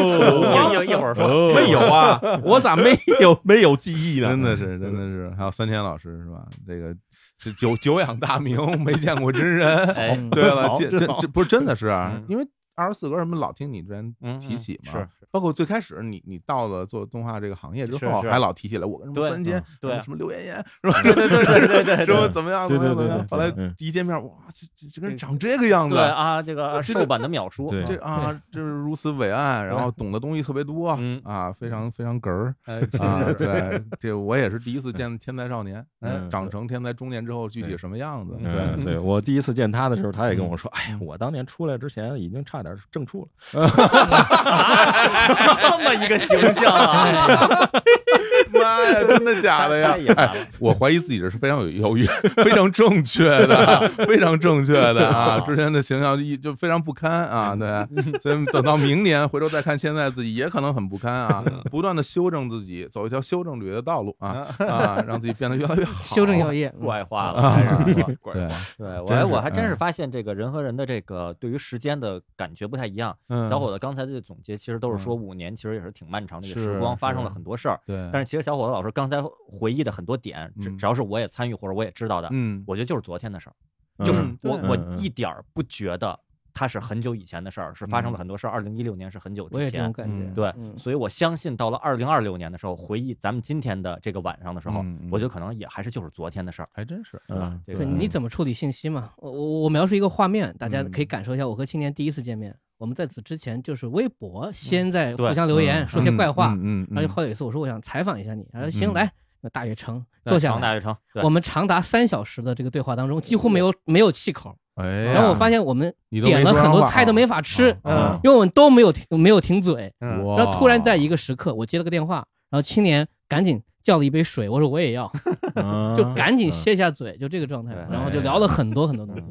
D: 有
C: 一一一会儿说，
D: 哦
A: 没有啊，我咋没有没有记忆呢？
E: 真的是，真的是，还有三千老师是吧？这个这久久仰大名， 没见过真人。
C: 哎，
B: 嗯
E: 对了，
C: 好
E: 这
C: 真
E: 这
C: 好
E: 这不 是真的是啊
C: 嗯，
E: 因为二十四格什么老听你之前
C: 嗯
E: 提
C: 嗯
E: 起嘛，
C: 是
E: 包括最开始你你到了做动画这个行业之
C: 是
E: 后，
C: 是
E: 还老提起来我跟什么
C: 对嗯
E: 三千，
C: 对
E: 什么刘妍妍是 吧？
C: 对对对对对对
E: 什么
C: 对。
E: 怎么样？
D: 对
E: 怎么样
D: 对
E: 怎么样
D: 对对
E: 后来
D: 嗯
E: 一见面，哇，这这这个人长这个样子
C: 对，啊，这个
E: 这
C: 瘦版的秒叔，
D: 对
E: 这啊，就是如此伟岸，然后懂的东西特别多
C: 嗯
E: 啊，非常非常哏儿
C: 哎
E: 啊。 对，这我也是第一次见天才少年，
D: 嗯
E: 长成天才中年之后具体什么样子？
D: 嗯，对我第一次见他的时候，他也跟我说：“哎呀，我当年出来之前已经差点正处了。
C: 这么一个形象 啊，
E: 对，妈呀，真的假 的呀哎
C: 太？野蛮了
E: 我怀疑自己这是非常有优越、非常正确的、啊非常正确的啊！之前的形象一就非常不堪啊，对，所以等到明年回头再看现在自己，也可能很不堪啊，不断的修正自己，走一条修正主义的道路啊啊，让自己变得越来越好。
B: 修正药业，嗯
C: 怪化
E: 啊
C: 了，开始说
E: 对，
C: 对我
E: 真
C: 还
E: 是
C: 我还真
E: 嗯
C: 是发现这个人和人的这个对于时间的感觉不太一样。
E: 嗯
C: 小伙子刚才这总结其实都是说五年其实也是挺漫长的一个时
E: 是
C: 光，发生
E: 是
C: 了很多事儿。
E: 对，
C: 但是其实小伙子老师刚才回忆的很多点，只
E: 嗯
C: 只要是我也参与或者我也知道的，
E: 嗯，
C: 我觉得就是昨天的事儿，”
D: 嗯
C: 就是
E: 嗯
C: 我
E: 对
C: 我
D: 嗯嗯
C: 一点儿不觉得它是很久以前的事儿，是发生了很多事儿。二零一六年是很久
B: 嗯我也
C: 之
B: 这种
C: 前，
B: 感觉
E: 嗯。
C: 对，
B: 嗯
C: 所以我相信到了二零二六年的时候，回忆咱们今天的这个晚上的时候，
E: 嗯嗯
C: 我觉得可能也还是就是昨天的事儿。
E: 还真是，
D: 嗯，
C: 这
B: 对，
C: 个
B: 你怎么处理信息嘛？我我我描述一个画面，大家
E: 嗯
B: 可以感受一下。我和青年第一次见面，我们在此之前就是微博先在
C: 对
B: 互相留言，说些怪话，
E: 嗯
B: 然后后来有一次我说我想采访一下你，他说行
E: 嗯
B: 来，那大悦城
C: 对
B: 坐下
C: 长大
B: 来。
C: 悦城，对
B: 我们长达三小时的这个对话当中，几乎没有没有气口。
E: 哎呀，
B: 然后我发现我们
E: 你都没
B: 点了
E: 说
B: 很
E: 上
B: 多
E: 话
B: 菜都没法吃，
E: 啊
B: 因为我们都没有停没有停嘴。
C: 嗯
E: 哇
B: 然后突然在一个时刻，我接了个电话，然后青年赶紧叫了一杯水，我说我也要，就赶紧
D: 嗯
B: 歇下嘴，就这个状态。
C: 对
B: 然后就聊了很多很多东西。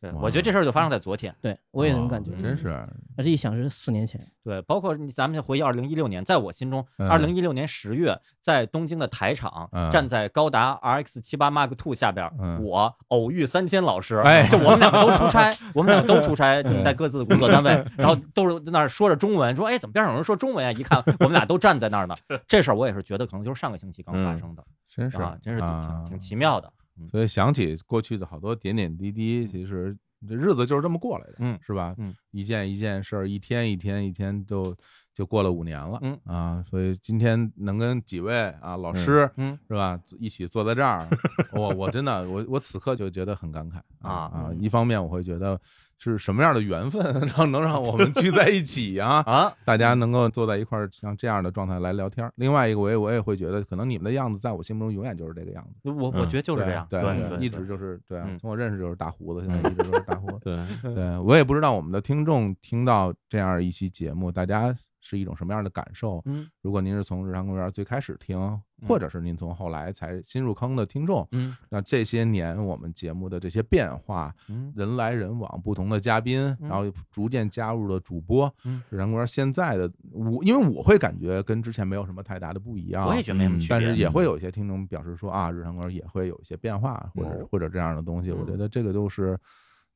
C: 对我觉得这事儿就发生在昨天。
B: 对我也这种感觉，
E: 哦真是，
B: 而这一想是四年前，
C: 对，包括你咱们先回忆二零一六年，在我心中，
E: 嗯
C: 二零一六年十月，在东京的台场，
E: 嗯
C: 站在高达 RX 七八 Mark Two 下边儿，
E: 嗯
C: 我偶遇三千老师，
E: 哎嗯
C: 就我们两个都出 差，我们两个都出差，在各自的工作单位，然后都是在那儿说着中文，说哎，怎么边上有人说中文呀？一看我们俩都站在那儿 呢，这事儿我也是觉得可能就是上个星期刚发生的，
E: 嗯真是
C: 啊，真是挺挺挺
E: 啊
C: 奇妙 的，
E: 所以想起过去的好多点点滴滴，其实这日子就是这么过来的，
C: 嗯
E: 是吧？
C: 嗯，
E: 一件一件事儿，一天一天一天就就过了五年了，
C: 嗯
E: 啊，所以今天能跟几位啊老师，
C: 嗯，
E: 是吧，一起坐在这儿，我我真的我我此刻就觉得很感慨
C: 啊
E: 啊！一方面我会觉得是什么样的缘分 让能让我们聚在一起 啊，
C: 啊，
E: 大家能够坐在一块儿像这样的状态来聊天儿。另外一个，我也我也会觉得，可能你们的样子在我心目中永远就是这个样子。
C: 我我觉得就是这样，
E: 嗯对
C: 对，
E: 一直就是对啊
C: 嗯，
E: 从我认识就是大胡子，现在一直都是 大胡子。
A: 对，
E: 对我也不知道我们的听众听到这样一期节目，大家是一种什么样的感受？
C: 嗯
E: 如果您是从日常公园最开始听，或者是您从后来才新入坑的听众，
C: 嗯
E: 那这些年我们节目的这些变化，
C: 嗯
E: 人来人往，不同的嘉宾，然后逐渐加入了主播，
C: 嗯
E: 日常公园现在的我，因为我会感觉跟之前没有什么太大的不一样，
C: 我也觉得没什么
D: 嗯
C: 区别，
E: 啊但是也会有一些听众表示说啊，日常公园也会有一些变化，或者或者这样的东西。我觉得这个都是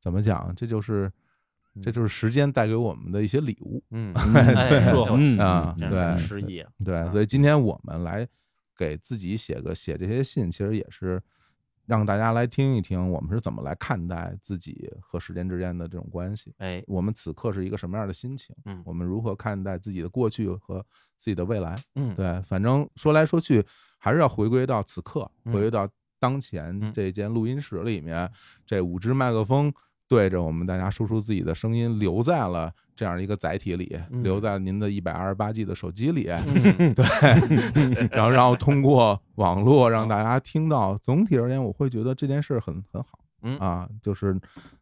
E: 怎么讲，这就是这就是时间带给我们的一些礼物
C: 嗯， 哎
D: 是
C: 我
D: 嗯
E: 啊。
C: 真是
E: 对
C: 失忆，
E: 对
C: 啊，
E: 所以今天我们来给自己写个写这些信，其实也是让大家来听一听我们是怎么来看待自己和时间之间的这种关系。
C: 哎，
E: 我们此刻是一个什么样的心情？
C: 嗯
E: 我们如何看待自己的过去和自己的未来？
C: 嗯，
E: 对，反正说来说去，还是要回归到此刻，
C: 嗯
E: 回归到当
C: 嗯
E: 前这间录音室里面，这五支麦克风对着我们大家输出自己的声音，留在了这样一个载体里，
F: 嗯
E: 留在您的一百二十八 G 的手机里，
F: 嗯
E: 然后然后通过网络
C: 嗯
E: 让大家听到。总体而言，我会觉得这件事儿很很好，
F: 嗯
E: 啊，就是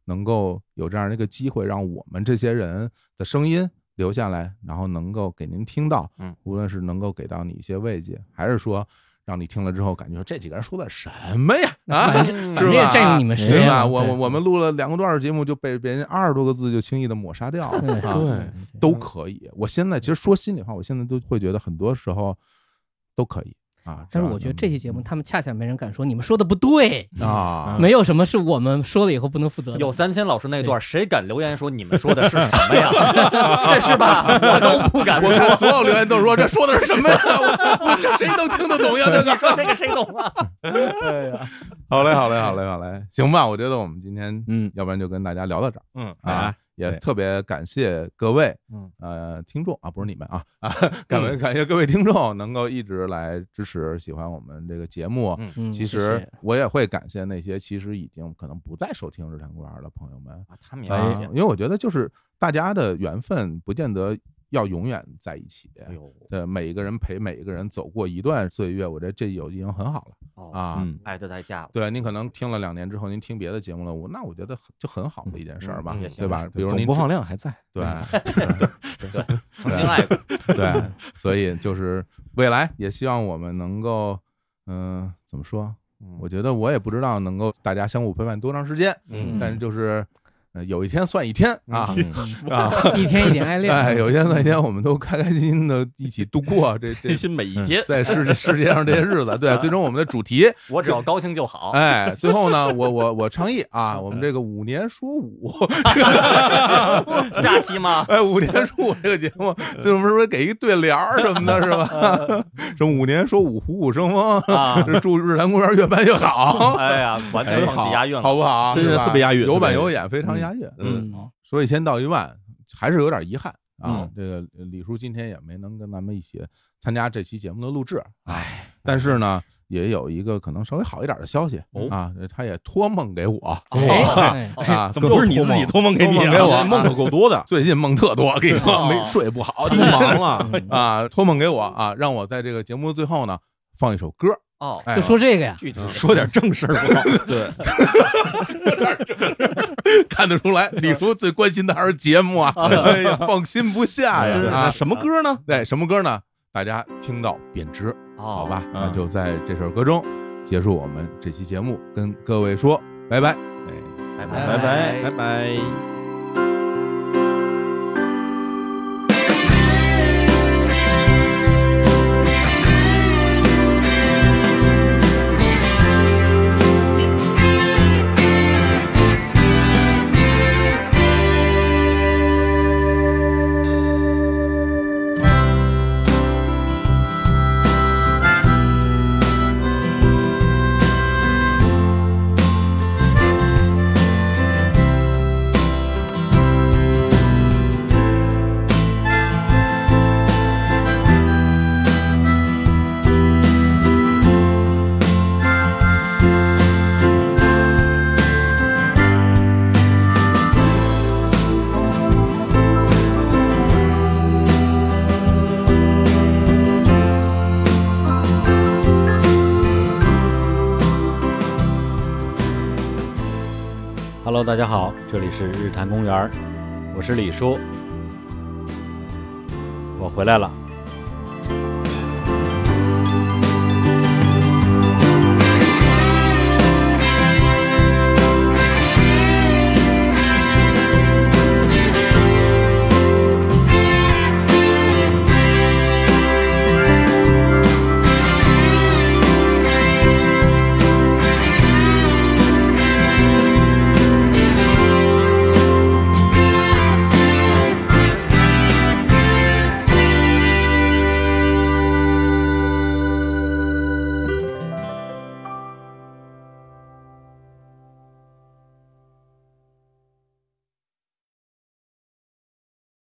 E: 能够有这样的一个机会，让我们这些人的声音留下来，然后能够给您听到，
F: 嗯，
E: 无论是能够给到你一些慰藉，还是说。让你听了之后，感觉这几个人说的什么呀？ 啊，
B: 反
E: 是
B: 反正也
E: 吧
B: 占嗯你们时
E: 对
B: 间
E: 吧？
B: 了。
E: 我
B: 对
E: 我我们录了两个多小时节目，就被别人二十多个字就轻易的抹杀掉了，
B: 对
E: 啊，
D: 对，
E: 都可以。我现在其实说心里话，我现在都会觉得很多时候都可以啊。
B: 但是我觉得这期节目嗯他们恰恰没人敢说你们说的不对，
E: 们啊，
B: 没有什么是我们说了以后不能负责的。
C: 有三千老师那段，谁敢留言说你们说的是什么呀？
F: 这是吧？我都不 敢
E: 我
F: 说，
E: 看所有留言都说这说的是什么呀？我我这谁都听得懂呀？这
F: 你
E: 个。
F: 说这个谁懂啊？
E: 好嘞，好嘞，好嘞，好嘞，行吧。我觉得我们今天
D: 嗯，
E: 要不然就跟大家聊到这儿。
F: 嗯
E: 啊，也
D: 对
E: 特别感谢各位，
F: 嗯
E: 呃，听众啊，不是你们啊啊，感谢感谢各位听众能够一直来支持喜欢我们这个节目。
F: 嗯
B: 嗯，
E: 其
B: 谢
E: 实
B: 谢
E: 我也会感谢那些其实已经可能不再收听《日坛公园》的朋友们，
F: 啊他们也
E: 啊
F: 谢谢，
E: 因为我觉得就是大家的缘分不见得要永远在一起。
F: 哎呦，
E: 呃，每一个人陪每一个人走过一段岁月，我觉得这有已经很好了
F: 哦
E: 啊。
D: 嗯
F: 爱的 代价了，
E: 对您可能听了两年之后，您听别的节目了，我那我觉得很就很好的一件事儿吧，
F: 嗯嗯
E: 对
F: 也行
E: 吧？比如
D: 总
E: 您
D: 播放量还在，
E: 对
F: 嗯 曾
E: 哎
F: 经爱过，
E: 对，所以就是未来也希望我们能够，嗯、怎么说？我觉得我也不知道能够大家相互陪伴多长时间，
F: 嗯
E: 但是就是、呃、有一天算一天啊、
D: 嗯
E: 啊，
B: 一天一点爱恋，
E: 哎，有一天算一天，我们都开开心心的一起度过这这
A: 开心每一
F: 嗯
A: 天，
E: 在世世界上这些日子。对，最终我们的主题，
F: 我只要高兴就好。
E: 哎，最后呢，我我我倡议啊，我们这个五年说五，
F: 下期吗？
E: 哎，五年说五这个节目，最后是不是给一对联儿什么的，是吧？什么五年说五虎虎生风，
F: 啊，
E: 这祝日坛公园越办越好。
F: 哎呀，完全放弃押韵了。
E: 好不好？
A: 真
E: 是
A: 是
E: 吧
A: 特别押韵
E: 有板
A: 特别
E: 有眼，非常押韵。
B: 嗯，
E: 说一千道一万，还是有点遗憾啊。
A: 嗯
E: 这个李叔今天也没能跟咱们一起参加这期节目的录制，哎，但是呢，也有一个可能稍微好一点的消息
A: 哦
E: 啊，他也托梦给我
B: 哎
E: 啊
B: 哎
E: 啊，
A: 怎么不是你自己托梦给你
E: 托
A: 啊？
E: 梦 给我 啊
A: 梦可够多的，
E: 最近梦特多，跟你说
F: 哦
E: 没睡不好，
A: 太
E: 你知道吗
A: 忙了。
B: 嗯
E: 啊，托梦给我啊，让我在这个节目的最后呢放一首歌，
F: 哦，嗯
E: 哎
B: 就说这个呀，
F: 具体
D: 说点正事儿不好，
A: 对，
E: 看得出来，李叔最关心的还是节目 啊，哎呀，放心不下
A: 真是
E: 呀啊！
A: 什么歌呢？
E: 对，什么歌呢？大家听到便知，好
F: 好
E: 吧？那
D: 嗯
E: 就在这首歌中结束我们这期节目，跟各位说拜拜。哎，
F: 拜
B: 拜
A: 拜
F: 拜
A: 拜。
C: Hello，大家好，这里是日坛公园，我是李叔，我回来了。